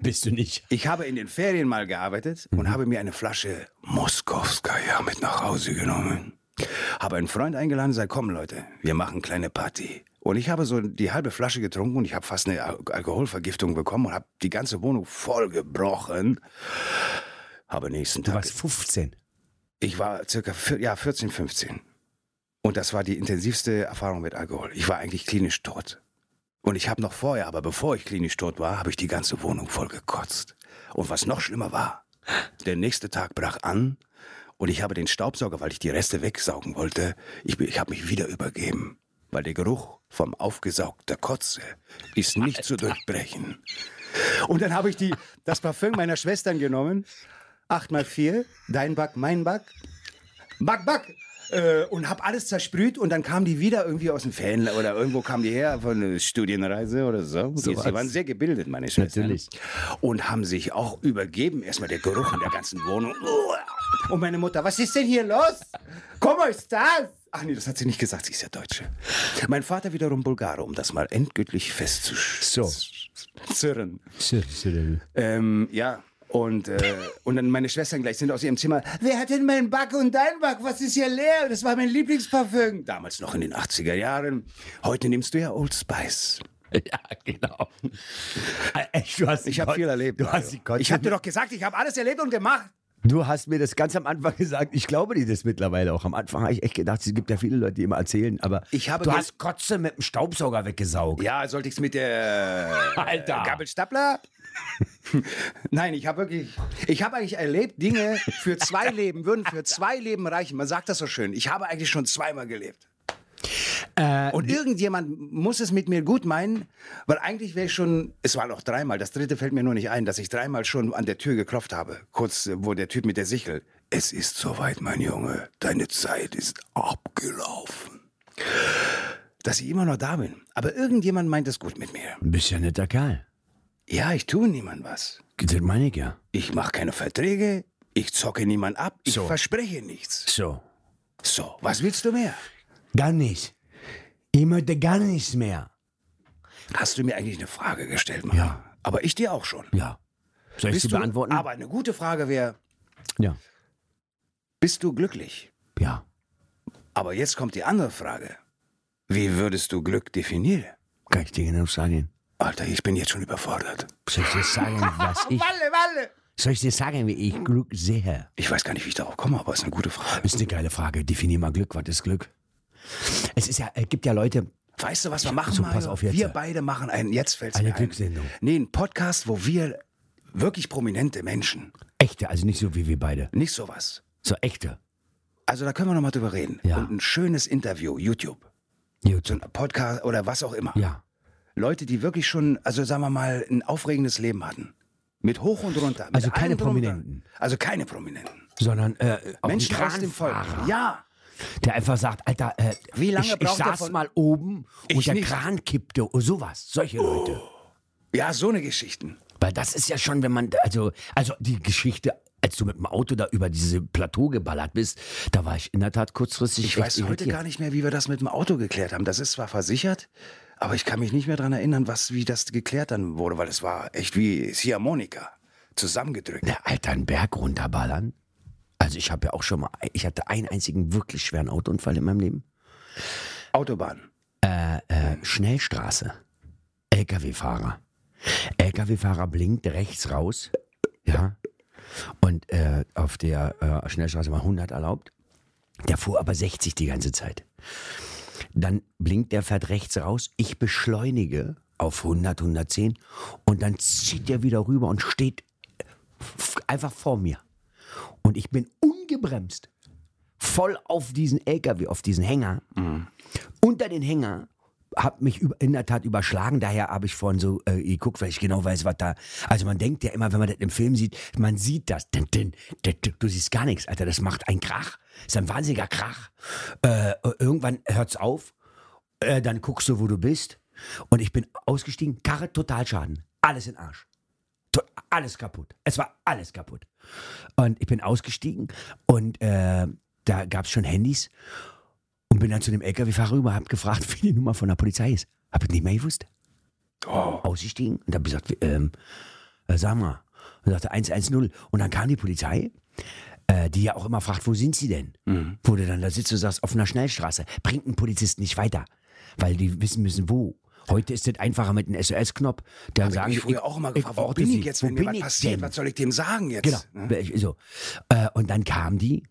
[SPEAKER 5] Bist du nicht.
[SPEAKER 3] ich habe in den Ferien mal gearbeitet
[SPEAKER 5] Mhm.
[SPEAKER 3] und habe mir eine Flasche Moskowskaja mit nach Hause genommen. Habe einen Freund eingeladen und gesagt, komm Leute, wir machen kleine Party. Und ich habe so die halbe Flasche getrunken und ich habe fast eine Al Alkoholvergiftung bekommen und habe die ganze Wohnung voll gebrochen. Habe nächsten
[SPEAKER 5] Du
[SPEAKER 3] Tag.
[SPEAKER 5] warst 15.
[SPEAKER 3] Ich war circa vier, ja, 14, 15. Und das war die intensivste Erfahrung mit Alkohol. Ich war eigentlich klinisch tot. Und ich habe noch vorher, aber bevor ich klinisch tot war, habe ich die ganze Wohnung voll gekotzt. Und was noch schlimmer war, der nächste Tag brach an und ich habe den Staubsauger, weil ich die Reste wegsaugen wollte, ich, bin- ich habe mich wieder übergeben. Weil der Geruch vom aufgesaugter Kotze ist nicht zu durchbrechen. Und dann habe ich die, das Parfüm meiner Schwestern genommen 8 mal 4, dein Back, mein Back, Back, Back. Äh, und hab alles zersprüht und dann kamen die wieder irgendwie aus dem Fan oder irgendwo kamen die her von einer Studienreise oder so. Die-
[SPEAKER 5] Sowas.
[SPEAKER 3] Sie waren sehr gebildet, meine Schwestern.
[SPEAKER 5] Natürlich.
[SPEAKER 3] Und haben sich auch übergeben, erstmal der Geruch in der ganzen Wohnung. Und meine Mutter, was ist denn hier los? Komm, ist das? Ach nee, das hat sie nicht gesagt, sie ist ja Deutsche. Mein Vater wiederum Bulgare, um das mal endgültig
[SPEAKER 5] So.
[SPEAKER 3] festzuzirren.
[SPEAKER 5] Wie
[SPEAKER 3] Ähm, ja. Und, äh, und dann meine Schwestern gleich sind aus ihrem Zimmer. Wer hat denn meinen Back und dein Back? Was ist hier leer? Das war mein Lieblingsparfüm. Damals noch in den 80er Jahren. Heute nimmst du ja Old Spice.
[SPEAKER 5] Ja, genau. Äh, Echt, du hast
[SPEAKER 3] Ich habe viel erlebt.
[SPEAKER 5] Du
[SPEAKER 3] Mario.
[SPEAKER 5] hast, die Kotze-
[SPEAKER 3] ich habe dir doch gesagt, ich habe alles erlebt und gemacht.
[SPEAKER 5] du hast mir das ganz am Anfang *laughs* gesagt. Ich glaube dir das mittlerweile auch. Am Anfang habe ich echt gedacht, es gibt ja viele Leute, die immer erzählen, aber
[SPEAKER 3] Ich habe
[SPEAKER 5] du
[SPEAKER 3] ge-
[SPEAKER 5] hast Kotze mit dem Staubsauger weggesaugt.
[SPEAKER 3] Ja, sollte ich es mit der
[SPEAKER 5] Alter.
[SPEAKER 3] Gabelstapler? *laughs* Nein, ich habe wirklich, ich habe eigentlich erlebt, Dinge für zwei Leben würden für zwei Leben reichen. Man sagt das so schön. Ich habe eigentlich schon zweimal gelebt. Und irgendjemand muss es mit mir gut meinen, weil eigentlich wäre ich schon, es war noch dreimal, das dritte fällt mir nur nicht ein, dass ich dreimal schon an der Tür geklopft habe. Kurz, äh, wo der Typ mit der Sichel. Es ist soweit, mein Junge. Deine Zeit ist abgelaufen. Dass ich immer noch da bin. Aber irgendjemand meint es gut mit mir.
[SPEAKER 5] Du bist ja ein netter Kerl.
[SPEAKER 3] Ja, ich tue niemandem was.
[SPEAKER 5] Das halt meine ich ja.
[SPEAKER 3] Ich mache keine Verträge. Ich zocke niemand ab. Ich
[SPEAKER 5] So.
[SPEAKER 3] verspreche nichts.
[SPEAKER 5] So.
[SPEAKER 3] So, was willst du mehr?
[SPEAKER 5] Gar nicht. Ich möchte gar nichts mehr.
[SPEAKER 3] Hast du mir eigentlich eine Frage gestellt, Mann? Ja. Aber ich dir auch schon.
[SPEAKER 5] Ja. Soll ich sie beantworten?
[SPEAKER 3] Aber eine gute Frage wäre,
[SPEAKER 5] ja.
[SPEAKER 3] bist du glücklich?
[SPEAKER 5] Ja.
[SPEAKER 3] Aber jetzt kommt die andere Frage. Wie würdest du Glück definieren?
[SPEAKER 5] Kann ich dir genau sagen.
[SPEAKER 3] Alter, ich bin jetzt schon überfordert.
[SPEAKER 5] Soll ich dir *laughs* sagen, was ich. Soll ich dir sagen, wie ich Glück sehe?
[SPEAKER 3] Ich weiß gar nicht, wie ich darauf komme, aber es ist eine gute Frage.
[SPEAKER 5] Ist eine geile Frage. Definier mal Glück. Was ist Glück? Es ist ja, es gibt ja Leute,
[SPEAKER 3] Weißt du, was wir machen,
[SPEAKER 5] So,
[SPEAKER 3] Mario?
[SPEAKER 5] pass auf jetzt.
[SPEAKER 3] Wir beide machen einen, jetzt fällt's
[SPEAKER 5] Eine
[SPEAKER 3] mir ein.
[SPEAKER 5] Glückssendung.
[SPEAKER 3] Nee, einen Podcast, wo wir wirklich prominente Menschen,
[SPEAKER 5] echte, also nicht so wie wir beide,
[SPEAKER 3] nicht sowas.
[SPEAKER 5] so echte.
[SPEAKER 3] Also da können wir nochmal drüber reden.
[SPEAKER 5] Ja.
[SPEAKER 3] Und ein schönes Interview, YouTube, so
[SPEAKER 5] Gut.
[SPEAKER 3] ein Podcast oder was auch immer.
[SPEAKER 5] Ja.
[SPEAKER 3] Leute, die wirklich schon, also sagen wir mal, ein aufregendes Leben hatten. Mit hoch und runter. Mit
[SPEAKER 5] Also keine
[SPEAKER 3] allem drum und dran.
[SPEAKER 5] Prominenten.
[SPEAKER 3] Also keine Prominenten.
[SPEAKER 5] Sondern äh, auch
[SPEAKER 3] Menschen
[SPEAKER 5] ein
[SPEAKER 3] aus dem Volk.
[SPEAKER 5] Kranfahrer,
[SPEAKER 3] Ja.
[SPEAKER 5] Der einfach sagt, Alter, äh,
[SPEAKER 3] Wie lange
[SPEAKER 5] ich, ich
[SPEAKER 3] braucht der
[SPEAKER 5] saß
[SPEAKER 3] von-
[SPEAKER 5] mal oben
[SPEAKER 3] Ich
[SPEAKER 5] und der
[SPEAKER 3] nicht.
[SPEAKER 5] Kran kippte oder sowas. Solche Leute.
[SPEAKER 3] Ja, so eine Geschichten.
[SPEAKER 5] Weil das ist ja schon, wenn man, also, also die Geschichte, als du mit dem Auto da über diese Plateau geballert bist, da war ich in der Tat kurzfristig.
[SPEAKER 3] Ich weiß heute gar nicht mehr, wie wir das mit dem Auto geklärt haben. Das ist zwar versichert, aber ich kann mich nicht mehr daran erinnern, was, wie das geklärt dann wurde, weil es war echt wie Siamonika. Zusammengedrückt.
[SPEAKER 5] Na, Alter, einen Berg runterballern. Also ich habe ja auch schon mal, ich hatte einen einzigen wirklich schweren Autounfall in meinem Leben.
[SPEAKER 3] Autobahn.
[SPEAKER 5] Äh, Schnellstraße. LKW-Fahrer. LKW-Fahrer blinkt rechts raus. Ja. Und äh, auf der äh, Schnellstraße war 100 erlaubt. Der fuhr aber 60 die ganze Zeit. Dann blinkt der, fährt rechts raus. Ich beschleunige auf 100, 110. Und dann zieht er wieder rüber und steht f- einfach vor mir. Und ich bin ungebremst. Voll auf diesen LKW, auf diesen Hänger unter den Hänger habe mich über- in der Tat überschlagen, daher habe ich vorhin so äh, geguckt, weil ich genau weiß, was da. Also man denkt ja immer, wenn man das im Film sieht, man sieht das. Din, din, din, din. Du siehst gar nichts, Alter. Das macht einen Krach. Das ist ein wahnsinniger Krach. Äh, irgendwann hört's auf. Äh, dann guckst du, wo du bist. Und ich bin ausgestiegen, Karre, Totalschaden. Alles in Arsch. To alles kaputt. Es war alles kaputt. Und ich bin ausgestiegen und äh, da gab's schon Handys. Und bin dann zu dem LKW-Fahrer rüber, hab gefragt, *laughs* wie die Nummer von der Polizei ist. Hab ich nicht mehr gewusst. Ausgestiegen und hab gesagt, ähm, äh, sag mal. Und sagte 110. Und dann kam die Polizei, äh, die ja auch immer fragt, wo sind sie denn? Wo du dann da sitzt und sagst, auf einer Schnellstraße. Bringt ein Polizist nicht weiter, weil die wissen müssen, wo. Heute ist es einfacher mit einem SOS-Knopf. Dann
[SPEAKER 3] Ich
[SPEAKER 5] sagen
[SPEAKER 3] mich
[SPEAKER 5] die,
[SPEAKER 3] früher auch immer gefragt, wo
[SPEAKER 5] orte
[SPEAKER 3] bin
[SPEAKER 5] sie.
[SPEAKER 3] ich jetzt,
[SPEAKER 5] Wo
[SPEAKER 3] wenn
[SPEAKER 5] bin
[SPEAKER 3] mir was
[SPEAKER 5] ich
[SPEAKER 3] passiert?
[SPEAKER 5] denn?
[SPEAKER 3] Was soll ich dem sagen jetzt?
[SPEAKER 5] Genau.
[SPEAKER 3] Ne?
[SPEAKER 5] So. Äh, Und dann kam die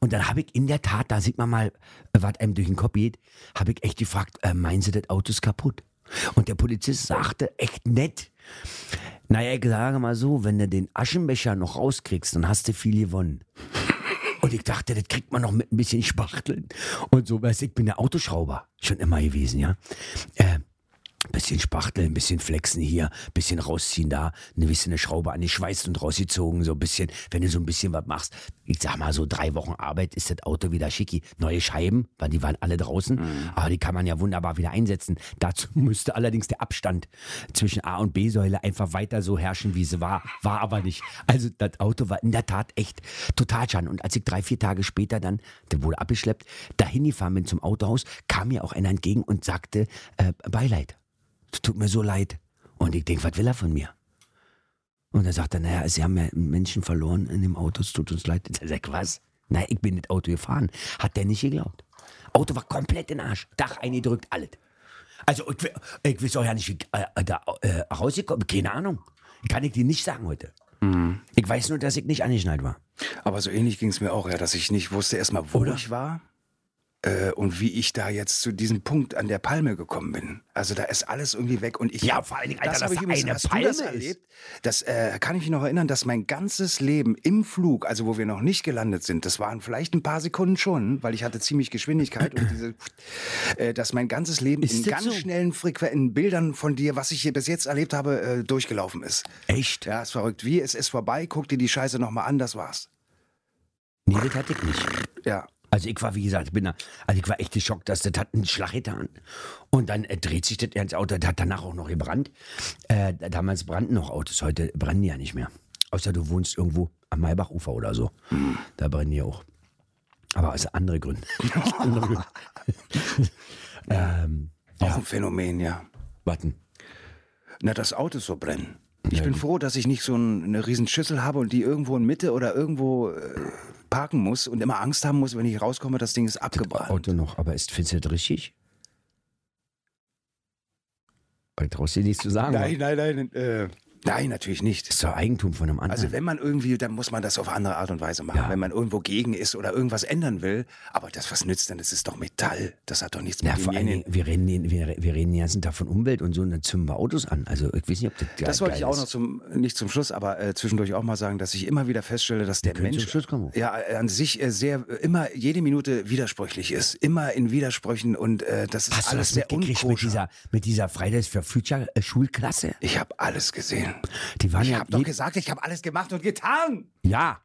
[SPEAKER 5] und dann habe ich in der Tat, da sieht man mal, äh, was einem durch den Kopf geht, habe ich echt gefragt, äh, meinen Sie, das Auto ist kaputt? Und der Polizist sagte echt nett, naja, ich sage mal so, wenn du den Aschenbecher noch rauskriegst, dann hast du viel gewonnen. Und ich dachte, das kriegt man noch mit ein bisschen Spachteln. Und so, weißt du, ich bin der Autoschrauber schon immer gewesen, ja. Äh, bisschen spachteln, bisschen flexen hier, bisschen rausziehen da, eine bisschen eine Schraube angeschweißt und rausgezogen, so ein bisschen, wenn du so ein bisschen was machst. Ich sag mal, so drei Wochen Arbeit ist das Auto wieder schicki. Neue Scheiben, weil die waren alle draußen, aber die kann man ja wunderbar wieder einsetzen. Dazu *laughs* müsste allerdings der Abstand zwischen A und B-Säule einfach weiter so herrschen, wie sie war. War aber nicht. Also das Auto war in der Tat echt total schaden. Und als ich drei, vier Tage später dann, der wurde abgeschleppt, dahin gefahren bin zum Autohaus, kam mir auch einer entgegen und sagte, äh, Beileid tut mir so leid. Und ich denke, was will er von mir? Und er sagt dann, naja, sie haben ja einen Menschen verloren in dem Auto, es tut uns leid. Ich sag, was? Nein, ich bin mit Auto gefahren. Hat der nicht geglaubt. Auto war komplett in den Arsch. Dach eingedrückt, alles. Also, ich, we- ich weiß auch ja nicht, wie ich äh, da äh, rausgekommen Keine Ahnung. Kann ich dir nicht sagen heute. Ich weiß nur, dass ich nicht angeschnallt war.
[SPEAKER 3] Aber so ähnlich ging es mir auch, ja, dass ich nicht wusste erstmal, wo ich war äh, und wie ich da jetzt zu diesem Punkt an der Palme gekommen bin. Also da ist alles irgendwie weg und ich.
[SPEAKER 5] Ja, vor allen Dingen, Alter,
[SPEAKER 3] hab
[SPEAKER 5] dass da
[SPEAKER 3] übrigens-
[SPEAKER 5] eine
[SPEAKER 3] hast du das
[SPEAKER 5] Palme ist.
[SPEAKER 3] erlebt? Das äh, kann ich mich noch erinnern, dass mein ganzes Leben im Flug, also wo wir noch nicht gelandet sind, das waren vielleicht ein paar Sekunden schon, weil ich hatte ziemlich Geschwindigkeit und
[SPEAKER 5] *clears throat*
[SPEAKER 3] diese, äh, dass mein ganzes Leben
[SPEAKER 5] Ist
[SPEAKER 3] in
[SPEAKER 5] das
[SPEAKER 3] ganz
[SPEAKER 5] so?
[SPEAKER 3] schnellen Frequenzen Bildern von dir, was ich hier bis jetzt erlebt habe, äh, durchgelaufen ist.
[SPEAKER 5] Echt?
[SPEAKER 3] Ja, ist verrückt. Wie es ist vorbei, guck dir die Scheiße nochmal an, das war's.
[SPEAKER 5] Nee, das hatte ich nicht.
[SPEAKER 3] Ja.
[SPEAKER 5] Also ich war, wie gesagt, ich bin da, also ich war echt geschockt, dass das hat einen Schlag getan. Und dann äh, dreht sich das ins Auto, das hat danach auch noch gebrannt. Äh, da- damals brannten noch Autos, heute brennen die ja nicht mehr. Außer du wohnst irgendwo am Maybachufer oder so. Da brennen die auch. Aber aus andere Gründe. andere Gründe. ähm,
[SPEAKER 3] Auch ein Phänomen, ja.
[SPEAKER 5] warten.
[SPEAKER 3] Na, dass Autos so brennen. Ich bin froh, dass ich nicht so ein, eine riesen Schüssel habe und die irgendwo in Mitte oder irgendwo äh, parken muss und immer Angst haben muss, wenn ich rauskomme, das Ding ist abgebrannt.
[SPEAKER 5] Auto noch, aber ist findest du das richtig? Weil traust du dir nichts zu sagen.
[SPEAKER 3] Nein, nein, nein. Äh, nein, natürlich nicht.
[SPEAKER 5] Das ist doch Eigentum von einem anderen.
[SPEAKER 3] Also wenn man irgendwie, dann muss man das auf andere Art und Weise machen.
[SPEAKER 5] Ja.
[SPEAKER 3] Wenn man irgendwo gegen ist oder irgendwas ändern will. Aber das, was nützt denn, das ist doch Metall. Das hat doch nichts
[SPEAKER 5] Ja,
[SPEAKER 3] mit
[SPEAKER 5] vor allen
[SPEAKER 3] demjenigen-
[SPEAKER 5] Dingen, wir reden, den- wir, wir reden den ganzen Tag von Umwelt und so, und dann zünden wir Autos an. Also, ich weiß nicht, ob das geil,
[SPEAKER 3] Das wollte
[SPEAKER 5] geil
[SPEAKER 3] ich auch
[SPEAKER 5] ist.
[SPEAKER 3] noch zum, nicht zum Schluss, aber äh, zwischendurch auch mal sagen, dass ich immer wieder feststelle, dass der
[SPEAKER 5] können zum
[SPEAKER 3] Mensch
[SPEAKER 5] Schluss kommen.
[SPEAKER 3] ja äh, an sich äh, sehr äh, immer jede Minute widersprüchlich ist, immer in Widersprüchen und äh, das ist
[SPEAKER 5] Hast du
[SPEAKER 3] alles
[SPEAKER 5] das
[SPEAKER 3] sehr
[SPEAKER 5] mitgekriegt mit
[SPEAKER 3] unkoscher.
[SPEAKER 5] dieser, mit dieser Fridays for Future äh, Schulklasse?
[SPEAKER 3] Ich habe alles gesehen.
[SPEAKER 5] Die waren
[SPEAKER 3] Ich
[SPEAKER 5] ja.
[SPEAKER 3] habe doch
[SPEAKER 5] je-
[SPEAKER 3] gesagt, ich habe alles gemacht und getan.
[SPEAKER 5] ja.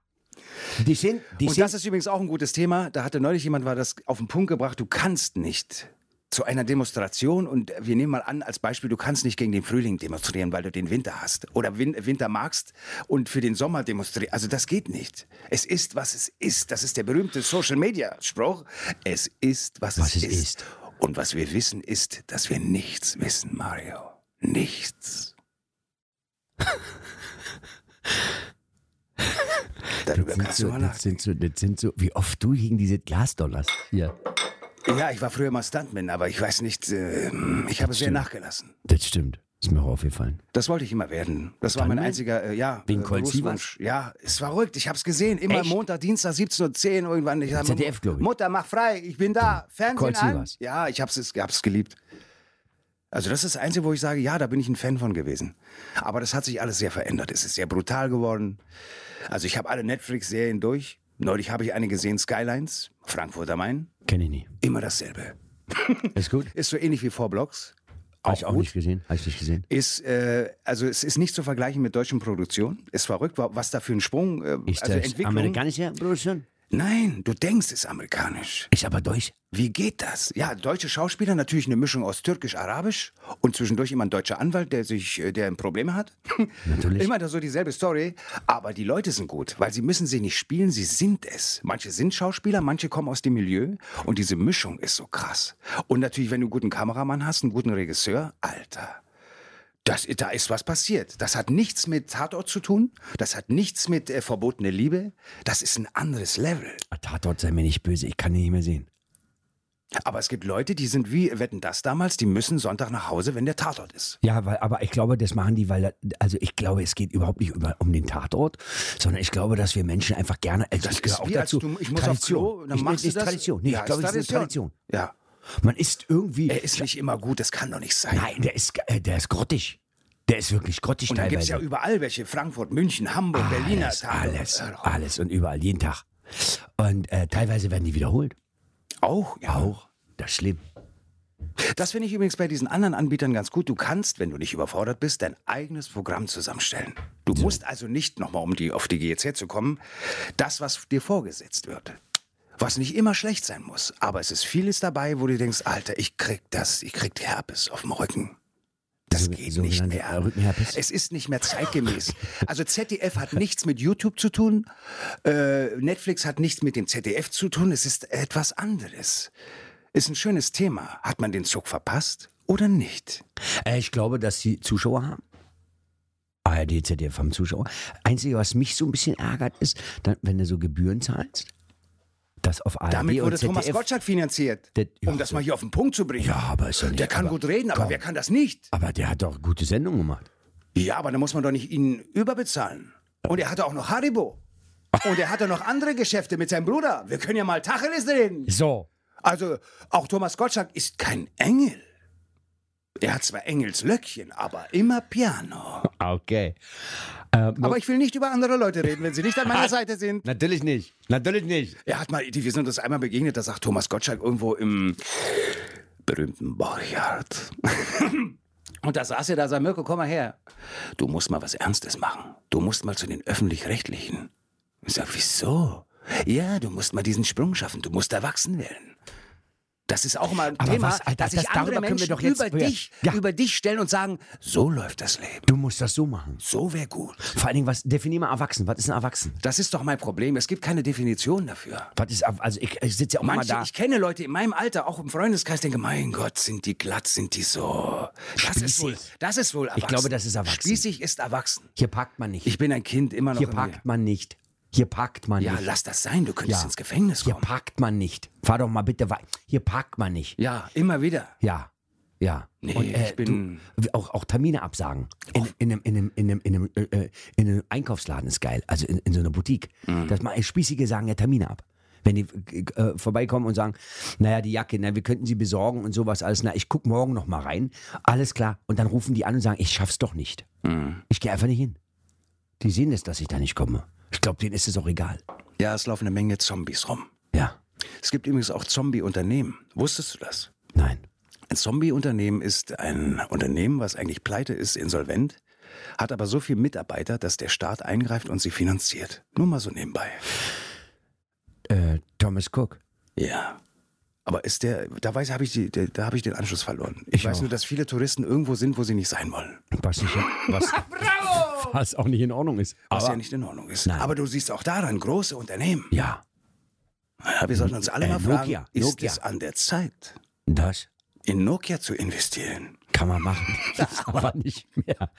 [SPEAKER 5] Die sind. Die
[SPEAKER 3] und
[SPEAKER 5] sind
[SPEAKER 3] das ist übrigens auch ein gutes Thema. Da hatte neulich jemand war das auf den Punkt gebracht. Du kannst nicht zu einer Demonstration und wir nehmen mal an als Beispiel, du kannst nicht gegen den Frühling demonstrieren, weil du den Winter hast oder Win Winter magst und für den Sommer demonstrieren. Also das geht nicht. Es ist, was es ist. Das ist der berühmte Social-Media-Spruch. Es ist, was,
[SPEAKER 5] Was
[SPEAKER 3] es
[SPEAKER 5] es
[SPEAKER 3] ist.
[SPEAKER 5] ist.
[SPEAKER 3] Und was wir wissen ist, dass wir nichts wissen, Mario.
[SPEAKER 5] *laughs*
[SPEAKER 3] Nichts. Darüber
[SPEAKER 5] das, sind
[SPEAKER 3] kannst du
[SPEAKER 5] so,
[SPEAKER 3] mal
[SPEAKER 5] das,
[SPEAKER 3] nachdenken.
[SPEAKER 5] sind so, das sind so. Wie oft du gegen diese Glasdollars hier.
[SPEAKER 3] Ja, ich war früher mal Stuntman, aber ich weiß nicht, äh, ich habe sehr
[SPEAKER 5] stimmt.
[SPEAKER 3] nachgelassen.
[SPEAKER 5] Das stimmt. Ist mir auch aufgefallen.
[SPEAKER 3] Das wollte ich immer werden. Das war mein
[SPEAKER 5] Stuntman?
[SPEAKER 3] einziger, äh, ja.
[SPEAKER 5] Wegen
[SPEAKER 3] äh,
[SPEAKER 5] Colt
[SPEAKER 3] Berufswunsch. Ja, es war verrückt. Ich habe es gesehen. Immer
[SPEAKER 5] Echt?
[SPEAKER 3] Montag, Dienstag, 17.10 Uhr irgendwann. Ich sag,
[SPEAKER 5] ZDF, glaub ich.
[SPEAKER 3] Mutter, mach frei, ich bin da. Fernsehen
[SPEAKER 5] Colt
[SPEAKER 3] an.
[SPEAKER 5] Sievers.
[SPEAKER 3] Ja, ich habe es hab's geliebt. Also das ist das Einzige, wo ich sage, ja, da bin ich ein Fan von gewesen. Aber das hat sich alles sehr verändert. Es ist sehr brutal geworden. Also ich habe alle Netflix-Serien durch. Neulich habe ich eine gesehen, Skylines, Frankfurt am Main.
[SPEAKER 5] Kenne ich nie.
[SPEAKER 3] Immer dasselbe.
[SPEAKER 5] Ist gut.
[SPEAKER 3] Ist so ähnlich wie Four Blocks.
[SPEAKER 5] Habe ich auch nicht gesehen. Habe ich nicht gesehen.
[SPEAKER 3] Ist, äh, also es ist nicht zu vergleichen mit deutschen Produktionen. Ist verrückt, wa- was da für ein Sprung, äh,
[SPEAKER 5] Ist
[SPEAKER 3] also
[SPEAKER 5] das
[SPEAKER 3] Entwicklung.
[SPEAKER 5] amerikanische Produktion?
[SPEAKER 3] Nein, du denkst, es ist amerikanisch.
[SPEAKER 5] Ist aber deutsch.
[SPEAKER 3] Wie geht das? Ja, deutsche Schauspieler, natürlich eine Mischung aus türkisch-arabisch und zwischendurch immer ein deutscher Anwalt, der sich, äh, der ein Problem hat. *laughs*
[SPEAKER 5] Natürlich.
[SPEAKER 3] Immer da so dieselbe Story. Aber die Leute sind gut, weil sie müssen sie nicht spielen, sie sind es. Manche sind Schauspieler, manche kommen aus dem Milieu und diese Mischung ist so krass. Und natürlich, wenn du einen guten Kameramann hast, einen guten Regisseur, Alter. Das, da ist was passiert. Das hat nichts mit Tatort zu tun. Das hat nichts mit äh, verbotene Liebe. Das ist ein anderes Level.
[SPEAKER 5] Ah, Tatort sei mir nicht böse. Ich kann ihn nicht mehr sehen.
[SPEAKER 3] Aber es gibt Leute, die sind wie Wetten das damals, die müssen Sonntag nach Hause, wenn der Tatort ist.
[SPEAKER 5] Ja, weil, aber ich glaube, das machen die, weil, da- also ich glaube, es geht überhaupt nicht über, um den Tatort, sondern ich glaube, dass wir Menschen einfach gerne, also ich gehöre auch
[SPEAKER 3] wie, als
[SPEAKER 5] dazu,
[SPEAKER 3] du- ich muss auf
[SPEAKER 5] Tradition.
[SPEAKER 3] Klo, dann
[SPEAKER 5] ich,
[SPEAKER 3] machst du
[SPEAKER 5] ist
[SPEAKER 3] das.
[SPEAKER 5] Tradition. Nee,
[SPEAKER 3] Ja,
[SPEAKER 5] ich glaube,
[SPEAKER 3] ist
[SPEAKER 5] es ist eine Tradition.
[SPEAKER 3] Tradition. Äh, Ja.
[SPEAKER 5] Man ist irgendwie,
[SPEAKER 3] Er ist nicht immer gut, das kann doch nicht sein.
[SPEAKER 5] nein, der ist, äh, der ist grottig. Der ist wirklich grottig
[SPEAKER 3] Und dann gibt es
[SPEAKER 5] teilweise.
[SPEAKER 3] ja überall welche. Frankfurt, München, Hamburg, Berliner.
[SPEAKER 5] alles,
[SPEAKER 3] Tatort.
[SPEAKER 5] alles,
[SPEAKER 3] Äh,
[SPEAKER 5] alles und überall, jeden Tag. Und äh, teilweise werden die wiederholt.
[SPEAKER 3] Auch, ja.
[SPEAKER 5] Auch, das ist schlimm.
[SPEAKER 3] Das finde ich übrigens bei diesen anderen Anbietern ganz gut. Du kannst, wenn du nicht überfordert bist, dein eigenes Programm zusammenstellen. Du musst also nicht nochmal um die, auf die GEZ zu kommen. Das, was dir vorgesetzt wird. Was nicht immer schlecht sein muss. Aber es ist vieles dabei, wo du denkst, Alter, ich krieg das, ich krieg Herpes auf dem Rücken. Das
[SPEAKER 5] So-
[SPEAKER 3] geht
[SPEAKER 5] so
[SPEAKER 3] nicht
[SPEAKER 5] genannte
[SPEAKER 3] mehr.
[SPEAKER 5] Rückenherpes.
[SPEAKER 3] Es ist nicht mehr zeitgemäß. Also ZDF hat nichts mit YouTube zu tun. Äh, Netflix hat nichts mit dem ZDF zu tun. Es ist etwas anderes. Ist ein schönes Thema. Hat man den Zug verpasst oder nicht?
[SPEAKER 5] Äh, Ich glaube, dass die Zuschauer haben. ARD, ZDF haben Zuschauer. Einzige, was mich so ein bisschen ärgert, ist, dann, wenn du so Gebühren zahlst, dass auf ARD
[SPEAKER 3] Damit
[SPEAKER 5] und
[SPEAKER 3] wurde
[SPEAKER 5] ZDF...
[SPEAKER 3] Thomas Gottschalk finanziert.
[SPEAKER 5] Das- ja,
[SPEAKER 3] um das
[SPEAKER 5] so.
[SPEAKER 3] mal hier auf den Punkt zu bringen.
[SPEAKER 5] ja, aber ist ja nicht...
[SPEAKER 3] Der kann
[SPEAKER 5] aber,
[SPEAKER 3] gut reden, aber
[SPEAKER 5] komm.
[SPEAKER 3] wer kann das nicht?
[SPEAKER 5] Aber der hat doch gute Sendungen gemacht.
[SPEAKER 3] Ja, aber dann muss man doch nicht ihn überbezahlen. Und er hatte auch noch Haribo. Und er hatte noch andere Geschäfte mit seinem Bruder. Wir können ja mal Tacheles reden.
[SPEAKER 5] So.
[SPEAKER 3] Also, auch Thomas Gottschalk ist kein Engel. Er hat zwar Engelslöckchen, aber immer Piano.
[SPEAKER 5] Okay. Ähm,
[SPEAKER 3] Aber ich will nicht über andere Leute reden, wenn sie nicht an meiner Seite sind.
[SPEAKER 5] natürlich nicht. Natürlich nicht.
[SPEAKER 3] Er hat halt mal, wir sind uns einmal begegnet, da sagt Thomas Gottschalk irgendwo im berühmten Borchardt. *laughs* Und da saß er da, sag Mirko, komm mal her. Du musst mal was Ernstes machen. Du musst mal zu den Öffentlich-Rechtlichen. Ich sag, wieso? Ja, du musst mal diesen Sprung schaffen. Du musst erwachsen werden. Das ist auch mal ein
[SPEAKER 5] Aber
[SPEAKER 3] Thema,
[SPEAKER 5] was, Alter,
[SPEAKER 3] dass sich
[SPEAKER 5] das-
[SPEAKER 3] andere
[SPEAKER 5] darüber können wir
[SPEAKER 3] Menschen
[SPEAKER 5] doch jetzt-
[SPEAKER 3] über, dich,
[SPEAKER 5] Ja.
[SPEAKER 3] über dich stellen und sagen, so läuft das Leben.
[SPEAKER 5] Du musst das so machen.
[SPEAKER 3] So wäre gut.
[SPEAKER 5] Vor allen Dingen, was, definier mal erwachsen. Was ist ein Erwachsen?
[SPEAKER 3] Das ist doch mein Problem. Es gibt keine Definition dafür.
[SPEAKER 5] Was ist, Erw- also ich, ich sitze ja auch
[SPEAKER 3] Manche,
[SPEAKER 5] mal da.
[SPEAKER 3] ich kenne Leute in meinem Alter, auch im Freundeskreis, denke, mein Gott, sind die glatt, sind die so. Das ist wohl,
[SPEAKER 5] Spießig.
[SPEAKER 3] das ist wohl erwachsen.
[SPEAKER 5] glaube, das ist erwachsen.
[SPEAKER 3] Spießig ist erwachsen.
[SPEAKER 5] Hier packt man nicht.
[SPEAKER 3] Ich bin ein Kind, immer noch
[SPEAKER 5] Hier
[SPEAKER 3] in
[SPEAKER 5] packt
[SPEAKER 3] mir.
[SPEAKER 5] man nicht. Hier packt man
[SPEAKER 3] Ja,
[SPEAKER 5] nicht.
[SPEAKER 3] lass das sein, du könntest
[SPEAKER 5] Ja.
[SPEAKER 3] ins Gefängnis
[SPEAKER 5] Hier
[SPEAKER 3] kommen.
[SPEAKER 5] parkt man nicht. Fahr doch mal bitte weiter. Hier parkt man nicht.
[SPEAKER 3] Ja, immer wieder.
[SPEAKER 5] Ja. Ja.
[SPEAKER 3] Nee,
[SPEAKER 5] Und, äh,
[SPEAKER 3] ich bin-
[SPEAKER 5] Du, auch, auch Termine absagen. In, in, einem, in, einem, in, einem, in, einem, äh, äh, in einem Einkaufsladen ist geil. Also in, in so einer Boutique.
[SPEAKER 3] Mhm.
[SPEAKER 5] Dass man, Spießige sagen ja Termine ab. Wenn die äh, vorbeikommen und sagen, naja, die Jacke, na, wir könnten sie besorgen und sowas alles. Na, ich guck morgen noch mal rein. Alles klar. Und dann rufen die an und sagen, ich schaff's doch nicht. Ich gehe einfach nicht hin. Die sehen es, dass ich da nicht komme. Ich glaube, denen ist es auch egal.
[SPEAKER 3] Ja, es laufen eine Menge Zombies rum.
[SPEAKER 5] Ja.
[SPEAKER 3] Es gibt übrigens auch Zombie-Unternehmen. Wusstest du das?
[SPEAKER 5] Nein.
[SPEAKER 3] Ein Zombie-Unternehmen ist ein Unternehmen, was eigentlich pleite ist, insolvent, hat aber so viele Mitarbeiter, dass der Staat eingreift und sie finanziert. Nur mal so nebenbei.
[SPEAKER 5] Äh, Thomas Cook.
[SPEAKER 3] Ja. Aber ist der, da weiß habe ich die, der- da habe ich den Anschluss verloren. Ich,
[SPEAKER 5] Ich
[SPEAKER 3] weiß
[SPEAKER 5] auch.
[SPEAKER 3] nur, dass viele Touristen irgendwo sind, wo sie nicht sein wollen.
[SPEAKER 5] Was, nicht, was, was auch nicht in Ordnung ist.
[SPEAKER 3] Was
[SPEAKER 5] Aber,
[SPEAKER 3] ja nicht in Ordnung ist.
[SPEAKER 5] Nein.
[SPEAKER 3] Aber du siehst auch daran große Unternehmen.
[SPEAKER 5] ja,
[SPEAKER 3] Ja, wir sollten uns alle
[SPEAKER 5] Äh,
[SPEAKER 3] mal fragen,
[SPEAKER 5] Nokia,
[SPEAKER 3] ist
[SPEAKER 5] Nokia.
[SPEAKER 3] es an der Zeit,
[SPEAKER 5] das
[SPEAKER 3] in Nokia zu investieren?
[SPEAKER 5] kann man machen. *laughs* aber nicht mehr.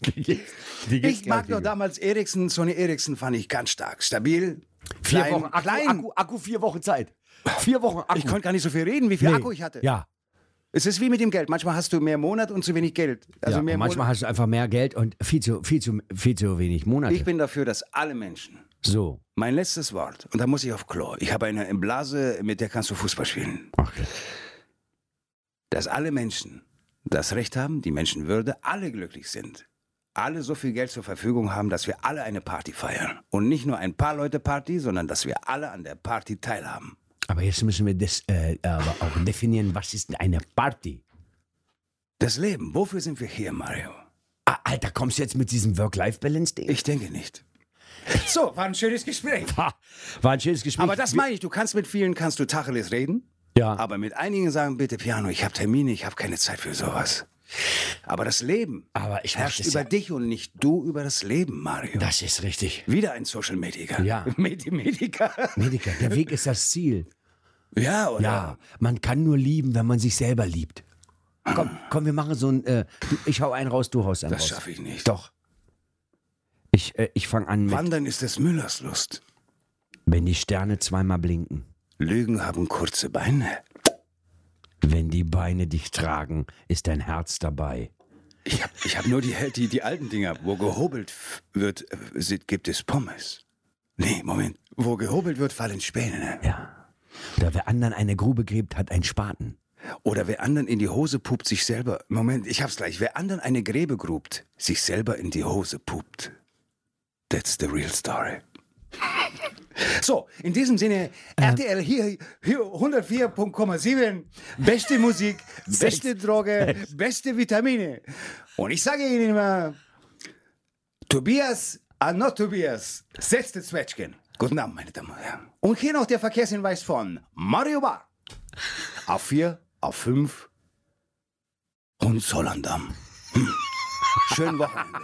[SPEAKER 5] Die gibt's- die gibt's
[SPEAKER 3] Ich mag nur
[SPEAKER 5] gar nicht mehr.
[SPEAKER 3] damals Ericsson, Sony Ericsson fand ich ganz stark. Stabil,
[SPEAKER 5] Vier
[SPEAKER 3] klein,
[SPEAKER 5] Wochen Akku,
[SPEAKER 3] klein.
[SPEAKER 5] Akku, Akku, vier Wochen Zeit. Vier Wochen Akku.
[SPEAKER 3] Ich konnte gar nicht so viel reden, wie viel
[SPEAKER 5] Nee.
[SPEAKER 3] Akku ich hatte.
[SPEAKER 5] Ja,
[SPEAKER 3] Es ist wie mit dem Geld. Manchmal hast du mehr Monat und zu wenig Geld. Also
[SPEAKER 5] ja.
[SPEAKER 3] mehr
[SPEAKER 5] Und manchmal
[SPEAKER 3] Monat.
[SPEAKER 5] hast du einfach mehr Geld und viel zu, viel zu, viel zu wenig Monate.
[SPEAKER 3] Ich bin dafür, dass alle Menschen
[SPEAKER 5] so.
[SPEAKER 3] Mein letztes Wort, und da muss ich auf Klo. Ich habe eine Blase, mit der kannst du Fußball spielen.
[SPEAKER 5] Okay.
[SPEAKER 3] Dass alle Menschen das Recht haben, die Menschenwürde, alle glücklich sind. Alle so viel Geld zur Verfügung haben, dass wir alle eine Party feiern. Und nicht nur ein paar Leute Party, sondern dass wir alle an der Party teilhaben.
[SPEAKER 5] Aber jetzt müssen wir das äh, aber auch definieren, was ist denn eine Party?
[SPEAKER 3] Das Leben, wofür sind wir hier, Mario?
[SPEAKER 5] Ah, Alter, kommst du jetzt mit diesem Work-Life-Balance-Ding?
[SPEAKER 3] Ich denke nicht. So, war ein schönes Gespräch.
[SPEAKER 5] Ha, War ein schönes Gespräch.
[SPEAKER 3] Aber das meine ich, du kannst mit vielen, kannst du Tacheles reden.
[SPEAKER 5] Ja.
[SPEAKER 3] Aber mit einigen sagen, bitte Piano, ich habe Termine, ich habe keine Zeit für sowas. Aber das Leben
[SPEAKER 5] Aber ich mach
[SPEAKER 3] herrscht
[SPEAKER 5] das
[SPEAKER 3] über
[SPEAKER 5] ja-
[SPEAKER 3] dich und nicht du über das Leben, Mario.
[SPEAKER 5] Das ist richtig.
[SPEAKER 3] Wieder ein Social Mediker.
[SPEAKER 5] Ja.
[SPEAKER 3] *laughs* Medi
[SPEAKER 5] *laughs*
[SPEAKER 3] Mediker.
[SPEAKER 5] Medica, der Weg ist das Ziel.
[SPEAKER 3] Ja, oder?
[SPEAKER 5] Ja, man kann nur lieben, wenn man sich selber liebt. Komm, komm, wir machen so ein. Äh, du- ich hau einen raus, du haust einen
[SPEAKER 3] Das
[SPEAKER 5] raus.
[SPEAKER 3] schaffe ich nicht.
[SPEAKER 5] Doch. Ich, äh, ich fange an mit,
[SPEAKER 3] Wandern ist des Müllers Lust.
[SPEAKER 5] wenn die Sterne zweimal blinken.
[SPEAKER 3] Lügen haben kurze Beine.
[SPEAKER 5] Wenn die Beine dich tragen, ist dein Herz dabei.
[SPEAKER 3] Ich habe ich hab nur die, die, die alten Dinger. Wo gehobelt f- wird, äh, sind- gibt es Pommes. Nee, Moment. Wo gehobelt wird, fallen Späne.
[SPEAKER 5] Ja. Oder wer anderen eine Grube gräbt, hat einen Spaten.
[SPEAKER 3] Oder wer anderen in die Hose pupt, sich selber. Moment, ich hab's gleich. Wer anderen eine Gräbe grubt, sich selber in die Hose pupt. That's the real story. *laughs* So, in diesem Sinne, RTL hier, hier 104.7, beste Musik, beste Droge, beste Vitamine. Und ich sage Ihnen immer, Tobias, ah, not Tobias, setzte Zwetschgen. Guten Abend, meine Damen und Herren. Und hier noch der Verkehrshinweis von Mario Bar. A4, A5 und Zollandamm. Hm. Schönen Wochenende.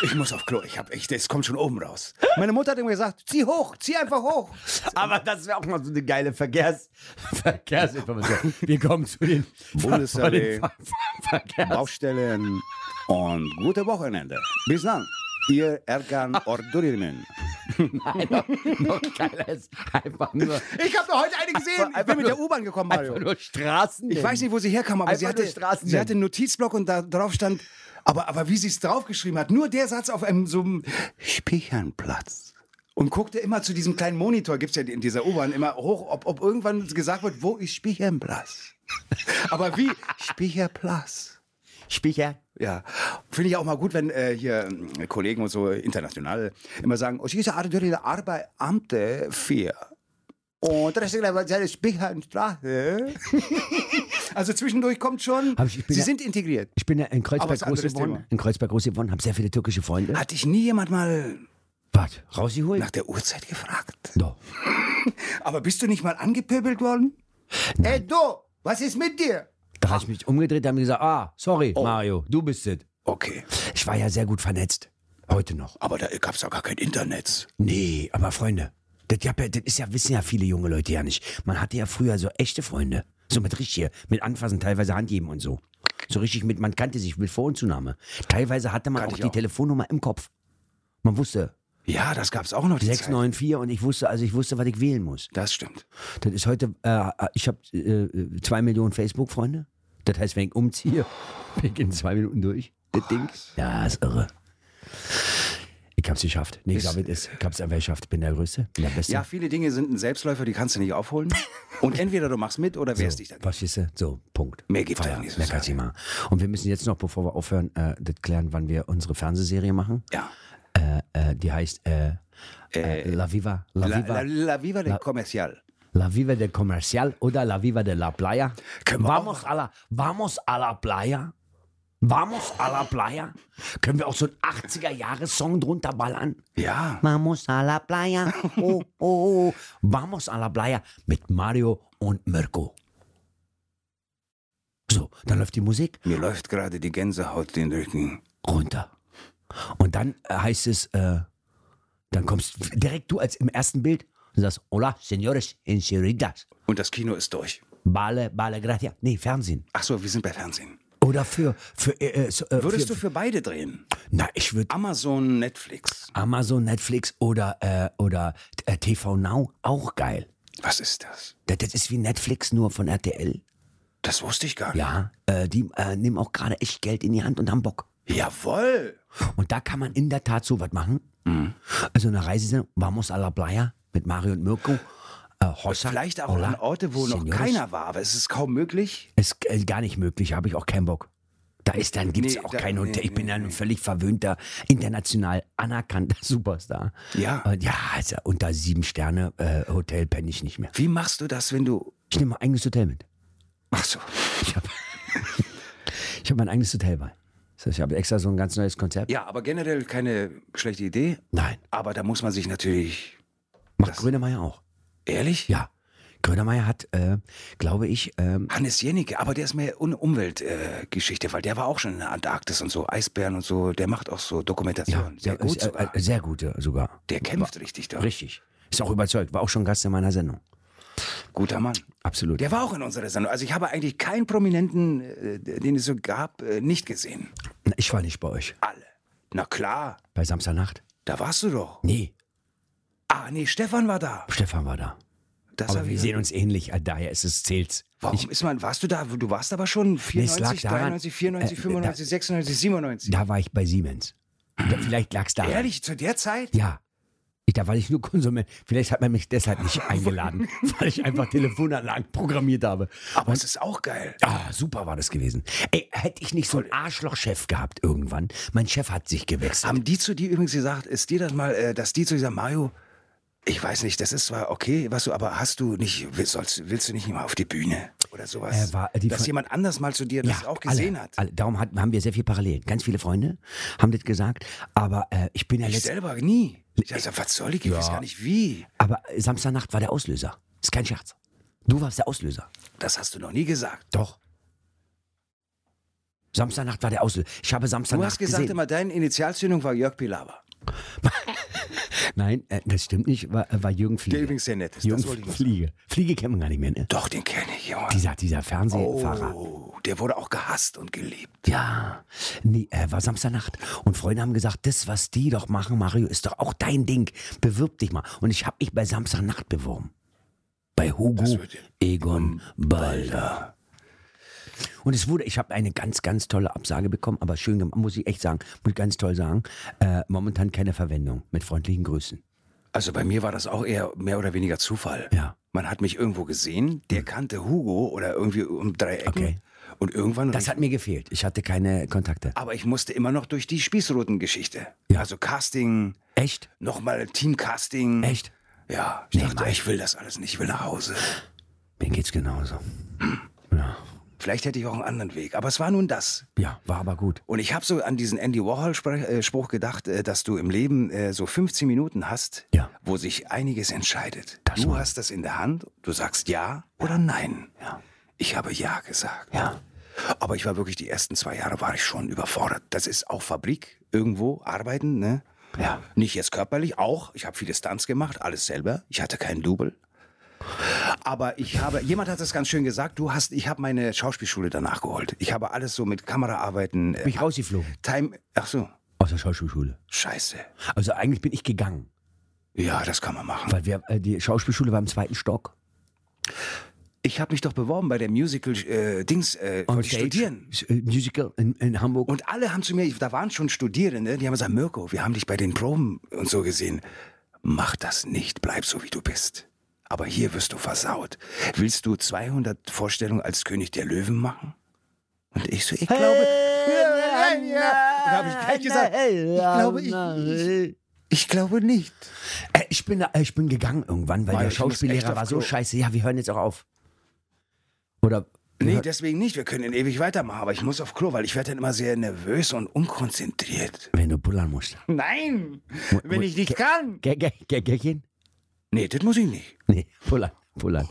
[SPEAKER 3] Ich muss auf Klo. Ich hab echt, es kommt schon oben raus. Meine Mutter hat immer gesagt, zieh hoch, zieh einfach hoch.
[SPEAKER 5] Aber das wäre auch mal so eine geile Verkehrs *laughs* Verkehrsinformation. Wir kommen zu den
[SPEAKER 3] Bundesallee.
[SPEAKER 5] Ver- Ver- Verkehrs
[SPEAKER 3] Baustellen und gute Wochenende. Bis dann. Ihr Erkan Ordurinen.
[SPEAKER 5] noch geiler ist einfach nur,
[SPEAKER 3] Ich habe doch heute eine gesehen. Ich bin mit der U-Bahn gekommen,
[SPEAKER 5] einfach
[SPEAKER 3] Mario.
[SPEAKER 5] nur Straßen.
[SPEAKER 3] Ich weiß nicht, wo sie herkam, aber
[SPEAKER 5] Einfach
[SPEAKER 3] sie hatte,
[SPEAKER 5] nur Straßen
[SPEAKER 3] sie
[SPEAKER 5] nennen.
[SPEAKER 3] hatte einen Notizblock und da drauf stand, aber, aber wie sie es draufgeschrieben hat, nur der Satz auf einem so einem Spichernplatz. Und guckte immer zu diesem kleinen Monitor, gibt's ja in dieser U-Bahn immer hoch, ob, ob irgendwann gesagt wird, wo ist Spichernplatz? aber wie? Spicherplatz.
[SPEAKER 5] Spiecher.
[SPEAKER 3] Ja, finde ich auch mal gut, wenn äh, hier ähm, Kollegen und so international immer sagen, "Oh, ich ist Ardurine Arbeit Amte 4. Und das ist gleich seine
[SPEAKER 5] *laughs*
[SPEAKER 3] Spichernstraße. also zwischendurch kommt schon,
[SPEAKER 5] Hab ich- ich bin
[SPEAKER 3] sie
[SPEAKER 5] ja-
[SPEAKER 3] sind integriert.
[SPEAKER 5] Ich bin ja in
[SPEAKER 3] Aber ist
[SPEAKER 5] Kreuzberg
[SPEAKER 3] ein
[SPEAKER 5] groß
[SPEAKER 3] anderes
[SPEAKER 5] geworden.
[SPEAKER 3] Thema.
[SPEAKER 5] In Kreuzberg groß geworden, habe sehr viele türkische Freunde.
[SPEAKER 3] Hat dich nie jemand mal
[SPEAKER 5] Warte, rausgeholt?
[SPEAKER 3] nach der Uhrzeit gefragt?
[SPEAKER 5] Doch.
[SPEAKER 3] *laughs* Aber bist du nicht mal angepöbelt worden? Ey, du, was ist mit dir?
[SPEAKER 5] Da habe ich mich umgedreht, da haben die gesagt, ah, sorry,
[SPEAKER 3] Oh.
[SPEAKER 5] Mario, du bist es.
[SPEAKER 3] Okay,
[SPEAKER 5] Ich war ja sehr gut vernetzt. Heute noch.
[SPEAKER 3] aber da gab's auch gar kein Internet.
[SPEAKER 5] Nee, aber Freunde, das, ja, das ist ja, wissen ja viele junge Leute ja nicht. Man hatte ja früher so echte Freunde. So mit richtig, mit Anfassen, teilweise Handgeben und so. So richtig mit, man kannte sich mit Vor- und Zunahme. Teilweise hatte man
[SPEAKER 3] Kannte
[SPEAKER 5] auch
[SPEAKER 3] ich
[SPEAKER 5] die
[SPEAKER 3] auch.
[SPEAKER 5] Telefonnummer im Kopf. Man wusste
[SPEAKER 3] Ja, das gab's auch noch. Die Zeit.
[SPEAKER 5] 694 und ich wusste, also ich wusste, was ich wählen muss.
[SPEAKER 3] Das stimmt.
[SPEAKER 5] Das ist heute, äh, ich habe äh, zwei Millionen Facebook-Freunde. Das heißt, wenn ich umziehe, *laughs* bin ich in zwei Minuten durch. Das Ding. Ja, ist irre. Ich hab's geschafft. Nee, ich glaube, es ist- ich hab's einfach geschafft. Bin der Größte, bin der Beste.
[SPEAKER 3] Ja, viele Dinge sind ein Selbstläufer, die kannst du nicht
[SPEAKER 5] *laughs*
[SPEAKER 3] aufholen. Und entweder du machst mit oder wehrst
[SPEAKER 5] so,
[SPEAKER 3] dich dagegen.
[SPEAKER 5] verstehst du? So, Punkt.
[SPEAKER 3] Mehr gibt's
[SPEAKER 5] Feier,
[SPEAKER 3] doch nicht, so
[SPEAKER 5] mehr kannst du nicht machen. Und wir müssen jetzt noch, bevor wir aufhören, äh, das klären, wann wir unsere Fernsehserie machen.
[SPEAKER 3] Ja.
[SPEAKER 5] Äh, die heißt äh, äh, La Viva. La,
[SPEAKER 3] La,
[SPEAKER 5] Viva.
[SPEAKER 3] la, la Viva del Comercial.
[SPEAKER 5] La Viva del Comercial oder La Viva de la Playa.
[SPEAKER 3] Können wir
[SPEAKER 5] Vamos a la, vamos a la Playa. Vamos a la Playa. Können wir auch so einen 80er-Jahres-Song drunter ballern?
[SPEAKER 3] Ja.
[SPEAKER 5] Vamos a la Playa. *laughs* Oh, oh, oh. Vamos a la Playa mit Mario und Mirko. So, dann läuft die Musik
[SPEAKER 3] Mir läuft gerade die Gänsehaut den Rücken.
[SPEAKER 5] runter. Und dann äh, heißt es, äh, dann kommst direkt du als im ersten Bild und sagst, hola, señores y señoritas.
[SPEAKER 3] Und das Kino ist durch.
[SPEAKER 5] Vale, vale, gracias. Nee, Fernsehen.
[SPEAKER 3] Ach so, wir sind bei Fernsehen.
[SPEAKER 5] Oder für. für äh, so, äh,
[SPEAKER 3] Würdest
[SPEAKER 5] für,
[SPEAKER 3] du für beide drehen?
[SPEAKER 5] Na, ich würde
[SPEAKER 3] Amazon, Netflix.
[SPEAKER 5] Amazon, Netflix oder, äh, oder äh, TV Now auch geil.
[SPEAKER 3] Was ist das?
[SPEAKER 5] Das, das ist wie Netflix nur von RTL.
[SPEAKER 3] Das wusste ich gar nicht.
[SPEAKER 5] Ja, äh, die äh, nehmen auch gerade echt Geld in die Hand und haben Bock.
[SPEAKER 3] Jawoll!
[SPEAKER 5] Und da kann man in der Tat so was machen.
[SPEAKER 3] Mhm.
[SPEAKER 5] Also eine Reisesendung, Vamos a la Playa mit Mario und Mirko. Äh, Hossa,
[SPEAKER 3] Vielleicht auch
[SPEAKER 5] Hola,
[SPEAKER 3] an Orte, wo noch
[SPEAKER 5] Señores.
[SPEAKER 3] keiner war, aber es ist kaum möglich.
[SPEAKER 5] Ist äh, gar nicht möglich, habe ich auch keinen Bock. Da ist dann gibt's
[SPEAKER 3] Nee,
[SPEAKER 5] auch
[SPEAKER 3] da-
[SPEAKER 5] kein
[SPEAKER 3] nee,
[SPEAKER 5] Hotel. ich
[SPEAKER 3] nee,
[SPEAKER 5] bin dann
[SPEAKER 3] nee.
[SPEAKER 5] ein völlig verwöhnter, international anerkannter *laughs* Superstar.
[SPEAKER 3] Ja.
[SPEAKER 5] Und ja, also unter sieben Sterne äh, Hotel penne ich nicht mehr.
[SPEAKER 3] Wie machst du das, wenn du.
[SPEAKER 5] Ich nehme mein eigenes Hotel mit.
[SPEAKER 3] Ach so.
[SPEAKER 5] Ich habe ich hab mein eigenes Hotel bei. Das heißt, ich habe extra so ein ganz neues Konzept.
[SPEAKER 3] Ja, aber generell keine schlechte Idee.
[SPEAKER 5] Nein,
[SPEAKER 3] Aber da muss man sich natürlich.
[SPEAKER 5] macht Grönemeyer auch.
[SPEAKER 3] Ehrlich?
[SPEAKER 5] Ja. Grönemeyer hat, äh, glaube ich, ähm,
[SPEAKER 3] Hannes Jenicke, aber der ist mehr Un Umweltgeschichte, äh, Geschichte, weil der war auch schon in der Antarktis und so, Eisbären und so, der macht auch so Dokumentationen. sehr
[SPEAKER 5] der
[SPEAKER 3] gut
[SPEAKER 5] ist,
[SPEAKER 3] sogar.
[SPEAKER 5] äh, sehr gute sogar.
[SPEAKER 3] der kämpft richtig da.
[SPEAKER 5] Richtig. Ist auch überzeugt. War auch schon Gast in meiner Sendung.
[SPEAKER 3] Guter Mann.
[SPEAKER 5] Absolut.
[SPEAKER 3] Der war auch in unserer Sendung. Also ich habe eigentlich keinen Prominenten, äh, den es so gab, äh, nicht gesehen.
[SPEAKER 5] Na, Ich war nicht bei euch.
[SPEAKER 3] Alle. Na klar,
[SPEAKER 5] Bei Samstagnacht?
[SPEAKER 3] da warst du doch.
[SPEAKER 5] Nee,
[SPEAKER 3] Ah, nee, Stefan war da.
[SPEAKER 5] Stefan war da.
[SPEAKER 3] Das
[SPEAKER 5] Aber
[SPEAKER 3] hab
[SPEAKER 5] wir
[SPEAKER 3] ich-
[SPEAKER 5] sehen uns ähnlich, äh, daher ist es zählt's.
[SPEAKER 3] Warum ist man, warst du da? Du warst aber schon
[SPEAKER 5] es lag
[SPEAKER 3] 94,
[SPEAKER 5] daran,
[SPEAKER 3] 93, 94,
[SPEAKER 5] äh,
[SPEAKER 3] 95, 96, 97.
[SPEAKER 5] Da war ich bei Siemens. Da- Vielleicht lag's da.
[SPEAKER 3] Ehrlich, zu der Zeit?
[SPEAKER 5] Ja. Ich, da war ich nur Konsument. Vielleicht hat man mich
[SPEAKER 3] *laughs*
[SPEAKER 5] deshalb nicht eingeladen, weil ich einfach Telefonanlagen programmiert habe.
[SPEAKER 3] Aber es ist auch geil.
[SPEAKER 5] Ah, super war das gewesen. Ey, hätte ich nicht so einen Arschloch-Chef gehabt irgendwann. Mein Chef hat sich gewechselt.
[SPEAKER 3] Haben die zu dir übrigens gesagt, ist dir das mal, äh, dass die zu dieser Mario, ich weiß nicht, das ist zwar okay, was du, aber hast du nicht, willst, sollst, willst du nicht mal auf die Bühne oder sowas?
[SPEAKER 5] Äh, war- die
[SPEAKER 3] dass
[SPEAKER 5] von-
[SPEAKER 3] jemand anders mal zu dir das auch gesehen
[SPEAKER 5] alle,
[SPEAKER 3] hat.
[SPEAKER 5] Alle, darum hat, haben wir sehr viel Parallelen. Ganz viele Freunde haben das gesagt. Aber äh, ich bin ja
[SPEAKER 3] Ich
[SPEAKER 5] letzt,
[SPEAKER 3] selber nie. Ich dachte, was soll ich? Ich weiß gar nicht wie.
[SPEAKER 5] Aber Samstagnacht war der Auslöser. Ist kein Scherz. Du warst der Auslöser.
[SPEAKER 3] Das hast du noch nie gesagt.
[SPEAKER 5] Doch. Samstagnacht war der Auslöser. Ich habe
[SPEAKER 3] Du
[SPEAKER 5] Samstagnacht
[SPEAKER 3] hast gesagt
[SPEAKER 5] gesehen.
[SPEAKER 3] immer, deine Initialzündung war Jörg Pilawa.
[SPEAKER 5] Nein, äh, das stimmt nicht. War, war Jürgen
[SPEAKER 3] Der
[SPEAKER 5] Fliege.
[SPEAKER 3] übrigens sehr nett ist.
[SPEAKER 5] Jürgen
[SPEAKER 3] Das wollte ich nur sagen.
[SPEAKER 5] Fliege. Fliege kennen wir gar nicht mehr, ne?
[SPEAKER 3] Doch, den kenne ich, Junge.
[SPEAKER 5] Dieser, dieser Fernsehfahrer.
[SPEAKER 3] Oh, der wurde auch gehasst und geliebt.
[SPEAKER 5] Ja, nee, äh, war Samstagnacht. Und Freunde haben gesagt, das, was die doch machen, Mario, ist doch auch dein Ding. Bewirb dich mal. Und ich habe mich bei Samstagnacht beworben. Bei Hugo Egon Balder. Und es wurde, ich habe eine ganz, ganz tolle Absage bekommen, aber schön gemacht, muss ich echt sagen, muss ich ganz toll sagen. Äh, momentan keine Verwendung. Mit freundlichen Grüßen.
[SPEAKER 3] Also bei mir war das auch eher mehr oder weniger Zufall.
[SPEAKER 5] Ja.
[SPEAKER 3] Man hat mich irgendwo gesehen, der kannte Hugo oder irgendwie um drei Ecken.
[SPEAKER 5] Hm. Okay.
[SPEAKER 3] Und irgendwann.
[SPEAKER 5] Das hat mir gefehlt. Ich hatte keine Kontakte.
[SPEAKER 3] aber ich musste immer noch durch die Spießrutengeschichte.
[SPEAKER 5] Ja.
[SPEAKER 3] Also Casting,
[SPEAKER 5] Echt?
[SPEAKER 3] nochmal Teamcasting.
[SPEAKER 5] Echt?
[SPEAKER 3] Ja. Ich dachte, ich will das alles nicht, ich will nach Hause.
[SPEAKER 5] Mir geht's genauso. Hm.
[SPEAKER 3] Vielleicht hätte ich auch einen anderen Weg. Aber es war nun das.
[SPEAKER 5] Ja, war aber gut.
[SPEAKER 3] Und ich habe so an diesen Andy Warhol-Spruch gedacht, äh, dass du im Leben äh, so 15 Minuten hast,
[SPEAKER 5] Ja.
[SPEAKER 3] wo sich einiges entscheidet.
[SPEAKER 5] Das
[SPEAKER 3] du
[SPEAKER 5] war-
[SPEAKER 3] hast das in der Hand, du sagst ja oder nein. Ich habe ja gesagt.
[SPEAKER 5] Ja.
[SPEAKER 3] Aber ich war wirklich die ersten zwei Jahre war ich schon überfordert. Das ist auch Fabrik, irgendwo arbeiten, ne?
[SPEAKER 5] Ja.
[SPEAKER 3] Nicht jetzt körperlich, auch. Ich habe viele Stunts gemacht, alles selber. Ich hatte keinen Double. Aber ich habe, jemand hat das ganz schön gesagt, du hast, ich habe meine Schauspielschule danach geholt. Ich habe alles so mit Kameraarbeiten, äh,
[SPEAKER 5] Bin ich rausgeflogen.
[SPEAKER 3] Time, ach so,
[SPEAKER 5] Aus der Schauspielschule.
[SPEAKER 3] scheiße.
[SPEAKER 5] Also eigentlich bin ich gegangen.
[SPEAKER 3] Ja, das kann man machen.
[SPEAKER 5] Weil wir, äh, die Schauspielschule war im zweiten Stock.
[SPEAKER 3] Ich habe mich doch beworben bei der Musical-Dings, äh,
[SPEAKER 5] On
[SPEAKER 3] wollte ich
[SPEAKER 5] stage,
[SPEAKER 3] studieren.
[SPEAKER 5] äh, Musical in, in Hamburg.
[SPEAKER 3] Und alle haben zu mir, da waren schon Studierende, die haben gesagt, Mirko, wir haben dich bei den Proben und so gesehen. Mach das nicht, bleib so wie du bist. Aber hier wirst du versaut. Willst du 200 Vorstellungen als König der Löwen machen? Und ich so, ich glaube,
[SPEAKER 5] Äh,
[SPEAKER 3] ja, nein, ja. Und da habe ich gleich gesagt, ich glaube, ich,
[SPEAKER 5] ich,
[SPEAKER 3] ich glaube nicht.
[SPEAKER 5] äh, ich, bin, da- äh, ich bin gegangen irgendwann, weil
[SPEAKER 3] Mann,
[SPEAKER 5] der
[SPEAKER 3] ich muss echt
[SPEAKER 5] Schauspiellehrer
[SPEAKER 3] auf
[SPEAKER 5] war so
[SPEAKER 3] Klo.
[SPEAKER 5] scheiße. Ja, wir hören jetzt auch auf. Oder
[SPEAKER 3] Nee, deswegen nicht. Wir können in ewig weitermachen, aber ich muss auf Klo, weil ich werde dann immer sehr nervös und unkonzentriert.
[SPEAKER 5] wenn du bullern musst.
[SPEAKER 3] Nein, wenn
[SPEAKER 5] mu-
[SPEAKER 3] ich nicht kann.
[SPEAKER 5] Gä- gä- gä- Gäckchen?
[SPEAKER 3] Nee, das muss ich nicht.
[SPEAKER 5] Nee, bullern, bullern.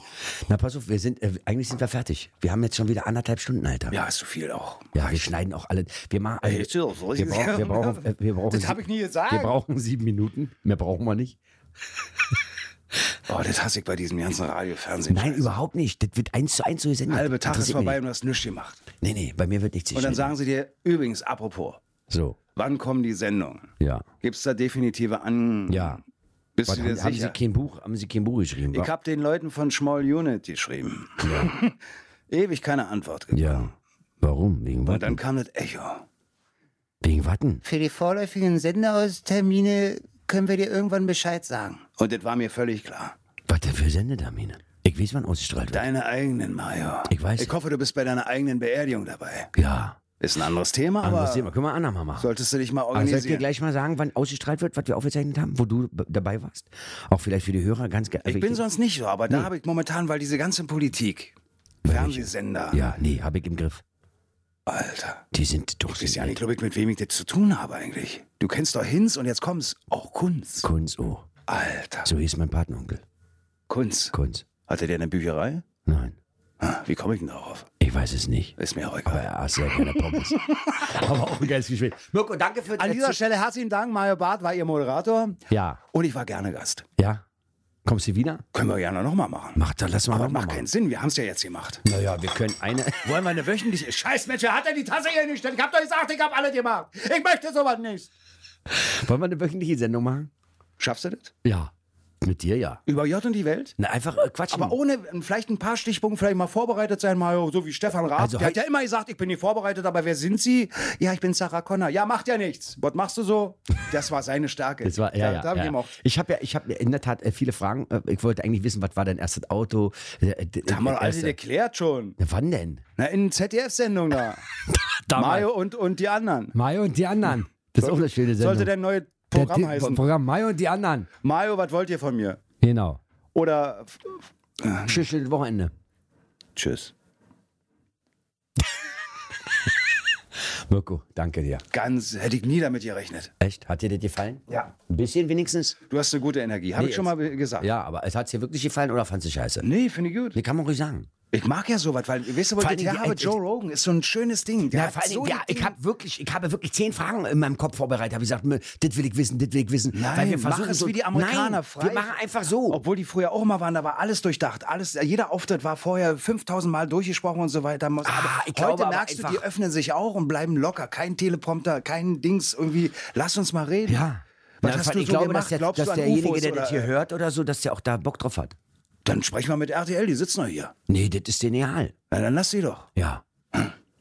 [SPEAKER 5] Na, pass auf, wir sind, äh, eigentlich sind wir fertig. Wir haben jetzt schon wieder anderthalb Stunden, Alter.
[SPEAKER 3] Ja, ist zu viel auch.
[SPEAKER 5] Ja, wir schneiden auch alle. Wir machen.
[SPEAKER 3] Ey, ist so, so ist
[SPEAKER 5] wir,
[SPEAKER 3] es.
[SPEAKER 5] brauchen, wir brauchen. äh, Wir brauchen
[SPEAKER 3] Das hab
[SPEAKER 5] sie-
[SPEAKER 3] ich nie gesagt.
[SPEAKER 5] Wir brauchen sieben Minuten. Mehr brauchen wir nicht.
[SPEAKER 3] Oh, das hasse ich bei diesem ganzen Radio, Fernsehen.
[SPEAKER 5] Nein, überhaupt nicht. Das wird eins zu eins so gesendet.
[SPEAKER 3] Halbe Tag ist
[SPEAKER 5] Interessiert mich
[SPEAKER 3] vorbei und du hast nichts gemacht.
[SPEAKER 5] nicht. Nee, nee, bei mir wird nichts
[SPEAKER 3] Und dann
[SPEAKER 5] geschnitten.
[SPEAKER 3] sagen sie dir, übrigens, apropos,
[SPEAKER 5] So,
[SPEAKER 3] wann kommen die Sendungen?
[SPEAKER 5] ja.
[SPEAKER 3] Gibt's da definitive An...
[SPEAKER 5] Ja.
[SPEAKER 3] Bist
[SPEAKER 5] Was,
[SPEAKER 3] du
[SPEAKER 5] haben,
[SPEAKER 3] dir
[SPEAKER 5] haben, sie
[SPEAKER 3] sicher?
[SPEAKER 5] kein Buch, haben sie kein Buch geschrieben? wa?
[SPEAKER 3] ich habe den Leuten von Small Unit geschrieben. *laughs* Ewig keine Antwort gekriegt.
[SPEAKER 5] ja. Warum? Wegen
[SPEAKER 3] Und dann
[SPEAKER 5] Watten?
[SPEAKER 3] kam das Echo.
[SPEAKER 5] Wegen Watten?
[SPEAKER 3] Für die vorläufigen Senderaustermine können wir dir irgendwann Bescheid sagen. Und das war mir völlig klar.
[SPEAKER 5] Was denn für Sendetermine? Ich weiß, wann ausgestrahlt wird.
[SPEAKER 3] Deine eigenen, Mario.
[SPEAKER 5] Ich weiß.
[SPEAKER 3] Ich hoffe, du bist bei deiner eigenen Beerdigung dabei.
[SPEAKER 5] ja.
[SPEAKER 3] Ist ein anderes Thema, aber
[SPEAKER 5] Anderes Thema. Also, Können wir andermal machen.
[SPEAKER 3] solltest du dich mal
[SPEAKER 5] Aber soll ich dir
[SPEAKER 3] organisieren.
[SPEAKER 5] gleich mal sagen, wann ausgestrahlt wird, was wir aufgezeichnet haben, wo du b- dabei warst? Auch vielleicht für die Hörer ganz ge-
[SPEAKER 3] ich
[SPEAKER 5] wichtig.
[SPEAKER 3] bin sonst nicht so, aber da habe ich momentan, weil diese ganze Politik, Fernsehsender,
[SPEAKER 5] Ja, nee, habe ich im Griff.
[SPEAKER 3] Alter.
[SPEAKER 5] Die sind doch
[SPEAKER 3] Du bist ja nicht, glaube ich, mit wem ich das zu tun habe eigentlich. Du kennst doch Hinz und jetzt kommst auch Kunz.
[SPEAKER 5] Kunz, oh.
[SPEAKER 3] Alter.
[SPEAKER 5] So hieß mein Patenonkel.
[SPEAKER 3] Kunz.
[SPEAKER 5] Kunz.
[SPEAKER 3] Hatte der eine Bücherei?
[SPEAKER 5] Nein.
[SPEAKER 3] Ah, Wie komme ich denn darauf?
[SPEAKER 5] Ich weiß es nicht.
[SPEAKER 3] Ist mir auch
[SPEAKER 5] Aber
[SPEAKER 3] egal.
[SPEAKER 5] er aß sehr gerne *laughs* Pommes. Aber auch ein geiles Gespräch. Mirko, danke für
[SPEAKER 3] An dieser
[SPEAKER 5] Erzähl-
[SPEAKER 3] Stelle herzlichen Dank. Mario Barth war Ihr Moderator.
[SPEAKER 5] Ja,
[SPEAKER 3] Und ich war gerne Gast.
[SPEAKER 5] ja. Kommst du wieder?
[SPEAKER 3] Können wir gerne nochmal machen.
[SPEAKER 5] Mach dann, lass mal
[SPEAKER 3] Aber
[SPEAKER 5] nochmal
[SPEAKER 3] macht
[SPEAKER 5] machen.
[SPEAKER 3] keinen Sinn, wir haben es ja jetzt gemacht.
[SPEAKER 5] Naja, wir können eine.
[SPEAKER 3] *laughs* Wollen wir eine wöchentliche. *laughs* Scheiß Mensch, wer hat denn die Tasse hier nicht? Ich hab doch gesagt, ich hab alle gemacht. Ich möchte sowas nicht.
[SPEAKER 5] Wollen wir eine wöchentliche Sendung machen?
[SPEAKER 3] Schaffst du das?
[SPEAKER 5] Ja. Mit dir ja.
[SPEAKER 3] Über J und die Welt?
[SPEAKER 5] Na, einfach äh, quatschen.
[SPEAKER 3] Aber ohne äh, vielleicht ein paar Stichpunkte, vielleicht mal vorbereitet sein, mal so wie Stefan Raab.
[SPEAKER 5] Also
[SPEAKER 3] der
[SPEAKER 5] heu-
[SPEAKER 3] hat ja immer gesagt, ich bin nicht vorbereitet, aber wer sind Sie? Ja, ich bin Sarah Connor. Ja, macht ja nichts. Was machst du so? Das war seine Stärke.
[SPEAKER 5] Das war, ja,
[SPEAKER 3] da,
[SPEAKER 5] ja,
[SPEAKER 3] da hab
[SPEAKER 5] ja.
[SPEAKER 3] ich
[SPEAKER 5] ja.
[SPEAKER 3] gemocht.
[SPEAKER 5] Ich habe ja, ich habe in der Tat äh, viele Fragen. Äh, Ich wollte eigentlich wissen, was war dein erstes Auto? Äh,
[SPEAKER 3] Da haben wir doch alles
[SPEAKER 5] erste,
[SPEAKER 3] erklärt schon.
[SPEAKER 5] Na, wann denn?
[SPEAKER 3] Na, in ZDF-Sendung da.
[SPEAKER 5] *laughs*
[SPEAKER 3] Mario und, und die anderen.
[SPEAKER 5] Mayo und die anderen. *laughs* Das ist auch eine schöne Sendung.
[SPEAKER 3] Sollte der neue
[SPEAKER 5] Der
[SPEAKER 3] Programm
[SPEAKER 5] Ti-
[SPEAKER 3] heißen.
[SPEAKER 5] Programm Mayo und die anderen.
[SPEAKER 3] Mario, was wollt ihr von mir?
[SPEAKER 5] Genau.
[SPEAKER 3] Oder f-
[SPEAKER 5] Schönes schönes Wochenende.
[SPEAKER 3] tschüss.
[SPEAKER 5] Mirko, danke dir.
[SPEAKER 3] Ganz hätte ich nie damit gerechnet.
[SPEAKER 5] Echt? Hat dir das gefallen?
[SPEAKER 8] Ja.
[SPEAKER 5] Ein bisschen wenigstens?
[SPEAKER 3] Du hast eine gute Energie. Habe
[SPEAKER 5] Nee,
[SPEAKER 3] ich schon
[SPEAKER 5] jetzt-
[SPEAKER 3] mal be- gesagt.
[SPEAKER 5] Ja, aber es hat dir wirklich gefallen oder fandst du scheiße?
[SPEAKER 3] Nee, finde ich gut.
[SPEAKER 5] Nee, kann man ruhig sagen.
[SPEAKER 3] Ich mag ja sowas, weil, weißt du, wo
[SPEAKER 5] Vor
[SPEAKER 3] ich
[SPEAKER 5] allen
[SPEAKER 3] das her
[SPEAKER 5] Dingen,
[SPEAKER 3] habe?
[SPEAKER 5] ich-
[SPEAKER 3] Joe Rogan ist so ein schönes Ding. Der
[SPEAKER 5] Ja,
[SPEAKER 3] hat
[SPEAKER 5] vor allen Dingen,
[SPEAKER 3] so
[SPEAKER 5] ja,
[SPEAKER 3] die
[SPEAKER 5] ich
[SPEAKER 3] Dinge-
[SPEAKER 5] habe wirklich, ich habe wirklich zehn Fragen in meinem Kopf vorbereitet. Habe ich gesagt, mir, das will ich wissen, das will ich wissen.
[SPEAKER 3] Nein,
[SPEAKER 5] weil wir
[SPEAKER 3] mach
[SPEAKER 5] versuchen
[SPEAKER 3] es
[SPEAKER 5] so,
[SPEAKER 3] wie die Amerikaner,
[SPEAKER 5] Nein,
[SPEAKER 3] frei.
[SPEAKER 5] Wir machen einfach so.
[SPEAKER 3] obwohl die früher auch immer waren, da war alles durchdacht. Alles, äh, jeder Auftritt war vorher 5000 Mal durchgesprochen und so weiter. Aber
[SPEAKER 5] Ah, ich glaube
[SPEAKER 3] heute
[SPEAKER 5] aber
[SPEAKER 3] merkst du, die
[SPEAKER 5] einfach-
[SPEAKER 3] öffnen sich auch und bleiben locker. Kein Teleprompter, kein Dings irgendwie. Lass uns mal reden.
[SPEAKER 5] ja.
[SPEAKER 3] Was
[SPEAKER 5] Na,
[SPEAKER 3] hast
[SPEAKER 5] weil
[SPEAKER 3] du
[SPEAKER 5] ich
[SPEAKER 3] so
[SPEAKER 5] glaube,
[SPEAKER 3] gemacht?
[SPEAKER 5] dass, der,
[SPEAKER 3] Glaubst
[SPEAKER 5] dass
[SPEAKER 3] du an
[SPEAKER 5] derjenige,
[SPEAKER 3] UFOs
[SPEAKER 5] der das
[SPEAKER 3] oder-
[SPEAKER 5] hier hört oder so, dass der auch da Bock drauf hat.
[SPEAKER 3] Dann sprechen wir mit RTL, die sitzen doch hier.
[SPEAKER 5] Nee, das ist genial.
[SPEAKER 3] Na, dann lass sie doch.
[SPEAKER 5] Ja.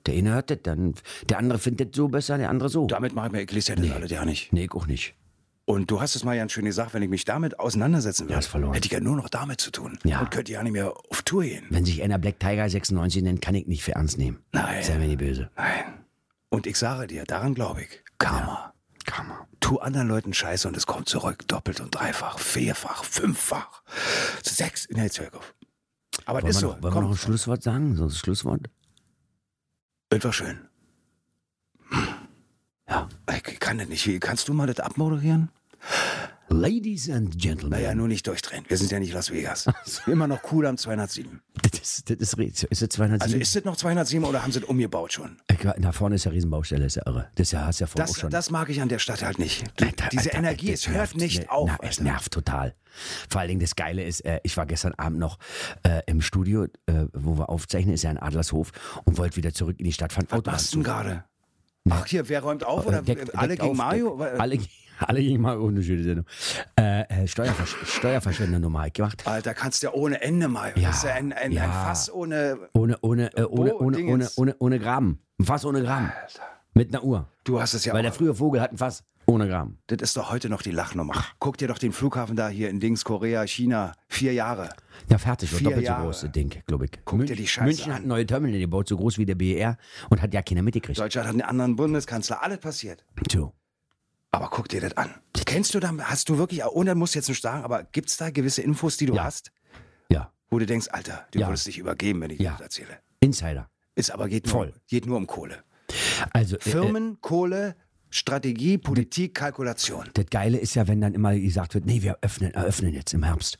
[SPEAKER 5] Der eine hört das, dann der andere findet das so besser, der andere so.
[SPEAKER 3] Damit mache ich mir Ecclesia das alles ja nicht.
[SPEAKER 5] Nee, ich auch nicht.
[SPEAKER 3] Und du hast es mal ja schön gesagt, wenn ich mich damit auseinandersetzen würde,
[SPEAKER 5] hast verloren.
[SPEAKER 3] hätte ich ja nur noch damit zu tun.
[SPEAKER 5] Ja.
[SPEAKER 3] Und könnte ja nicht mehr auf Tour gehen.
[SPEAKER 5] Wenn sich einer Black Tiger 96 nennt, kann ich nicht für ernst nehmen.
[SPEAKER 3] Nein.
[SPEAKER 5] Sei mir nicht böse.
[SPEAKER 3] Nein. Und ich sage dir, daran glaube ich. Karma. Karma. Tu anderen Leuten Scheiße und es kommt zurück. Doppelt und dreifach, vierfach, fünffach, sechs. Nee, jetzt hör ich auf. Aber das
[SPEAKER 5] Wollen wir
[SPEAKER 3] ist so.
[SPEAKER 5] noch, wollen wir noch ein Schlusswort sagen? So ein Schlusswort?
[SPEAKER 3] Es war schön. Ja. Ich kann das nicht. Wie- Kannst du mal das abmoderieren?
[SPEAKER 5] Ladies and Gentlemen.
[SPEAKER 3] Naja, nur nicht durchdrehen. Wir sind ja nicht Las Vegas. Immer noch cool am 207.
[SPEAKER 5] Das, ist- das ist, ri- ist das 207?
[SPEAKER 3] Also ist das noch 207 oder haben sie das umgebaut schon?
[SPEAKER 5] Ich war- Da vorne ist ja Riesenbaustelle, ist ja irre. Das ist ja, hast du ja vorhin
[SPEAKER 3] Das,
[SPEAKER 5] auch schon.
[SPEAKER 3] das mag ich an der Stadt halt nicht. Du,
[SPEAKER 5] Alter,
[SPEAKER 3] diese
[SPEAKER 5] Alter,
[SPEAKER 3] Energie,
[SPEAKER 5] ey,
[SPEAKER 3] es
[SPEAKER 5] das
[SPEAKER 3] hört
[SPEAKER 5] nervt.
[SPEAKER 3] nicht
[SPEAKER 5] Ne,
[SPEAKER 3] auf.
[SPEAKER 5] Na, es
[SPEAKER 3] Alter.
[SPEAKER 5] nervt total. Vor allen Dingen das Geile ist, äh, ich war gestern Abend noch äh, im Studio, äh, wo wir aufzeichnen, ist ja in Adlershof und wollte wieder zurück in die Stadt fahren.
[SPEAKER 3] Was machst du denn gerade? Ach hier, wer räumt auf? Oder
[SPEAKER 5] Äh, Deckt-
[SPEAKER 3] alle
[SPEAKER 5] deckt
[SPEAKER 3] gegen
[SPEAKER 5] auf,
[SPEAKER 3] Mario?
[SPEAKER 5] deckt- Alle, alle gegen *laughs* Mario, oh, eine schöne Sendung. Äh, äh, Steuerversch Steuerverschwendernummer hab ich gemacht.
[SPEAKER 3] Alter, kannst ja ohne Ende, Mario.
[SPEAKER 5] Ja,
[SPEAKER 3] das ist ja ein, ein, ein
[SPEAKER 5] ja.
[SPEAKER 3] Fass ohne.
[SPEAKER 5] Ohne, ohne, äh, ohne,
[SPEAKER 3] Bo-
[SPEAKER 5] ohne, ohne,
[SPEAKER 3] Dingens.
[SPEAKER 5] ohne, ohne Graben. Ein Fass ohne Graben. Mit einer Uhr.
[SPEAKER 3] Du hast es ja
[SPEAKER 5] Weil der
[SPEAKER 3] auch.
[SPEAKER 5] frühe Vogel hat ein Fass ohne Graben.
[SPEAKER 3] Das ist doch heute noch die Lachnummer. Guck dir doch den Flughafen da hier in Dings, Korea, China. Vier Jahre.
[SPEAKER 5] Ja, fertig, wird
[SPEAKER 3] Vier
[SPEAKER 5] doppelt
[SPEAKER 3] Jahre.
[SPEAKER 5] so groß, das Ding, glaube ich.
[SPEAKER 3] Guck dir die Scheiße
[SPEAKER 5] München
[SPEAKER 3] an.
[SPEAKER 5] hat neue Terminal gebaut, so groß wie der BER und hat ja keiner mitgekriegt.
[SPEAKER 3] Deutschland hat einen anderen Bundeskanzler. Alles passiert.
[SPEAKER 5] So.
[SPEAKER 3] Aber guck dir das an. Kennst du da, hast du wirklich, ohne musst du jetzt nicht sagen, aber gibt es da gewisse Infos, die du
[SPEAKER 5] Ja.
[SPEAKER 3] hast,
[SPEAKER 5] Ja,
[SPEAKER 3] wo du denkst, Alter, du
[SPEAKER 5] Ja.
[SPEAKER 3] würdest dich übergeben, wenn ich
[SPEAKER 5] Ja.
[SPEAKER 3] dir das erzähle?
[SPEAKER 5] Insider.
[SPEAKER 3] Ist aber geht nur,
[SPEAKER 5] Voll.
[SPEAKER 3] geht nur um Kohle.
[SPEAKER 5] Also, äh, äh,
[SPEAKER 3] Firmen, Kohle, Strategie, Politik, Kalkulation.
[SPEAKER 5] äh, das Geile ist ja, wenn dann immer gesagt wird, nee, wir öffnen, eröffnen jetzt im Herbst.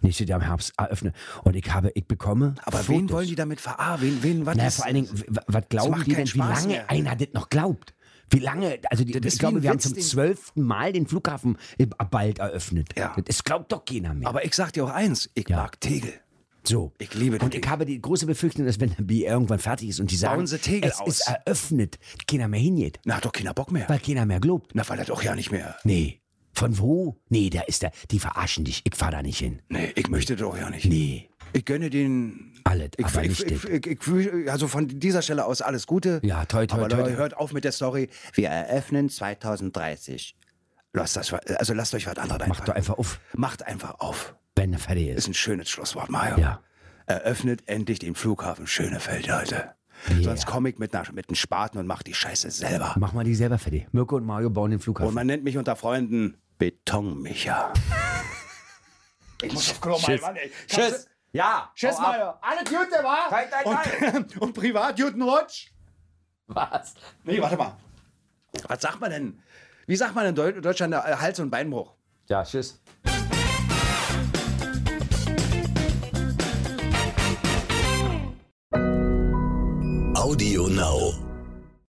[SPEAKER 5] Nächstes Jahr im Herbst eröffnen. Und ich habe, ich bekomme.
[SPEAKER 3] Aber
[SPEAKER 5] Fotos.
[SPEAKER 3] wen wollen die damit verarbeiten? Wen, wen, was
[SPEAKER 5] Na,
[SPEAKER 3] ist-
[SPEAKER 5] vor allen Dingen, w- w- was glauben
[SPEAKER 3] macht
[SPEAKER 5] die
[SPEAKER 3] keinen
[SPEAKER 5] denn, wie
[SPEAKER 3] Spaß
[SPEAKER 5] lange
[SPEAKER 3] mehr.
[SPEAKER 5] einer das noch glaubt? Wie lange, also die,
[SPEAKER 3] Das ist
[SPEAKER 5] ich
[SPEAKER 3] wie
[SPEAKER 5] glaube,
[SPEAKER 3] ein
[SPEAKER 5] wir haben
[SPEAKER 3] Witz,
[SPEAKER 5] zum
[SPEAKER 3] den-
[SPEAKER 5] zwölften Mal den Flughafen im- bald eröffnet.
[SPEAKER 3] Ja.
[SPEAKER 5] Das glaubt doch keiner mehr.
[SPEAKER 3] Aber ich sag dir auch eins, ich
[SPEAKER 5] Ja.
[SPEAKER 3] mag Tegel.
[SPEAKER 5] So.
[SPEAKER 3] Ich liebe den
[SPEAKER 5] Und ich
[SPEAKER 3] Ding.
[SPEAKER 5] habe die große Befürchtung, dass wenn der Bier irgendwann fertig ist und die sagen,
[SPEAKER 3] Bauen sie Tegel
[SPEAKER 5] es
[SPEAKER 3] aus.
[SPEAKER 5] ist eröffnet, keiner mehr hingeht,
[SPEAKER 3] Na, hat doch keiner Bock mehr.
[SPEAKER 5] weil keiner mehr glaubt.
[SPEAKER 3] Na, weil das auch ja nicht mehr.
[SPEAKER 5] Nee. Von wo? Nee, da ist der. Die verarschen dich. Ich fahr da nicht hin.
[SPEAKER 3] Nee, ich möchte das auch ja nicht.
[SPEAKER 5] Nee.
[SPEAKER 3] Ich gönne den.
[SPEAKER 5] Alles,
[SPEAKER 3] Ich,
[SPEAKER 5] aber
[SPEAKER 3] ich,
[SPEAKER 5] nicht
[SPEAKER 3] ich,
[SPEAKER 5] das.
[SPEAKER 3] ich, ich, wünsche- also von dieser Stelle aus alles Gute.
[SPEAKER 5] Ja, toi, toi,
[SPEAKER 3] Aber
[SPEAKER 5] toi.
[SPEAKER 3] Leute, hört auf mit der Story. Wir eröffnen 2030. Lasst das, also lasst euch was anderes
[SPEAKER 5] Mach doch
[SPEAKER 3] einfallen.
[SPEAKER 5] einfach auf,
[SPEAKER 3] Macht einfach auf.
[SPEAKER 5] wenn er fertig
[SPEAKER 3] Ist
[SPEAKER 5] ist.
[SPEAKER 3] ein schönes Schlusswort, Mario.
[SPEAKER 5] Ja.
[SPEAKER 3] Eröffnet endlich den Flughafen Schönefeld, Leute. Sonst komme ich mit, einer, mit einem Spaten und mach die Scheiße selber.
[SPEAKER 5] Mach mal die selber fertig. Mirko und Mario bauen den
[SPEAKER 3] Und
[SPEAKER 5] Flughafen.
[SPEAKER 3] man nennt mich unter Freunden Betonmicha. *laughs* Ich muss auf Klo, mein Mann, ey. Tschüss.
[SPEAKER 5] Ja.
[SPEAKER 3] Tschüss, Meier.
[SPEAKER 8] Alle Tüte, wa? Kein, kein,
[SPEAKER 3] Und, *laughs* und privat guten Rutsch.
[SPEAKER 8] Was?
[SPEAKER 3] Nee, warte mal. Was sagt man denn? Wie sagt man in Deu- Deutschland äh, Hals- und Beinbruch?
[SPEAKER 5] Ja, tschüss.
[SPEAKER 9] Audio Now.